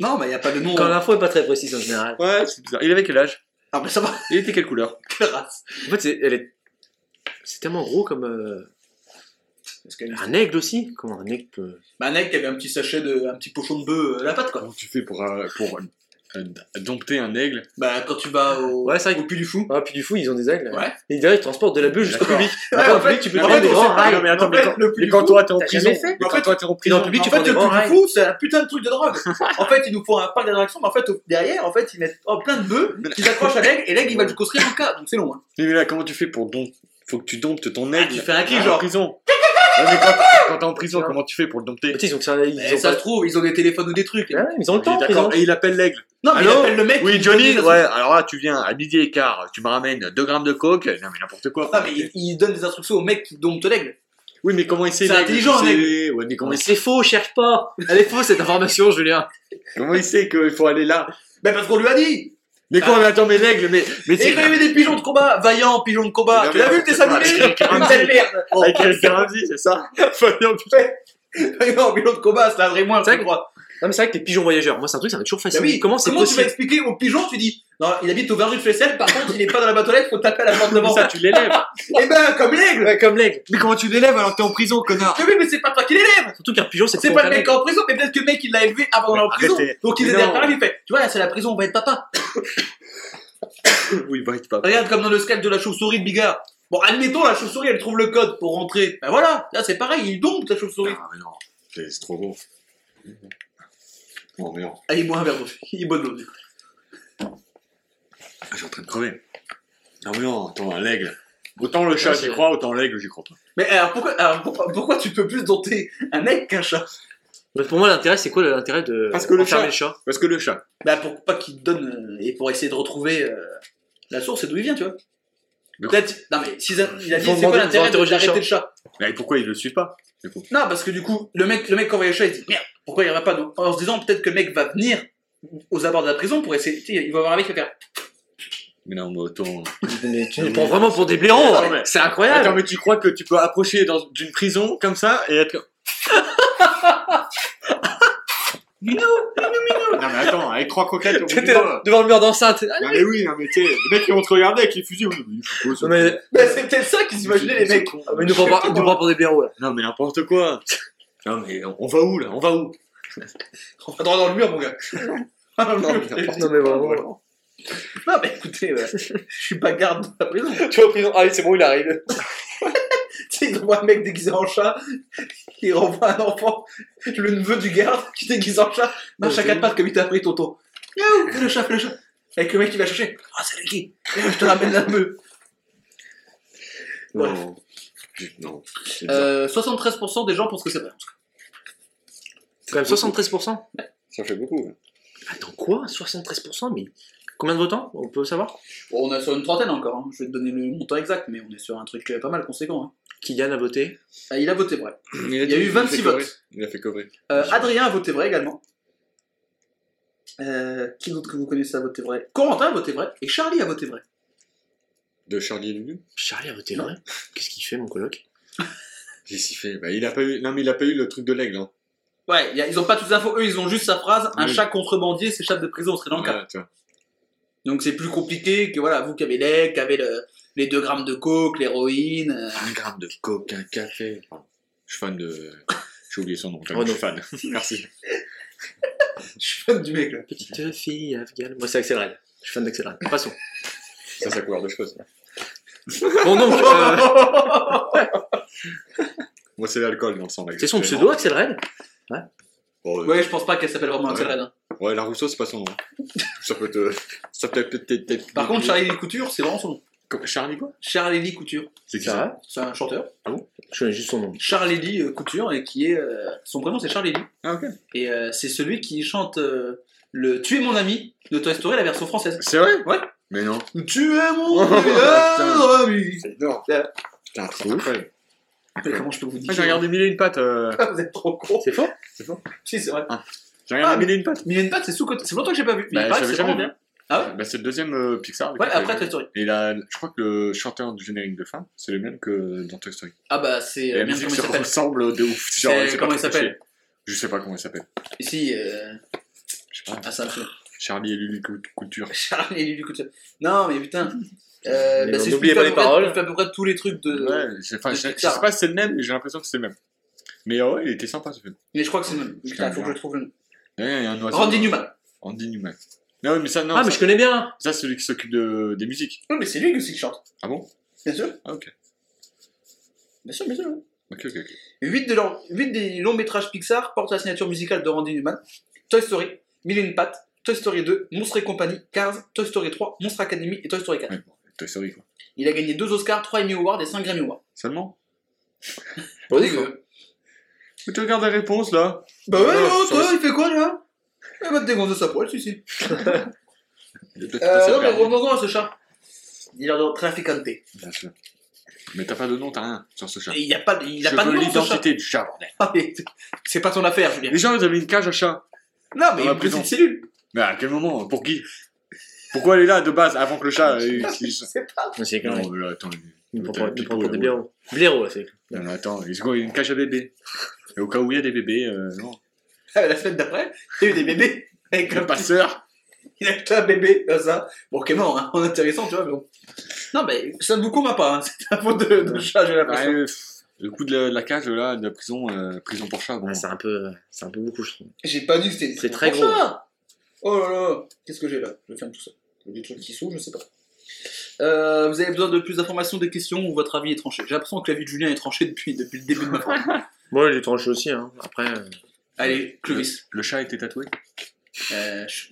Non, mais y a pas de nom. Quand l'info est pas très précise en général. Ouais, c'est bizarre. Il avait quel âge Ah, mais ça va, Il était quelle couleur quelle race. En fait, c'est- elle est. C'est tellement gros comme. euh, Parce que, Un aigle aussi Comment un aigle peut. bah, un mec qui avait un petit sachet de. un petit pochon de bœuf euh, à la patte, quoi. Comment tu fais pour, euh, pour euh, euh, dompter un aigle Bah, quand tu vas au. Ouais, c'est vrai au puits du fou. Ah, puis du fou, ils ont des aigles. Ouais. Et derrière, ils transportent de la bulle jusqu'au D'accord. public. Ouais, Après, en au public, fait, tu peux en faire fait, des on grands sait pas. rails. Non, mais attends, En mais fait, attends. le puits Mais du quand fou- toi t'es en t'as prison, jamais fait mais En quand fait, toi t'es en Et prison. dans le public, En tu fait, prends le des puits grands du rails. fou, c'est un putain de truc de drogue. En fait, ils nous font un parc d'attractions, mais en fait, au- derrière, en fait, ils mettent oh, plein de bœufs qu'ils accrochent à l'aigle, et l'aigle, il va jusqu'au Sri Lanka, donc c'est long. hein. Mais là, comment tu fais pour dompter Faut que tu domptes ton Ah, aigle. tu fais un clic, en genre. prison. Ouais, mais quand quand t'es en prison, comment tu fais pour le dompter Tu sais, ils ont que ça- ils Et ont ça pas- se trouve, ils ont des téléphones ou des trucs. les Ouais, Ils ont le temps, Oui, ils ont d'accord. Et il appelle l'aigle. Non, mais il Allô appelle le mec. Oui, il Johnny, donne des ouais, alors là, tu viens à midi et quart, tu me ramènes 2 grammes de coke. Non, Ah, mais n'importe quoi. instructions. Non, mais il, il donne des instructions au mec qui dompte l'aigle. Oui, mais comment il sait C'est l'aigle, intelligent, tu sais- l'aigle. Ouais, mais comment Mais il sait, c'est faux, cherche pas Elle est fausse cette information, Julien comment il sait qu'il faut aller là Ben parce qu'on lui a dit Mais quoi, mais attends, mais l'aigle, mais, mais Et c'est. quand il y avait des pigeons de combat, vaillant pigeon de combat, Mais tu l'as non, vu, mais t'es n'importe salué quoi. Une belle merde Avec Eric Ramsey, c'est ça Fabien, putain. Vaillant pigeon de combat, c'est un vrai moins, C'est c'est vrai droit. Non mais c'est vrai que les pigeons voyageurs, moi c'est un truc, ça m'a toujours Ben fasciné. oui, Bah Comment c'est tu vas possible expliquer aux pigeons, tu dis Non, il habite au 20 rue de Flessel, par contre, il est pas dans la batolette, faut taper à la porte devant. Ça, tu l'élèves. Eh ben, comme l'aigle Ouais, Comme l'aigle. mais comment tu l'élèves alors que t'es en prison, connard Mais oui, mais c'est pas toi qui l'élève Surtout qu'un pigeon Ah. c'est C'est pas le mec qui est en prison, mais peut-être que le mec il l'a élevé avant d'aller en prison. arrêtez. Donc il est Mais derrière non. par là, il fait Tu vois, là c'est la prison, on va être papa. Oui, bah, il te parle. Regarde comme dans le sketch de la chauve-souris de Bigard. Bon, admettons, la chauve-souris, elle trouve le code pour rentrer. Ben voilà, là c'est pareil, il dompte la chauve-souris. Ah, mais non, c'est c'est trop Oh, gros. Bon, mais non, Allez, bois un verre d'eau. Ah, Il est bonne l'eau. Ah, je suis en train de crever. Non, mais non, attends, l'aigle. Autant le chat, Ouais, j'y c'est- crois, autant l'aigle, j'y crois pas. Mais alors pourquoi, alors, pourquoi, pourquoi tu peux plus dompter un mec qu'un chat Mais Pour moi l'intérêt c'est quoi l'intérêt de Parce que le enfermer chat- le chat Parce que le chat. Bah pour pas qu'il te donne euh, et pour essayer de retrouver euh, la source et d'où il vient, tu vois. Mais- Peut-être. Non mais s'ils a- il a dit Faut c'est quoi demander- faut l'intérêt de- interroger le d'arrêter le chat Mais pourquoi il le suit pas Non parce que du coup le mec le mec quand voit le chat il dit merde pourquoi il y en a pas Donc, en se disant peut-être que le mec va venir aux abords de la prison pour essayer tu sais, il va voir un mec qui va faire Mais non, mais autant. Mais tu nous prends vraiment pour des blaireaux Attends, hein. mais- C'est incroyable Attends, mais tu crois que tu peux approcher dans- d'une prison comme ça et être. Minou, minou, minou. Non, mais attends, avec trois croquettes au bout du T'étais doigt. devant le mur d'enceinte Non, mais oui, non, mais tu sais, les mecs ils vont te regarder avec les fusils. oui, oui, c'est quoi, ça Non mais bah c'est peut-être ça qu'ils imaginaient les mecs ah, mais ils nous prend pas- ils nous prend pour des blaireaux là. Non, mais n'importe quoi. Non, mais on on va où là On va où On va droit dans le mur, mon gars. Ah, dans le Non, mur. mais n'importe Non mais quoi. vraiment. Non, mais écoutez, euh, je suis pas garde de la prison. Tu vas en prison, allez c'est bon il arrive. Tu sais, ils envoient un mec déguisé en chat, il renvoie un enfant, le neveu du garde qui déguise en chat, marche à quatre pattes comme il t'a appris, tonton. Miaou, fais le chat, fais le chat. Avec le mec qui va chercher. Ah, c'est qui Je te ramène la bœuf. Bref. Non. Non. c'est bizarre. Euh, 73% des gens pensent que c'est vrai. Quand même 73%. Ça fait beaucoup. ouais. Attends, quoi 73% Mais combien de votants On peut savoir Bon, on est sur une trentaine encore. hein. Je vais te donner le montant exact, mais on est sur un truc euh, pas mal conséquent. hein. Kylian a voté. Ah, il a voté vrai. Il, Il y a eu 26 votes. Il a fait cover. Euh, Adrien a voté vrai également. Euh, qui d'autre que vous connaissez a voté vrai Corentin a voté vrai et Charlie a voté vrai. De Charlie et Lulu Charlie a voté Non. vrai. Qu'est-ce qu'il fait, mon coloc Qu'est-ce qu'il fait bah, il a pas eu... Non, mais il a pas eu le truc de l'aigle. Hein. Ouais, y a- ils ont pas toutes les infos, eux ils ont juste sa phrase un Oui. chat contrebandier s'échappe de prison, on serait dans le cas. Voilà, tu vois. Donc c'est plus compliqué que voilà, vous qui avez l'aigle, qui avez le- les 2 grammes de coke, l'héroïne. euh, Un gramme de coke, un café. Pardon. Je suis fan de. J'ai oublié son nom. Renaud. Je suis fan. Merci. Je suis fan du mec là. Petite fille afghane. Moi, c'est Axel Je suis fan d'Axel Passons. Ça, ça couvre de choses. Bon, donc, euh, Moi, c'est l'alcool dans le sang. c'est son pseudo, Axel Oh, euh, ouais. Ouais, je pense pas qu'elle s'appelle vraiment Axel Ouais. Red, hein. la Rousseau, c'est pas son nom. ça peut te. Ça peut peut-être. peut-être- Par contre, Charlie Lee Couture, c'est vraiment son nom. Comme- Charlie quoi Charlie Lee Couture, C'est qui Ça ça va c'est un chanteur. Je connais juste son nom. Charlie Lee euh, Couture et qui est euh, son prénom c'est Charlie Lee. Ah, ok. Et euh, c'est celui qui chante euh, le Tu es mon ami de Toy Story la version française. C'est vrai Ouais. Mais non. Tu es mon Oh, putain. ami. C'est énorme. Putain. T'as un trou. Ouais, Mais comment je peux vous dire j'ai regardé mille et une pattes. euh, Ah, Vous êtes trop con. C'est faux Si c'est vrai. J'ai regardé Ah, mille et une pattes. Mais il y a une patte, c'est sous côté. C'est longtemps que j'ai pas vu. Mais Bah, il paraît que j'avais c'est jamais vraiment vu. bien. Ah ouais Bah, c'est le deuxième euh, Pixar. Ouais, que après j'ai Toy vu. Story. Et là, je crois que le chanteur du générique de fin, c'est le même que dans Toy Story. Ah bah c'est Et la euh, merde, musique comment se il s'appelle. ressemble de ouf. C'est- Genre, c'est pas comment trop il s'appelle cliché. Je sais pas comment il s'appelle. Ici, euh... Je sais pas. ah ça me fait. Charlie et Lulu Cou- Couture. Charlie Lee Couture. Non mais putain. Euh, Mais bah, bon, c'est celui n'oubliez pas qui les fait à peu près- paroles. Fait à peu près tous les trucs de. Ouais, c'est- enfin, de je, je Pixar. sais pas si c'est le même, mais j'ai l'impression que c'est le même. Mais euh, ouais, il était sympa ce film. Mais je crois que c'est le même. Putain, t'aime faut que bien. je trouve le nom. Ouais, il y a un oiseau. Randy Newman. Randy Newman. Non, mais ça, non. Ah, ça, mais je connais bien ça, c'est celui qui s'occupe de, des musiques. Oui, mais c'est lui aussi qui chante. Ah bon Bien sûr. Ah, ok. Bien sûr, bien sûr. Ok, ok, ok. 8, de leurs- huit des longs métrages Pixar portent la signature musicale de Randy Newman. Toy Story, Mille et une pattes, Toy Story 2, Monstre et compagnie, Cars, Toy Story 3, Monstre Academy et Toy Story 4. Ouais, bon, Toy Story, quoi. Il a gagné 2 Oscars, 3 Emmy Awards et 5 Grammy Awards. Seulement Bah Mais tu regardes la réponse, là Bah ouais, Ah, non, ça toi, reste- il fait quoi là Eh Il va te dégoncer sa poêle, si, si. Il est peut-être Euh, passé à non, mais faire. revenons-en à ce chat. Il a de traficante. Et Bien sûr. Mais t'as pas de nom, t'as rien sur ce chat. Il n'a pas, il a Je pas de veux nom, ce chat. l'identité du chat, bordel. Ah, mais C'est pas ton affaire, Julien. Les gens, ils avaient une cage à chat. Non, mais Dans la il est prison. une cellule. Mais à quel moment Pour qui Pourquoi elle est là de base avant que le chat. ait- Je sais pas. Ah, C'est quand Non, même. mais là, attends. il- Il Putain, prend pour- il Pipo, prend pour des là-haut. blaireaux. Blaireaux, c'est. Non, mais attends, il y a une cage à bébés. Et au cas où il y a des bébés, euh, non. Ah, La semaine d'après, il y a eu des bébés. Avec un Le passeur Il a acheté un bébé, comme ça. Bon, qui est mort, hein, en intéressant, tu vois, mais bon. Non, mais ça ne vous convainc pas, hein, c'est un mot de, de chat, j'ai l'impression. Ouais, pff, Le coup de la, de la cage, là, de la prison, euh, prison pour chat, bon. Ah, c'est un peu, c'est un peu beaucoup, je trouve. J'ai pas dit que c'était. C'est très pour gros. ça. Oh là là, qu'est-ce que j'ai là Je ferme tout ça. Il y a des trucs qui s'ouvrent, je sais pas. Euh, vous avez besoin de plus d'informations, de questions ou votre avis est tranché J'ai l'impression que l'avis de Julien est tranché depuis, depuis le début de ma phrase. Moi, il est tranché aussi, hein. Après, euh, Allez, Clovis. Le chat était tatoué Euh, je-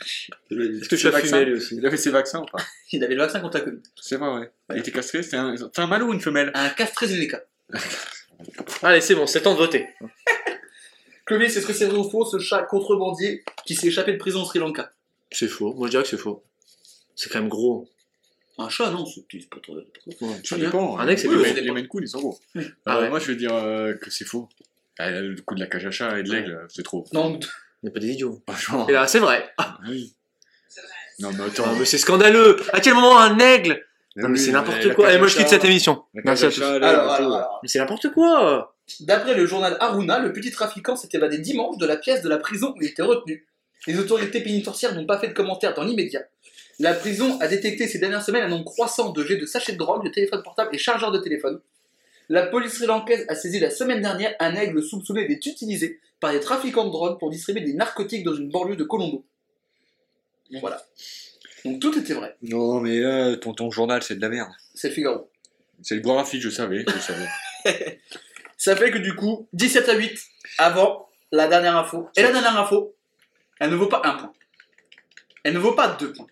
Est-ce est-ce que je suis fumé, lui aussi Il avait ses vaccins ou pas Il avait le vaccin contre la Covid. C'est vrai, ouais. Ouais. Il était castré, c'était un, c'était un mâle ou une femelle Un castré Zeneca. Allez, c'est bon, c'est le temps de voter. Clovis, est-ce que c'est vrai ou faux ce chat contrebandier qui s'est échappé de prison au Sri Lanka C'est faux. Moi, je dirais que c'est faux. C'est quand même gros. Un chat, non, c'est c'est pas trop. Ça Julien. dépend. Un ex, c'est hein. c'est des les, mecs. les Maine Coon, ils sont gros. Oui. Ah Euh, ouais. Moi, je vais dire euh, que c'est faux. Ah, le coup de la cage à chat et de l'aigle, euh, c'est trop. Non, On n'est pas des idiots. Franchement. Et là, c'est vrai. Ah oui. Non, mais attends. Non, mais c'est scandaleux. À quel moment un aigle Non, Non, mais hein. oui, c'est la n'importe cage quoi. à Allez, moi, je chat, quitte cette émission. la cage Merci à à tous. chat, là, Alors, la alors, photo. alors. Mais c'est n'importe quoi. D'après le journal Aruna, le petit trafiquant s'est évadé dimanche de la pièce de la prison où il était retenu. Les autorités pénitentiaires n'ont pas fait de commentaires dans l'immédiat. La prison a détecté ces dernières semaines un nombre croissant de jets de sachets de drogue, de téléphones portables et chargeurs de téléphone. La police sri-lankaise a saisi la semaine dernière un aigle soupçonné d'être utilisé par des trafiquants de drogue pour distribuer des narcotiques dans une banlieue de Colombo. Voilà. Donc tout était vrai. Non, mais là, ton, ton journal, c'est de la merde. C'est le Figaro. C'est le graphique, je savais. Je savais. Ça fait que du coup, 17 à 8 avant la dernière info. Et la dernière info, elle ne vaut pas un point. Elle ne vaut pas 2 points.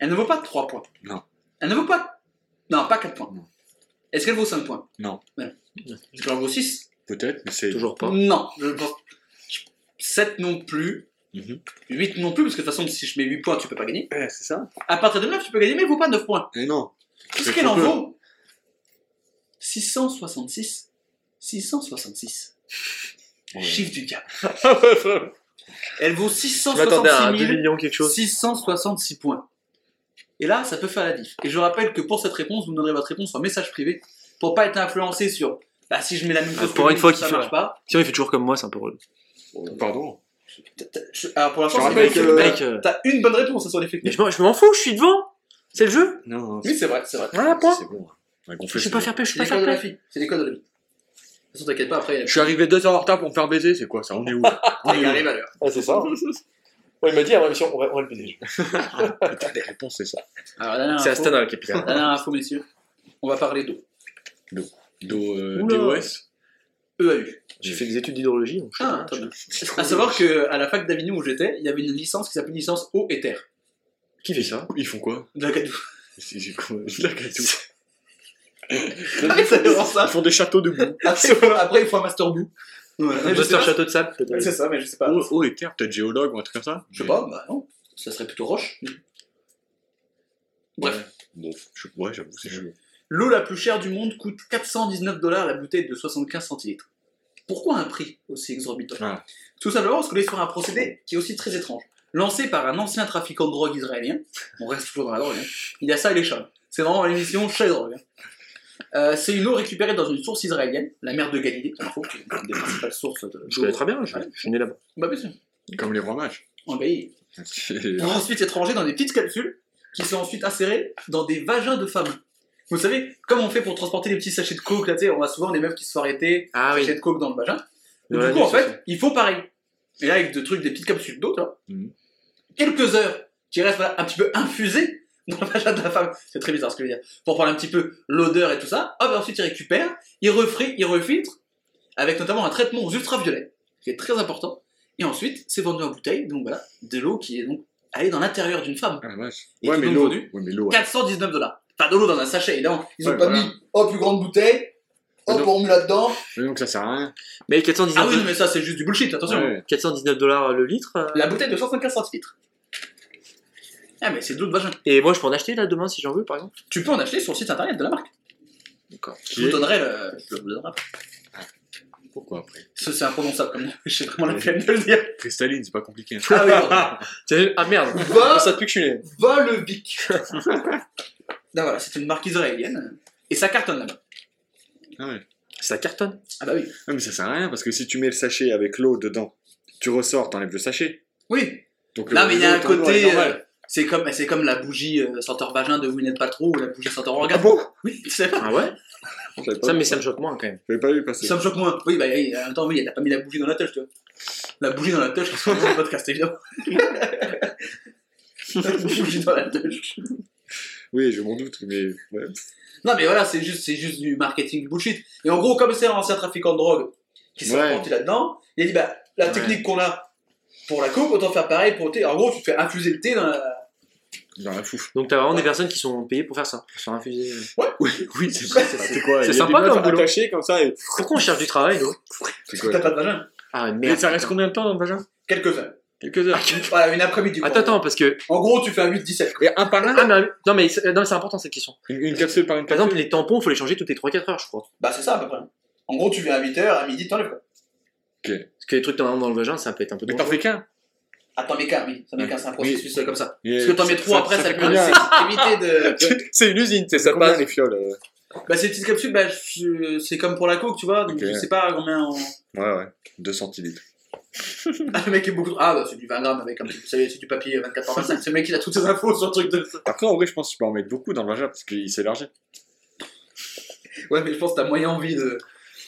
Elle ne vaut pas 3 points. Non. Elle ne vaut pas. Non, pas 4 points. Est-ce qu'elle vaut 5 points Non. Voilà. Est-ce qu'elle vaut 6 Peut-être, mais c'est. Toujours pas. Non, je pense. 7 non plus. Mhm. 8 non plus, parce que de toute façon, si je mets 8 points, tu peux pas gagner. Ouais, c'est ça. À partir de 9, tu peux gagner, mais elle vaut pas 9 points. Mais non. Qu'est-ce C'est qu'elle trop en peu. vaut 666. 666. Ouais. Chiffre du diable. Je Elle vaut m'attendais à 666 2 000 millions quelque chose. 666 points. Et là, ça peut faire la diff. Et je rappelle que pour cette réponse, vous me donnerez votre réponse en message privé pour pas être influencé sur bah, si je mets la même Ah, chose pour que une lui, fois ça qu'il marche fait- pas. Sinon, il fait toujours comme moi, c'est un peu relou. Pardon. T- t- je- Alors pour Je l'instant, c'est rappelle vrai que- que Le mec, euh, t'as une bonne réponse hein, sur les fake mais news. je m'en- je m'en fous, je suis devant. C'est le jeu. Non, non. Oui, c'est vrai, c'est vrai. Voilà, Ah, point. C'est bon. On a gonflé, Je sais c'est pas bon. faire peur, je sais C'est pas les codes faire de la peur. fille. C'est les codes de la vie. De toute façon, t'inquiète pas, après, Je suis arrivé deux heures en retard pour me faire baiser, c'est quoi ça On est où là il y a les valeurs. Ah, c'est ça. Ouais, il m'a hein, dit, avant l'émission, on va, on va le péter. Les réponses, c'est ça. Alors, dernière C'est info, Astana qui perd. dernière info, messieurs. On va parler d'eau. Do, euh, Oula. DOS EAU. J'ai fait des études d'hydrologie, donc je sais E Ah, pas. très bien. À savoir qu'à la fac d'Avignon où j'étais, il y avait une licence qui s'appelait licence eau et terre. Qui fait ça Ils font quoi De la C'est c'est quoi C'est la catou. Arrête, ça fait voir ça. Ils font des châteaux de boue. Après, il faut- après, il faut un master bout. Ouais, je sais Buster pas. Château de Sable, Ouais, peut-être. C'est ça, mais je sais pas. Oh, oh, et terre, peut-être géologue ou un truc comme ça Je sais pas, bah non. Ça serait plutôt roche. Bref. Bon, je- ouais, j'avoue, c'est chaud. L'eau la plus chère du monde coûte 419 dollars la bouteille de 75 centilitres. Pourquoi un prix aussi exorbitant Ah. Tout simplement parce qu'on est sur un procédé qui est aussi très étrange. Lancé par un ancien trafiquant de drogue israélien, on reste toujours dans la drogue, hein. il y a ça et les chats. C'est vraiment l'émission chez drogue. hein. Euh, c'est une eau récupérée dans une source israélienne, la mer de Galilée, il faut, qui est une des principales sources de Je connais très bien, je, je suis né là-bas. Bah bien sûr, Comme les rois mages. en Galilée. Ils sont ensuite étrangés dans des petites capsules qui sont ensuite insérées dans des vagins de femmes. Vous savez, comme on fait pour transporter les petits sachets de coke, là, tu sais, on a souvent les meufs qui se font arrêter, Ah sachets de coke dans le vagin. Dans du la coup, en nuit, fait, il faut pareil. Et là, avec des trucs, des petites capsules d'eau, tu vois. Mhm. Quelques heures qui restent voilà, un petit peu infusées dans le vagin de la femme. C'est très bizarre ce que je veux dire. Pour prendre un petit peu l'odeur et tout ça. Hop, ensuite, ils récupèrent, ils refraient, ils refiltrent, avec notamment un traitement aux ultraviolets, qui est très important. Et ensuite, c'est vendu en bouteille, donc voilà, de l'eau qui est donc allée dans l'intérieur d'une femme. Ah, la vache. Et Ouais, ils mais l'ont l'eau. vendu Ouais, mais l'eau. 419 dollars. Enfin, de l'eau dans un sachet, évidemment. Ils ont Ouais, pas voilà. mis, oh, plus grande bouteille, Mais hop, non. on met là-dedans. Mais donc ça sert à rien. Mais Ah oui, 419, non, mais ça, c'est juste du bullshit, attention. Ouais. 419 dollars le litre. euh, La bouteille de 175 centilitres. Ah, mais c'est de l'eau de vagin. Et moi, je peux en acheter là demain si j'en veux, par exemple. Tu peux en acheter sur le site internet de la marque. D'accord. Je vous donnerai le. je vous donnerai après. Pourquoi après Ce, c'est imprononçable comme nom. J'ai vraiment la flemme de le dire. Cristalline, c'est pas compliqué. Ah oui, pardon. Ah merde Va- Ça depuis que je suis né. Volvic. Non, voilà, c'est une marque israélienne. Et ça cartonne là-bas. Ah ouais. Ça cartonne. Ah bah oui. Ah, mais ça sert à rien parce que si tu mets le sachet avec l'eau dedans, tu ressors, t'enlèves le sachet. Oui, Donc, Non, le- mais il y a un l'eau, ton eau, elle est côté. normale. euh, C'est comme, c'est comme la bougie euh, senteur vagin de Gwyneth Paltrow ou la bougie senteur orgasme. Oui, tu sais. Ah ouais J'avais pas Ça, vu mais ça me choque moins quand même. J'avais pas vu passer. Ça me choque moins. Oui, bah, oui, en même temps, oui, elle a pas mis la bougie dans la touche, tu vois. La bougie dans la touche, c'est le nom du podcast, évidemment. la bougie dans la touche. Oui, je m'en doute, mais. ouais. Non, mais voilà, c'est juste, c'est juste du marketing bullshit. Et en gros, comme c'est un ancien trafiquant de drogue qui s'est Ouais. repenti là-dedans, il a dit, bah, la Ouais. technique qu'on a pour la coke, autant faire pareil pour le thé. En gros, tu te fais infuser le thé dans la. Dans la fouf. Donc t'as vraiment des personnes qui sont payées pour faire ça, pour se faire infuser. euh. Oui, oui, c'est ça. C'est quoi C'est il y a sympa des meufs comme boulot. attachées comme ça et. Pourquoi on cherche du travail, nous C'est T'as quoi pas de vagin Ah Mais merde. ça reste combien de temps dans le vagin Quelques heures. Quelques heures. Voilà, une après-midi. quoi. Attends, attends, parce que. En gros, tu fais un 8-17. Et un par un Ah, mais, non, mais, c'est- non, mais c'est important cette question. Une, une capsule par une Par capsule. exemple, les tampons, faut les changer toutes les 3-4 heures, je crois. Bah, c'est ça à peu près. En gros, tu viens à 8h, à midi, t'enlèves quoi. Parce que les trucs dans, dans le vagin, ça peut être un peu Mais dangereux. t'en fais qu'un. Attends, mais qu'un, oui. Ça met qu'un, c'est un processus euh, comme ça. Parce Parce que t'en mets trois après, ça, peut éviter de. C'est une usine, c'est ça passe. les fioles euh Bah, ces petites capsules, bah, je- c'est comme pour la coke, tu vois. Donc, Ok. je sais pas combien. on- Ouais, ouais. 2 centilitres. Ah, le mec est beaucoup. Ah, bah, c'est du 20 grammes avec un petit. Vous savez, c'est du papier 24 par 25. Ce mec, il a toutes ses infos sur le truc de. Après, en vrai, je pense que tu peux en mettre beaucoup dans le vagin parce qu'il s'élargit. Ouais, mais je pense que t'as moyen envie de.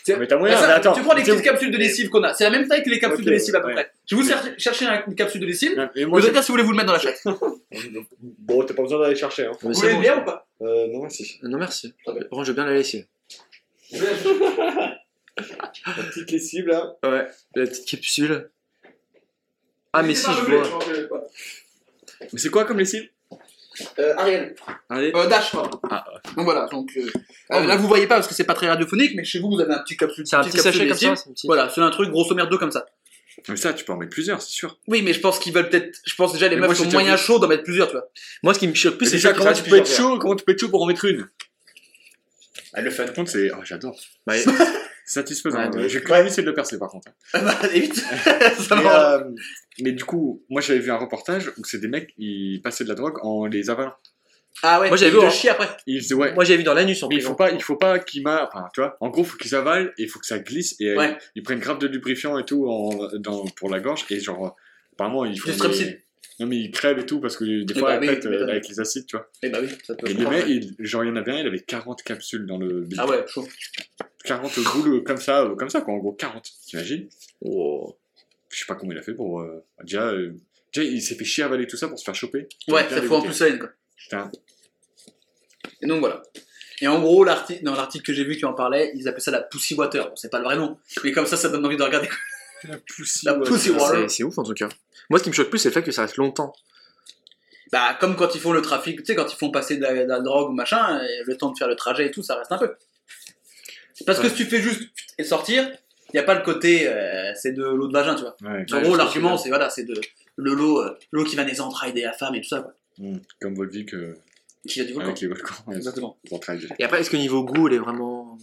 C'est- Mais t'as Bah, moyen, ça, mais attends. tu prends les Ah, tu sais- petites capsules de lessive qu'on a. C'est la même taille que les capsules Ok, de lessive à peu ouais. près. Je vais vous cher- chercher un- une capsule de lessive. Non, mais Vous moi, êtes là si vous voulez vous le mettre dans la chatte. j'ai- Bon, t'as pas besoin d'aller chercher. Hein. Mais Vous c'est voulez bon, bien ou pas Euh, non, merci. je- Non, merci. Ah, ouais. Par contre, je veux bien la laisser. La petite lessive là. Ah, Ouais. La petite capsule. Ah, mais si, je vois. vois. Mais c'est quoi comme lessive Euh, Ariel. Allez. Euh, Dash, pardon. Ah, Donc voilà, donc, euh, euh, là vous voyez pas parce que c'est pas très radiophonique, mais chez vous vous avez un petit capsule. C'est un petite petit capsule sachet comme ça. lessive. c'est un petit- Voilà, c'est un truc grosso merdo comme ça. Mais ça, tu peux en mettre plusieurs, c'est sûr. Oui, mais je pense qu'ils veulent peut-être. Je pense déjà les Mais meufs moi, sont j'ai moyen déjà chauds d'en mettre plusieurs, tu vois. Moi, ce qui me choque plus, Mais c'est déjà, ça. comment tu peux être chaud Comment tu peux être chaud pour en mettre une ah, Le fin de compte, c'est. Oh, j'adore. Bah, C'est Satisfaisant. Euh, Ouais, ouais. J'ai quand même essayé de le percer par contre. Allez vite. Ça Mais, va. euh, mais du coup, moi j'avais vu un reportage où c'est des mecs, ils passaient de la drogue en les avalant. Ah ouais. moi, j'avais ils vu, te hein. chient après. Ils faisaient, ouais. Moi, j'avais vu dans l'anus en hein. mais il prison. faut pas, il faut pas qu'ils m'a, enfin, tu vois, en gros, faut qu'ils avalent et il faut que ça glisse et euh, Ouais. ils prennent grave de lubrifiant et tout en, dans, pour la gorge et genre, euh, apparemment, ils font. Du strepsil. Non, mais ils crèvent et tout parce que des Eh fois, bah ils oui, pètent, tu euh, m'étonnes. avec les acides, tu vois. Eh bah oui, ça peut. Et les mecs, il- genre, il y en avait un, il avait 40 capsules dans le bide. Ah ouais, chaud. 40 boules euh, comme ça, euh, comme ça quoi, en gros 40, t'imagines Oh. Je sais pas comment il a fait pour. euh, déjà, euh, déjà, il s'est fait chier à avaler tout ça pour se faire choper. Ouais, Bien ça faut en dégoûté. plus la haine, quoi. Putain. Et donc voilà. Et en gros, l'article, dans l'article que j'ai vu qui en parlait, ils appelaient ça la Pussy Water. Bon, c'est pas le vrai nom, mais comme ça, ça donne envie de regarder. La poussie. La Pussy Water. C'est- C'est ouf en tout cas. Moi, ce qui me choque plus, c'est le fait que ça reste longtemps. Bah, comme quand ils font le trafic, tu sais, quand ils font passer de la, de la drogue ou machin, et le temps de faire le trajet et tout, ça reste un peu. Parce que si tu fais juste et sortir, il n'y a pas le côté euh, c'est de l'eau de vagin, tu vois. Ouais, En gros, l'argument, c'est voilà, c'est de le lot, euh, l'eau qui va des entrailles des femmes et tout ça, quoi. Hum, Comme Volvic euh, Qui vient du volcan. avec les volcans. ouais, Exactement. pour travailler. Et après, est-ce que niveau goût, elle est vraiment.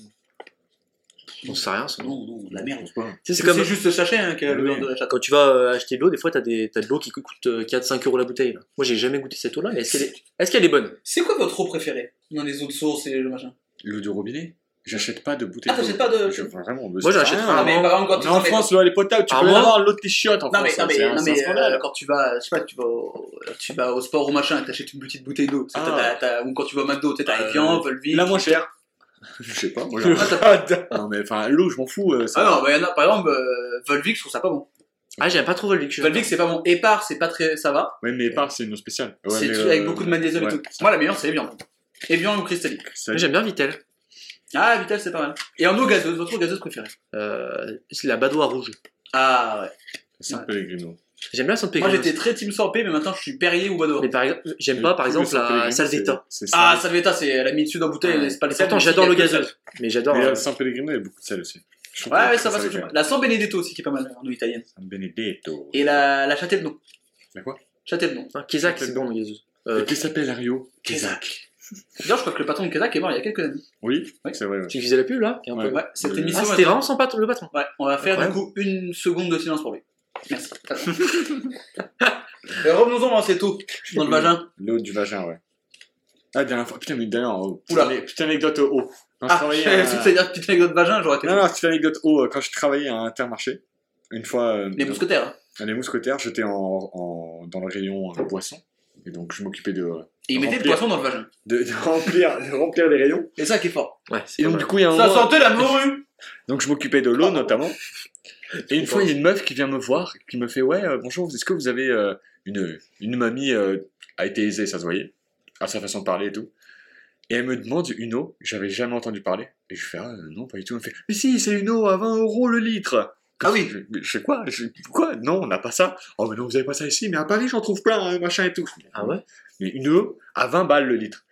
On sait rien. ça. Non, non, de la merde. Je pense pas. Tu C'est sais, C'est comme juste le sachet hein, qui a l'odeur de la chatte. quand tu vas euh, acheter de l'eau, des fois, t'as des... t'as de l'eau qui coûte euh, 4-5 euros la bouteille. là. Moi, j'ai jamais goûté cette eau-là, mais est-ce qu'elle est... est-ce qu'elle est bonne C'est quoi votre eau préférée dans les eaux de source et le machin L'eau du robinet J'achète pas de bouteille. Ah, d'eau. t'achètes pas de- Je, vraiment, mais Moi, ça j'achète sert à pas. rien. Ah, mais par exemple, quand On tu est en France, l'eau elle est potable, tu Ah, peux moi avoir l'eau de tes chiottes en Non mais, France. non, hein, mais, c'est un- non, c'est un mais, scandale. euh, quand tu vas, je sais pas, tu vas au, tu vas au sport ou machin et t'achètes une petite bouteille d'eau. C'est- Ah. t'as- t'as- Ou quand tu vas au McDo, t'as Euh, Evian, Volvic. La moins chère. Je sais pas, moi j'ai Ah, Non mais enfin, l'eau, je m'en fous. euh, ça- Ah non, mais y en a, par exemple, euh, Volvic, je trouve ça pas bon. Ah, j'aime pas trop Volvic. je- Volvic, c'est pas bon. Épar, c'est pas très. ça va. Ouais, mais par, c'est une eau spéciale. Ouais, c'est mais, tout- avec euh, beaucoup de magnésium ouais. et tout. Moi, la meilleure, c'est Evian. Evian ou cristallique. ça- Mais J'aime bien Vitel. Ah, Vital, c'est pas mal. Et en eau gazeuse, votre eau gazeuse préférée Euh, c'est la badoie rouge. Ah ouais. C'est un peu les grumeaux. J'aime bien San Moi, Pellegrino. j'étais très team Sorpé, mais maintenant, je suis Perrier ou Badois. Mais par exemple, j'aime Le- pas par le exemple San la Pellegrino, Salvetta. c'est- c'est Ah, ça. Salvetta, c'est elle a mis dessus dans la bouteille, Ouais. c'est pas les Pourtant, j'adore le gazeux. Mais j'adore. Mais euh, euh, San Pellegrino, il y a beaucoup de sel aussi. Je trouve Ouais, que ouais, ça va. sel ça avec, va. euh, La San Benedetto aussi, qui est pas mal en eau italienne. San Benedetto. Et la, la Châtelmenon. La quoi Châtelmenon. hein, Kézak, c'est bon, le gazeux. Euh, Et qui s'appelle Ario Kézak. D'ailleurs, je crois que le patron de Kézak est mort il y a quelques années. Oui, Ouais. c'est vrai. ouais. tu faisais la pub là Il y a un peu- Ouais. Ouais, cette Euh, émission. Ah, elle- c'était vraiment son patron, le patron. Ouais, on va faire du Incroyable. coup une seconde de silence pour lui. Merci. Euh, Revenons-en à cette eau dans le vagin. L'eau du vagin, ouais. Ah, dernière fois. Putain, mais dernière. Oh, Oula. petite ane- Petite anecdote au haut. Quand je Ah, travaillais à- c'est-à-dire petite anecdote vagin, j'aurais été. Non, non, petite anecdote haut. euh, Quand je travaillais à Intermarché, une fois. euh, Les mousquetaires. hein. dans- Les mousquetaires, j'étais en, en- dans le rayon euh, boisson. Et donc, je m'occupais de, Et ils mettaient le Remplir. poisson dans le vagin. de, de remplir, de remplir les rayons. Et ça qui est fort. Ouais, c'est Et pas donc, mal. du coup, il y a un Ça moment- sentait la morue. Donc je m'occupais de l'eau notamment. Et une fois, il y a une meuf qui vient me voir, qui me fait Ouais, euh, bonjour, est-ce que vous avez euh, une, une mamie euh, a été aisée, ça se voyait, à sa façon de parler et tout. Et elle me demande une eau, j'avais jamais entendu parler. Et je fais Ah euh, non, pas du tout. Elle me fait Mais si, c'est une eau à 20 euros le litre. Ah oui. Je, je fais quoi je, Quoi Non, on n'a pas ça. Oh, mais non, vous avez pas ça ici, mais à Paris, j'en trouve plein, hein, machin et tout. Ah ouais Mais une eau à 20 balles le litre.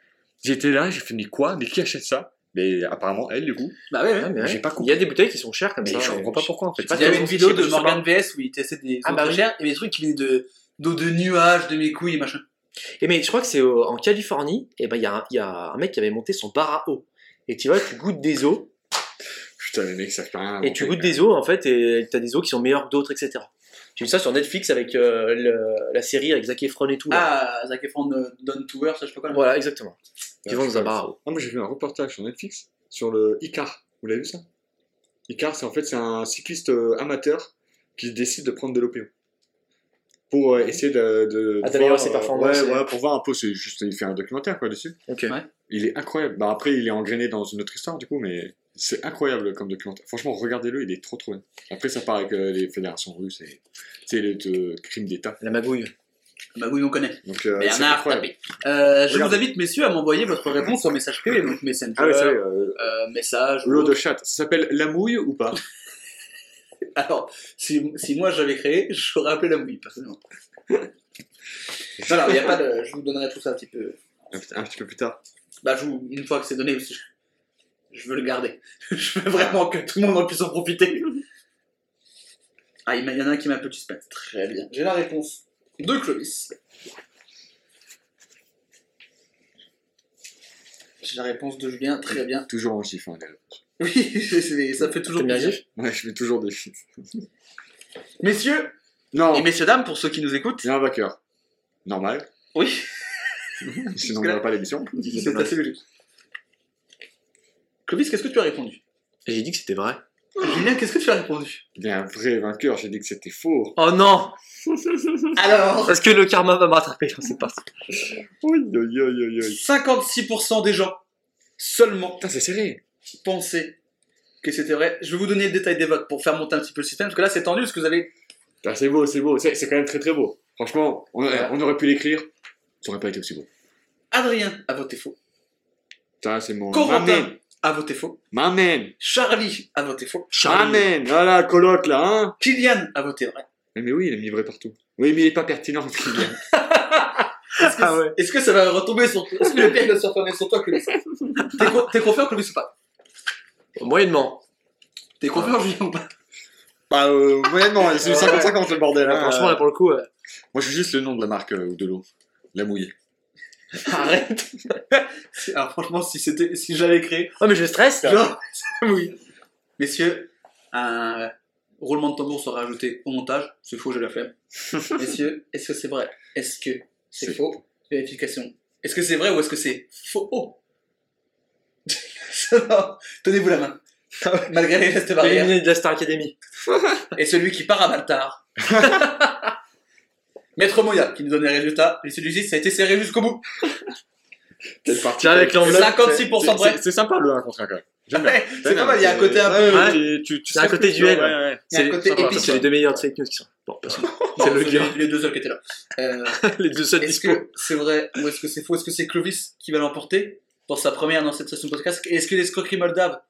J'étais là, j'ai fait Mais quoi Mais qui achète ça Mais apparemment, elle, du coup. Bah ouais, ouais. Ouais, mais J'ai ouais. pas compris. Il y a des bouteilles qui sont chères comme Mais ça. je ouais. comprends pas pourquoi en fait. Je sais pas Il y avait une Je sais vidéo pas, de je sais pas. Morgan VS où il testait des Ah, eaux bah très oui. chères et des trucs qui venaient de d'eau de nuages, de mes couilles et machin. Et mais je crois que c'est au- en Californie, et ben il y, a un- il y a un mec qui avait monté son bar à eau. Et tu vois, tu goûtes des eaux, Putain, les mecs, ça fait rien. et tu goûtes des eaux en fait, et t'as des eaux qui sont meilleures que d'autres, etc. J'ai vu ça sur Netflix avec euh, le- la série avec Zac Efron et tout. là. Ah, Zac Efron, euh, Don Tower, ça je sais pas quoi. là. Voilà, exactement. Ils vont dans un bar à eau. Ah, moi j'ai vu un reportage sur Netflix sur le Icar. Vous l'avez vu ça Icar, c'est en fait c'est un cycliste euh, amateur qui décide de prendre de l'OPO pour euh, essayer de, de- Ah, de d'améliorer voir, ses euh, performances, Ouais, et- ouais, pour voir un peu. C'est juste, il fait un documentaire quoi dessus. Ok. Ouais. Il est incroyable. Bah après, il est engrainé dans une autre histoire du coup, mais c'est incroyable comme documentaire. Franchement, regardez-le, il est trop trop bien. Après, ça part avec euh, les fédérations russes et c'est le euh, crime d'État. La magouille. Bah oui, on connaît. Donc euh, c'est Bernard incroyable. Tapé. Euh, je Regarde. vous invite, messieurs, à m'envoyer votre réponse au message privé, donc Messenger, euh, Ah ouais, c'est vrai. euh, euh, message, L'eau de chatte, ça s'appelle la mouille ou pas Alors, si, si moi j'avais créé, j'aurais appelé la mouille, personnellement. voilà, il y a pas de... Je vous donnerai tout ça un petit peu... Un petit- un petit peu plus tard. Bah, je vous- une fois que c'est donné, je, je veux le garder. je veux vraiment que tout le monde en puisse en profiter. Ah, il m'a- il y en a un qui m'a un peu suspense. Très bien. J'ai la réponse de Clovis. J'ai la réponse de Julien. Très bien. Toujours en chiffre. hein, les réponses. Oui, c'est- c'est- ça fait toujours T'aimes bien plaisir. Ouais, je fais toujours des chiffres. Messieurs et Non, messieurs, dames, pour ceux qui nous écoutent, j'ai un vainqueur. Normal. oui, Sinon, on que là- n'aurait pas l'émission. c'est assez logique. Clovis, qu'est-ce que tu as répondu Et j'ai dit que c'était vrai. Julien, qu'est-ce que tu as répondu Il y a un vrai vainqueur. J'ai dit que c'était faux. Oh non Alors, Est-ce que le karma va me rattraper C'est parti. Oui, oui, oui, oui, oui. 56% des gens seulement Putain, c'est serré. pensaient que c'était vrai. Je vais vous donner le détail des votes pour faire monter un petit peu le système, parce que là c'est tendu, parce que vous avez... Putain, c'est beau, c'est beau. C'est c'est quand même très très beau. Franchement, on, on aurait pu l'écrire. Ça aurait pas été aussi beau. Adrien a voté faux, Putain, c'est mon. Corentin M'amène. a voté faux, M'amène. Charlie a voté faux, M'amène. Voilà, coloc là, hein. Kylian a voté vrai. Mais, mais oui, il est mis vrai partout. Oui, mais il est pas pertinent. Kylian. Est-ce que, Ah ouais. est-ce que ça va retomber sur toi Est-ce que le piège va se refermer sur toi, Clovis T'es co- T'es confiant, Clovis, ou pas Moyennement. T'es confiant, Julien, ou pas bah, euh, ouais, non, c'est 50-50 le bordel. Là, hein. franchement, là pour le coup. euh, Moi, je suis juste le nom de la marque euh, ou de l'eau. La mouille. Arrête C'est- Alors franchement, si, c'était- si j'avais créé... Oh, mais je stresse là. Genre, oui. Messieurs, un roulement de tambour sera ajouté au montage. C'est faux, j'ai la flemme. Messieurs, est-ce que c'est vrai Est-ce que c'est C'est faux Vérification. Est-ce que c'est vrai ou est-ce que c'est faux Oh. Non. Tenez-vous la main. Malgré les gestes barrières. Éliminé de la Star Academy. Et celui qui part à Baltar. Maître Moya qui nous donne les résultats. Et celui-ci, ça a été serré jusqu'au bout. Quelle partie Tiens, avec l'enveloppe. 56% de vrai. C'est sympa le 1 contre 1 quand même. J'aime bien. C'est pas mal, il y a un côté un peu. Ouais, Ouais. tu- tu- tu C'est un sais côté ce que tu veux, duel. ouais, ouais. Il y a un C'est- côté sympa, épique. C'est les deux meilleurs de fake news qui sont. Bon, passons. Non, C'est le les- gars. Les deux seuls qui étaient là. Euh, Les deux seuls est-ce dispo. que c'est vrai ou est-ce que c'est faux Est-ce que c'est Clovis qui va l'emporter dans sa première dans cette session podcast Et Est-ce que l'escroquerie moldave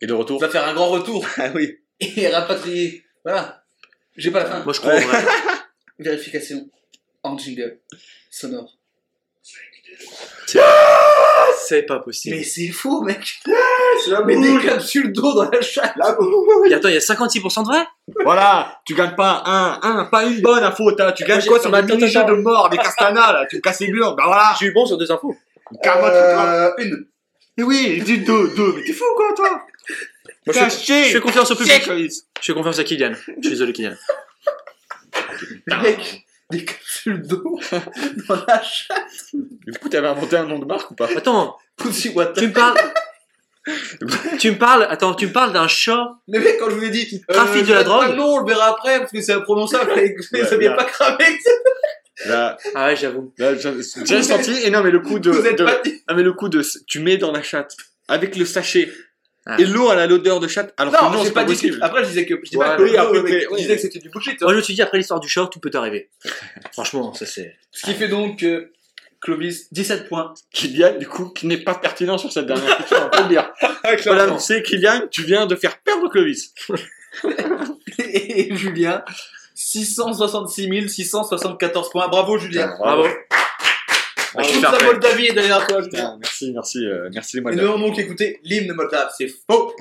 Et de retour. va faire un grand retour Ah oui. et rapatrier Voilà. J'ai pas la fin. Moi, je crois en vrai. Vérification en jingle sonore. C'est pas Mais possible. c'est faux, mec Ah, Mais des capsules d'eau dans la chatte Et attends, il y a 56% de vrai Voilà, tu gagnes pas un, un, pas une bonne info, t'as- tu gagnes Ah, j'ai- quoi sur mais le attends, mini-jeu attends. de mort avec Astana, là, tu casses les murs, bah voilà, J'ai eu bon sur deux infos. camote, toi. Euh, Une. Mais oui, dis deux, deux, mais t'es fou quoi, toi Moi, T'as je, fais, je fais chier confiance au Chier, public. Clovis. Je fais confiance à Kylian. Je suis désolé, Kylian. Ah. Mec, des capsules d'eau dans la chatte Du coup, t'avais inventé un nom de marque ou pas Attends, Pussy water. tu me parles. tu me parles. Attends, tu me parles d'un chat. Mais mec, quand je vous ai dit. Trafic de la faites pas drogue. le nom, on le verra après parce que c'est imprononçable et que Ouais, ça vient là. pas cramer. Là, Ah ouais, j'avoue. là, j'ai j'ai senti, et non mais le coup de, Vous êtes de- pas dit. ah, mais le coup de, tu mets dans la chatte, avec le sachet, Ah. et l'eau elle a l'odeur de chatte, alors Non, que non, j'ai c'est pas, pas dit. que- possible. Après, je disais que. Je dis Ouais, pas que oui, l'eau, après, mais t'es- je oui. disais que c'était du bullshit. hein. Moi, je me suis dit, après l'histoire du chat, tout peut arriver. Franchement, ça c'est. Ce qui fait donc que Clovis, 17 points. Kylian, du coup, qui n'est pas pertinent sur cette dernière question, on peut le dire. Ah, Voilà, c'est Kylian, tu viens de faire perdre Clovis. Et Julien, 666 674 points. Bravo, Julien. Bravo. Ah, je Toute suis la fair play. Moldavie est derrière toi, Julien. Putain, merci, merci, euh, merci les Et nous Moldaves. allons donc écouter l'hymne moldave. C'est faux.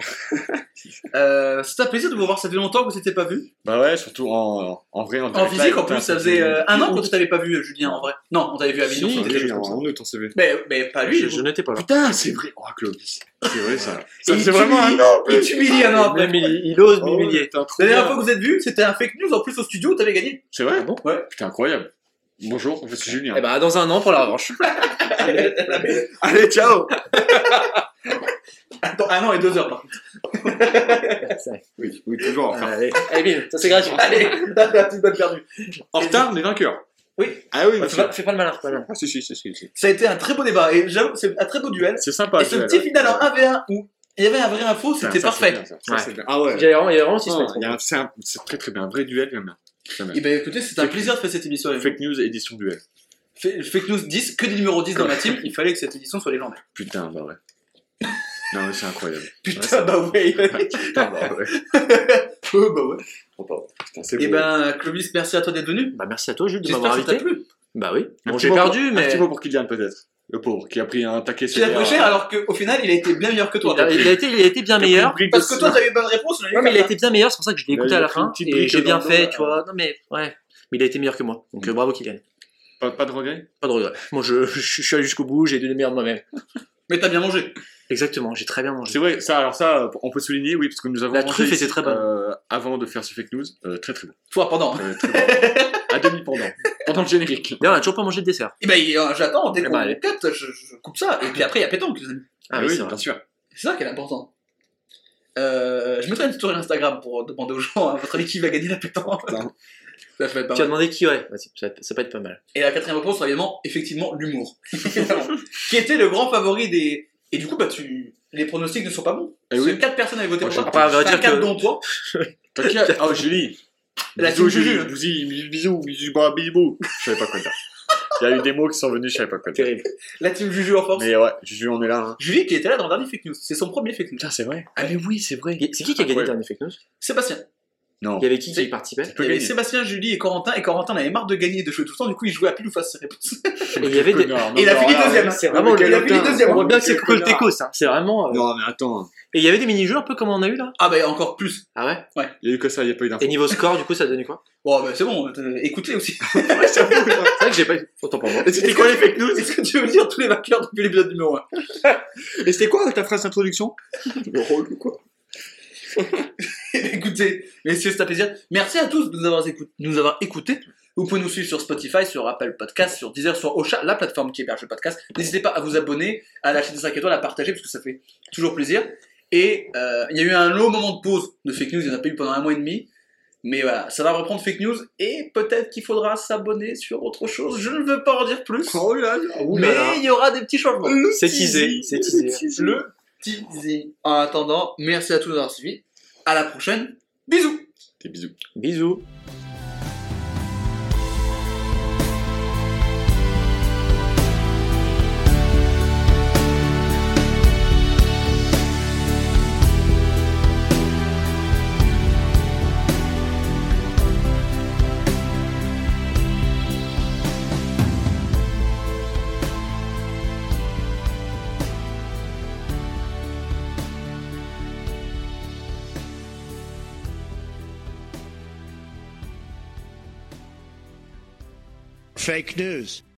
euh, C'était un plaisir de vous voir. Ça fait longtemps que vous s'était pas vu. Bah ouais, surtout en, en vrai, en, En direct physique, live, en putain, plus, ça c'est- faisait Ah, euh, un an août. qu'on ne t'avait pas vu, Julien, en vrai. Non, on t'avait vu à Avignon. Si, c'était quelque t'avais chose comme ça. en août, on s'est vu. Mais, mais pas lui. je je n'étais pas là. Putain, c'est vrai. Oh, Clovis. C'est vrai, ça. ça il faisait vraiment un t'humilie. an. Il t'humilie un an après. Même il, il ose Oh, m'humilier. putain, trop La dernière bien. fois que vous êtes vus, c'était un fake news en plus au studio, t'avais gagné. C'est vrai Ah bon Ouais. Putain, incroyable. Bonjour, je suis Julien. Eh ben, dans un an pour la revanche. Allez, ciao Attends, un an et deux heures par contre. Oui, oui, toujours. enfin. Allez, Allez, bim, ça c'est gratuit. Ah, Allez, la petite balle perdue. En retard, mais vainqueur. Oui. Ah oui, Fais monsieur. pas, fais pas le malin, fais pas le malin. Ah, si, si, si, si. si. Ça a été un très beau débat et j'avoue, c'est un très beau duel. C'est sympa. et ce ça, petit ouais. final en 1v1 où il y avait un vrai info, Putain, c'était ça, parfait. c'est bien, ça. Ça, Ouais. c'est bien. Ah ouais. Il y a vraiment, il y a vraiment six Non, mètres. il y a un- C'est un- c'est très très bien. Un vrai duel, j'aime bien. J'aime Et bien. bien Eh ben, écoutez, c'est un plaisir de faire cette émission avec vous. Fake news, édition duel. Fait- Fake news 10, que des numéros 10 dans ma team, il fallait que cette édition soit légendaire. Putain, bah ouais. Non, mais c'est incroyable. Putain, bah ouais. Putain, bah ouais. Euh, bah ouais. Trop fort. Putain, c'est Et beau. ben, Clovis, merci à toi d'être venu. Bah, merci à toi, Jules, de J'espère m'avoir que ça t'a invité. plu. Bah oui. Un Bon, petit j'ai mot pour- perdu, Un mais. petit mot pour Kylian, peut-être. Le pauvre, qui a pris un taquet Tu l'as pris cher alors qu'au final, il a été bien meilleur que toi. Il a, il a été, il a été bien meilleur. Parce que toi, t'as eu bonne réponse. Ouais, mais il a été bien meilleur, c'est pour ça que je l'ai Il a- écouté Bah, il à a la pris une fin. petite Et brique j'ai bien dans le fait, dos, tu vois. Non, mais ouais. Mais il a été meilleur que moi. Donc, euh, bravo, Kylian. Pas, pas de regret Pas de regret. Moi, je, je suis allé jusqu'au bout, j'ai donné le meilleur de moi-même. Mais t'as bien mangé. Exactement, j'ai très bien mangé. C'est vrai, ça, alors ça, euh, on peut souligner, oui, parce que nous avons. La mangé truffe ici, était très bonne. euh, avant de faire ce fake news, euh, très très bon. Toi, pendant. Euh, très bon. à demi pendant. Pendant le générique. D'ailleurs, on a toujours pas mangé de dessert. Et ben, il- euh, j'attends, dès Eh qu'on ben, allez. cut, je, je coupe ça. Et puis après, il y a pétanque, les amis. Ah oui, oui, c'est vrai. bien sûr. C'est ça qui est important. Euh, je mettrai une story Instagram pour demander aux gens, à votre avis, qui va gagner la pétanque. Ah, putain. ça fait pas Tu as mal. demandé qui, ouais. Vas-y, ça, ça peut être pas mal. Et la quatrième réponse sera évidemment, effectivement, l'humour. qui était le grand favori des. Et du coup, bah, tu. Les pronostics ne sont pas bons. Eh Parce oui. que Quatre personnes avaient voté Moi, pour j'ai toi. pas à vrai Enfin, dire quatre que- dont toi. T'inquiète. Oh, Julie. La bisous, team Julie. Juju. Bisous, bisous, bisous, bah, bisous. Je savais pas quoi dire. Il y a eu des mots qui sont venus, je savais pas quoi dire. Terrible. La team Juju en force. Mais ouais, Juju, on est là. Hein. Julie qui était là dans le dernier fake news. C'est son premier fake news. Putain, c'est vrai. Ah, mais oui, c'est vrai. C'est qui qui a gagné Ouais. le dernier fake news Sébastien. Non. Il y avait qui C'est- qui participait peut Il y avait gagner. Sébastien, Julie et Corentin. Et Corentin en avait marre de gagner et de jouer tout le temps. Du coup, il jouait à pile ou face ses réponses. Et il y avait des. Connard, non, Et il a hein. non, fini là, deuxième. hein. c'est Vraiment, quel il a fini auteur. deuxième. On voit bien que c'est Quel que le connard. teco, ça. C'est vraiment. euh, Non, mais attends. Et il y avait des mini-jeux un peu comme on a eu là Ah, bah, encore plus. Ah ouais Il y a eu que ça, il y a pas eu d'infos. Et niveau score, du coup, ça donnait quoi Bon, bah, c'est bon. euh, Écoutez aussi. C'est vrai que j'ai pas. Autant pour moi. Et c'était quoi les fake news Est-ce que tu veux dire tous les vainqueurs depuis l'épisode numéro 1 Et c'était quoi ta phrase d'introduction Le rôle ou quoi Écoutez, messieurs, c'est un plaisir. Merci à tous de nous avoir, écout- nous avoir écoutés. Vous pouvez nous suivre sur Spotify, sur Apple Podcast, sur Deezer, sur Ocha, la plateforme qui héberge le podcast. N'hésitez pas à vous abonner, à lâcher des 5 étoiles, à partager, parce que ça fait toujours plaisir. Et euh, il y a eu un long moment de pause de fake news, il n'y en a pas eu pendant un mois et demi. Mais voilà, ça va reprendre fake news, et peut-être qu'il faudra s'abonner sur autre chose. Je ne veux pas en dire plus, Oh là là. mais il y aura des petits changements. C'est teasé. C'est teasé. le teasing. En attendant, merci à tous d'avoir suivi. À la prochaine. Bisous Des bisous. Bisous. Fake news.